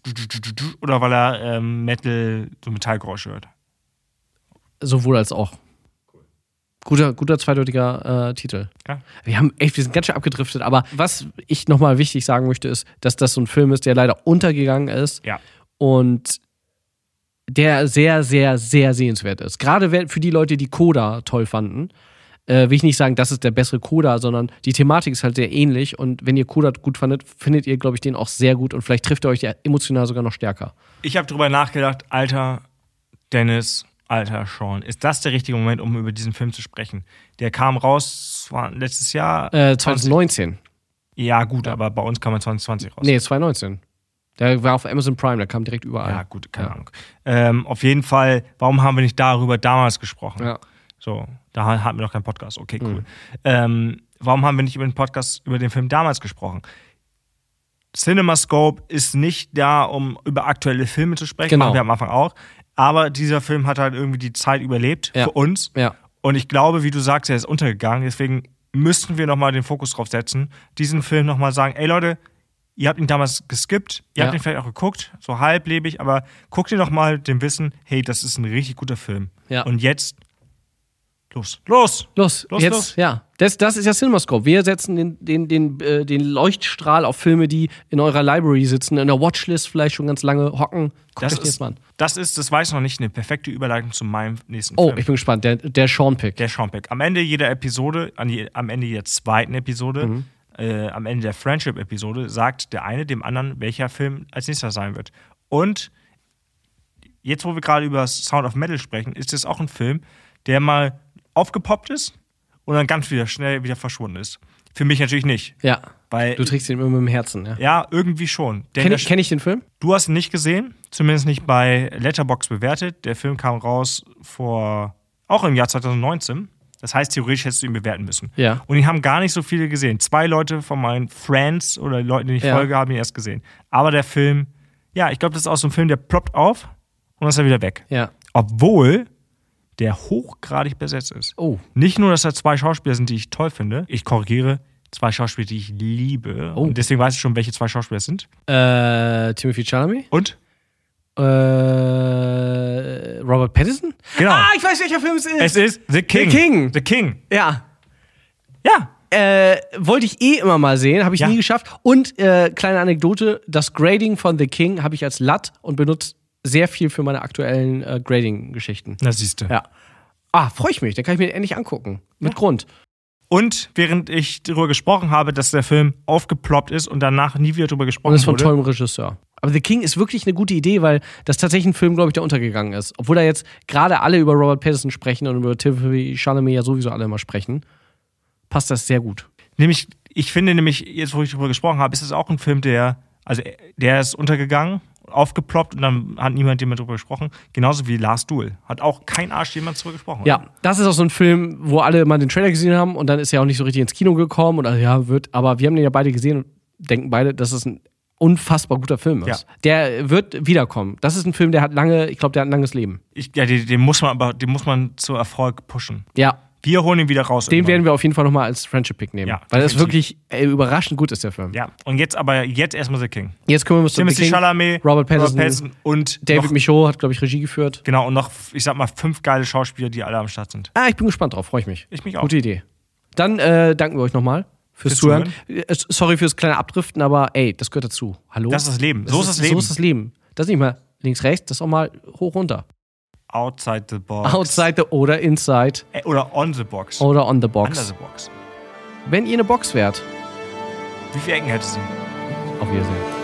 [SPEAKER 2] oder weil er ähm, Metal so Metallgeräusche hört?
[SPEAKER 1] Sowohl als auch. Guter, guter zweideutiger äh, Titel.
[SPEAKER 2] Ja.
[SPEAKER 1] Wir haben echt, wir sind ganz schön abgedriftet, aber was ich nochmal wichtig sagen möchte, ist, dass das so ein Film ist, der leider untergegangen ist
[SPEAKER 2] Ja.
[SPEAKER 1] und der sehr, sehr, sehr sehenswert ist. Gerade wer- für die Leute, die Coda toll fanden, äh, will ich nicht sagen, das ist der bessere Coda, sondern die Thematik ist halt sehr ähnlich und wenn ihr Coda gut fandet, findet ihr, glaube ich, den auch sehr gut und vielleicht trifft er euch ja emotional sogar noch stärker.
[SPEAKER 2] Ich habe drüber nachgedacht, alter Dennis, alter Sean, ist das der richtige Moment, um über diesen Film zu sprechen? Der kam raus es war letztes Jahr.
[SPEAKER 1] Äh, 2019.
[SPEAKER 2] Ja, gut, aber bei uns kam er 2020 raus.
[SPEAKER 1] Nee, 2019. Der war auf Amazon Prime, der kam direkt überall.
[SPEAKER 2] Ja, gut, keine Ahnung. Ähm, auf jeden Fall, warum haben wir nicht darüber damals gesprochen?
[SPEAKER 1] Ja. Mhm.
[SPEAKER 2] So, da hatten wir noch keinen Podcast. Okay, cool. Ähm, warum haben wir nicht über den Podcast, über den Film damals gesprochen? CinemaScope ist nicht da, um über aktuelle Filme zu sprechen.
[SPEAKER 1] Genau.
[SPEAKER 2] Machen wir am Anfang auch. Aber dieser Film hat halt irgendwie die Zeit überlebt
[SPEAKER 1] Ja.
[SPEAKER 2] für uns.
[SPEAKER 1] Ja.
[SPEAKER 2] Und ich glaube, wie du sagst, er ist untergegangen. Deswegen müssten wir nochmal den Fokus drauf setzen, diesen Film nochmal sagen, ey Leute, ihr habt ihn damals geskippt, ihr
[SPEAKER 1] Ja.
[SPEAKER 2] habt ihn vielleicht auch geguckt, so halblebig, aber guckt ihr nochmal mit dem Wissen, hey, das ist ein richtig guter Film.
[SPEAKER 1] Ja.
[SPEAKER 2] Und jetzt los. Los!
[SPEAKER 1] Los,
[SPEAKER 2] Los,
[SPEAKER 1] jetzt,
[SPEAKER 2] los.
[SPEAKER 1] ja. Das, das ist ja CinemaScope. Wir setzen den, den, den, äh, den Leuchtstrahl auf Filme, die in eurer Library sitzen, in der Watchlist vielleicht schon ganz lange hocken. Guckt euch
[SPEAKER 2] Das
[SPEAKER 1] das jetzt
[SPEAKER 2] ist,
[SPEAKER 1] mal an.
[SPEAKER 2] das ist, das weiß ich noch nicht, eine perfekte Überleitung zu meinem nächsten
[SPEAKER 1] Oh,
[SPEAKER 2] Film.
[SPEAKER 1] ich bin gespannt. Der, der Sean-Pick.
[SPEAKER 2] Der Schaumpick. Am Ende jeder Episode, an je, am Ende jeder zweiten Episode,
[SPEAKER 1] Mhm.
[SPEAKER 2] äh, am Ende der Friendship-Episode, sagt der eine dem anderen, welcher Film als nächster sein wird. Und jetzt, wo wir gerade über Sound of Metal sprechen, ist es auch ein Film, der mal aufgepoppt ist und dann ganz wieder schnell wieder verschwunden ist. Für mich natürlich nicht.
[SPEAKER 1] Ja.
[SPEAKER 2] Weil,
[SPEAKER 1] Du trägst ihn immer mit dem Herzen, ja.
[SPEAKER 2] ja, irgendwie schon. Denn
[SPEAKER 1] Kenn
[SPEAKER 2] der
[SPEAKER 1] ich, kenn ich den Film?
[SPEAKER 2] Du hast ihn nicht gesehen, zumindest nicht bei Letterbox bewertet. Der Film kam raus vor auch im Jahr 2019. Das heißt, theoretisch hättest du ihn bewerten müssen.
[SPEAKER 1] Ja.
[SPEAKER 2] Und ihn haben gar nicht so viele gesehen. Zwei Leute von meinen Friends oder Leuten, denen ich
[SPEAKER 1] Ja.
[SPEAKER 2] folge, haben ihn erst gesehen. Aber der Film, ja, ich glaube, das ist auch so ein Film, der ploppt auf und dann ist er wieder weg.
[SPEAKER 1] Ja.
[SPEAKER 2] Obwohl der hochgradig besetzt ist.
[SPEAKER 1] Oh.
[SPEAKER 2] Nicht nur, dass da zwei Schauspieler sind, die ich toll finde. Ich korrigiere, zwei Schauspieler, die ich liebe.
[SPEAKER 1] Oh.
[SPEAKER 2] Und deswegen weiß ich schon, welche zwei Schauspieler es sind.
[SPEAKER 1] Äh, Timothy Chalamet?
[SPEAKER 2] Und
[SPEAKER 1] Äh, Robert Pattinson?
[SPEAKER 2] Genau.
[SPEAKER 1] Ah, ich weiß, welcher Film es ist.
[SPEAKER 2] Es ist The King.
[SPEAKER 1] The King.
[SPEAKER 2] The King.
[SPEAKER 1] ja.
[SPEAKER 2] Ja.
[SPEAKER 1] äh, wollte ich eh immer mal sehen, habe ich
[SPEAKER 2] Ja.
[SPEAKER 1] nie geschafft. Und äh, kleine Anekdote: Das Grading von The King habe ich als LUT und benutzt sehr viel für meine aktuellen äh, Grading-Geschichten.
[SPEAKER 2] Na, siehst du.
[SPEAKER 1] Ja. Ah, freue ich mich. Dann kann ich mir den endlich angucken. Mit Grund.
[SPEAKER 2] Und während ich darüber gesprochen habe, dass der Film aufgeploppt ist und danach nie wieder darüber gesprochen
[SPEAKER 1] Und ist von
[SPEAKER 2] wurde.
[SPEAKER 1] tollem Regisseur. Aber The King ist wirklich eine gute Idee, weil das tatsächlich ein Film, glaube ich, der untergegangen ist. Obwohl da jetzt gerade alle über Robert Pattinson sprechen und über Timothy Chalamet ja sowieso alle immer sprechen, passt das sehr gut.
[SPEAKER 2] Nämlich, ich finde nämlich, jetzt wo ich darüber gesprochen habe, ist es auch ein Film, der, also der ist untergegangen, aufgeploppt und dann hat niemand jemand drüber gesprochen. Genauso wie Last Duel. Hat auch kein Arsch jemand drüber gesprochen.
[SPEAKER 1] Ja, das ist auch so ein Film, wo alle mal den Trailer gesehen haben und dann ist er auch nicht so richtig ins Kino gekommen und also, ja, wird, aber wir haben den ja beide gesehen und denken beide, dass es ein unfassbar guter Film ist.
[SPEAKER 2] Ja.
[SPEAKER 1] Der wird wiederkommen. Das ist ein Film, der hat lange, ich glaube, der hat ein langes Leben.
[SPEAKER 2] Ich, ja, den, den muss man aber, den muss man zu Erfolg pushen.
[SPEAKER 1] Ja.
[SPEAKER 2] Wir holen ihn wieder raus.
[SPEAKER 1] Den
[SPEAKER 2] irgendwann.
[SPEAKER 1] werden wir auf jeden Fall nochmal als Friendship Pick nehmen.
[SPEAKER 2] Genau. Ja,
[SPEAKER 1] weil das
[SPEAKER 2] definitiv.
[SPEAKER 1] wirklich äh, überraschend gut ist, der Film.
[SPEAKER 2] ja, und jetzt aber, jetzt erstmal The King.
[SPEAKER 1] Jetzt kümmern wir uns um
[SPEAKER 2] Timothy
[SPEAKER 1] King.
[SPEAKER 2] Chalamet,
[SPEAKER 1] Robert Pattinson,
[SPEAKER 2] und
[SPEAKER 1] David
[SPEAKER 2] noch,
[SPEAKER 1] Michaud hat, glaube ich, Regie geführt.
[SPEAKER 2] Genau, und noch, ich sag mal, fünf geile Schauspieler, die alle am Start sind.
[SPEAKER 1] Ah, ich bin gespannt drauf, freue ich mich.
[SPEAKER 2] Ich mich auch.
[SPEAKER 1] Gute Idee. Dann äh, danken wir euch nochmal fürs
[SPEAKER 2] Fürs
[SPEAKER 1] Zuhören. Äh, Sorry fürs kleine Abdriften, aber ey, das gehört dazu. Hallo?
[SPEAKER 2] Das ist das Leben. So ist das Leben.
[SPEAKER 1] So ist das Leben. Das ist nicht mal links, rechts, das ist auch mal hoch, runter.
[SPEAKER 2] Outside the box.
[SPEAKER 1] Outside the oder inside
[SPEAKER 2] Äh, Oder on the box.
[SPEAKER 1] oder on the
[SPEAKER 2] Under
[SPEAKER 1] box.
[SPEAKER 2] the box.
[SPEAKER 1] Wenn ihr eine Box wärt,
[SPEAKER 2] Wie viele Ecken hätte sie?
[SPEAKER 1] auf Wiedersehen.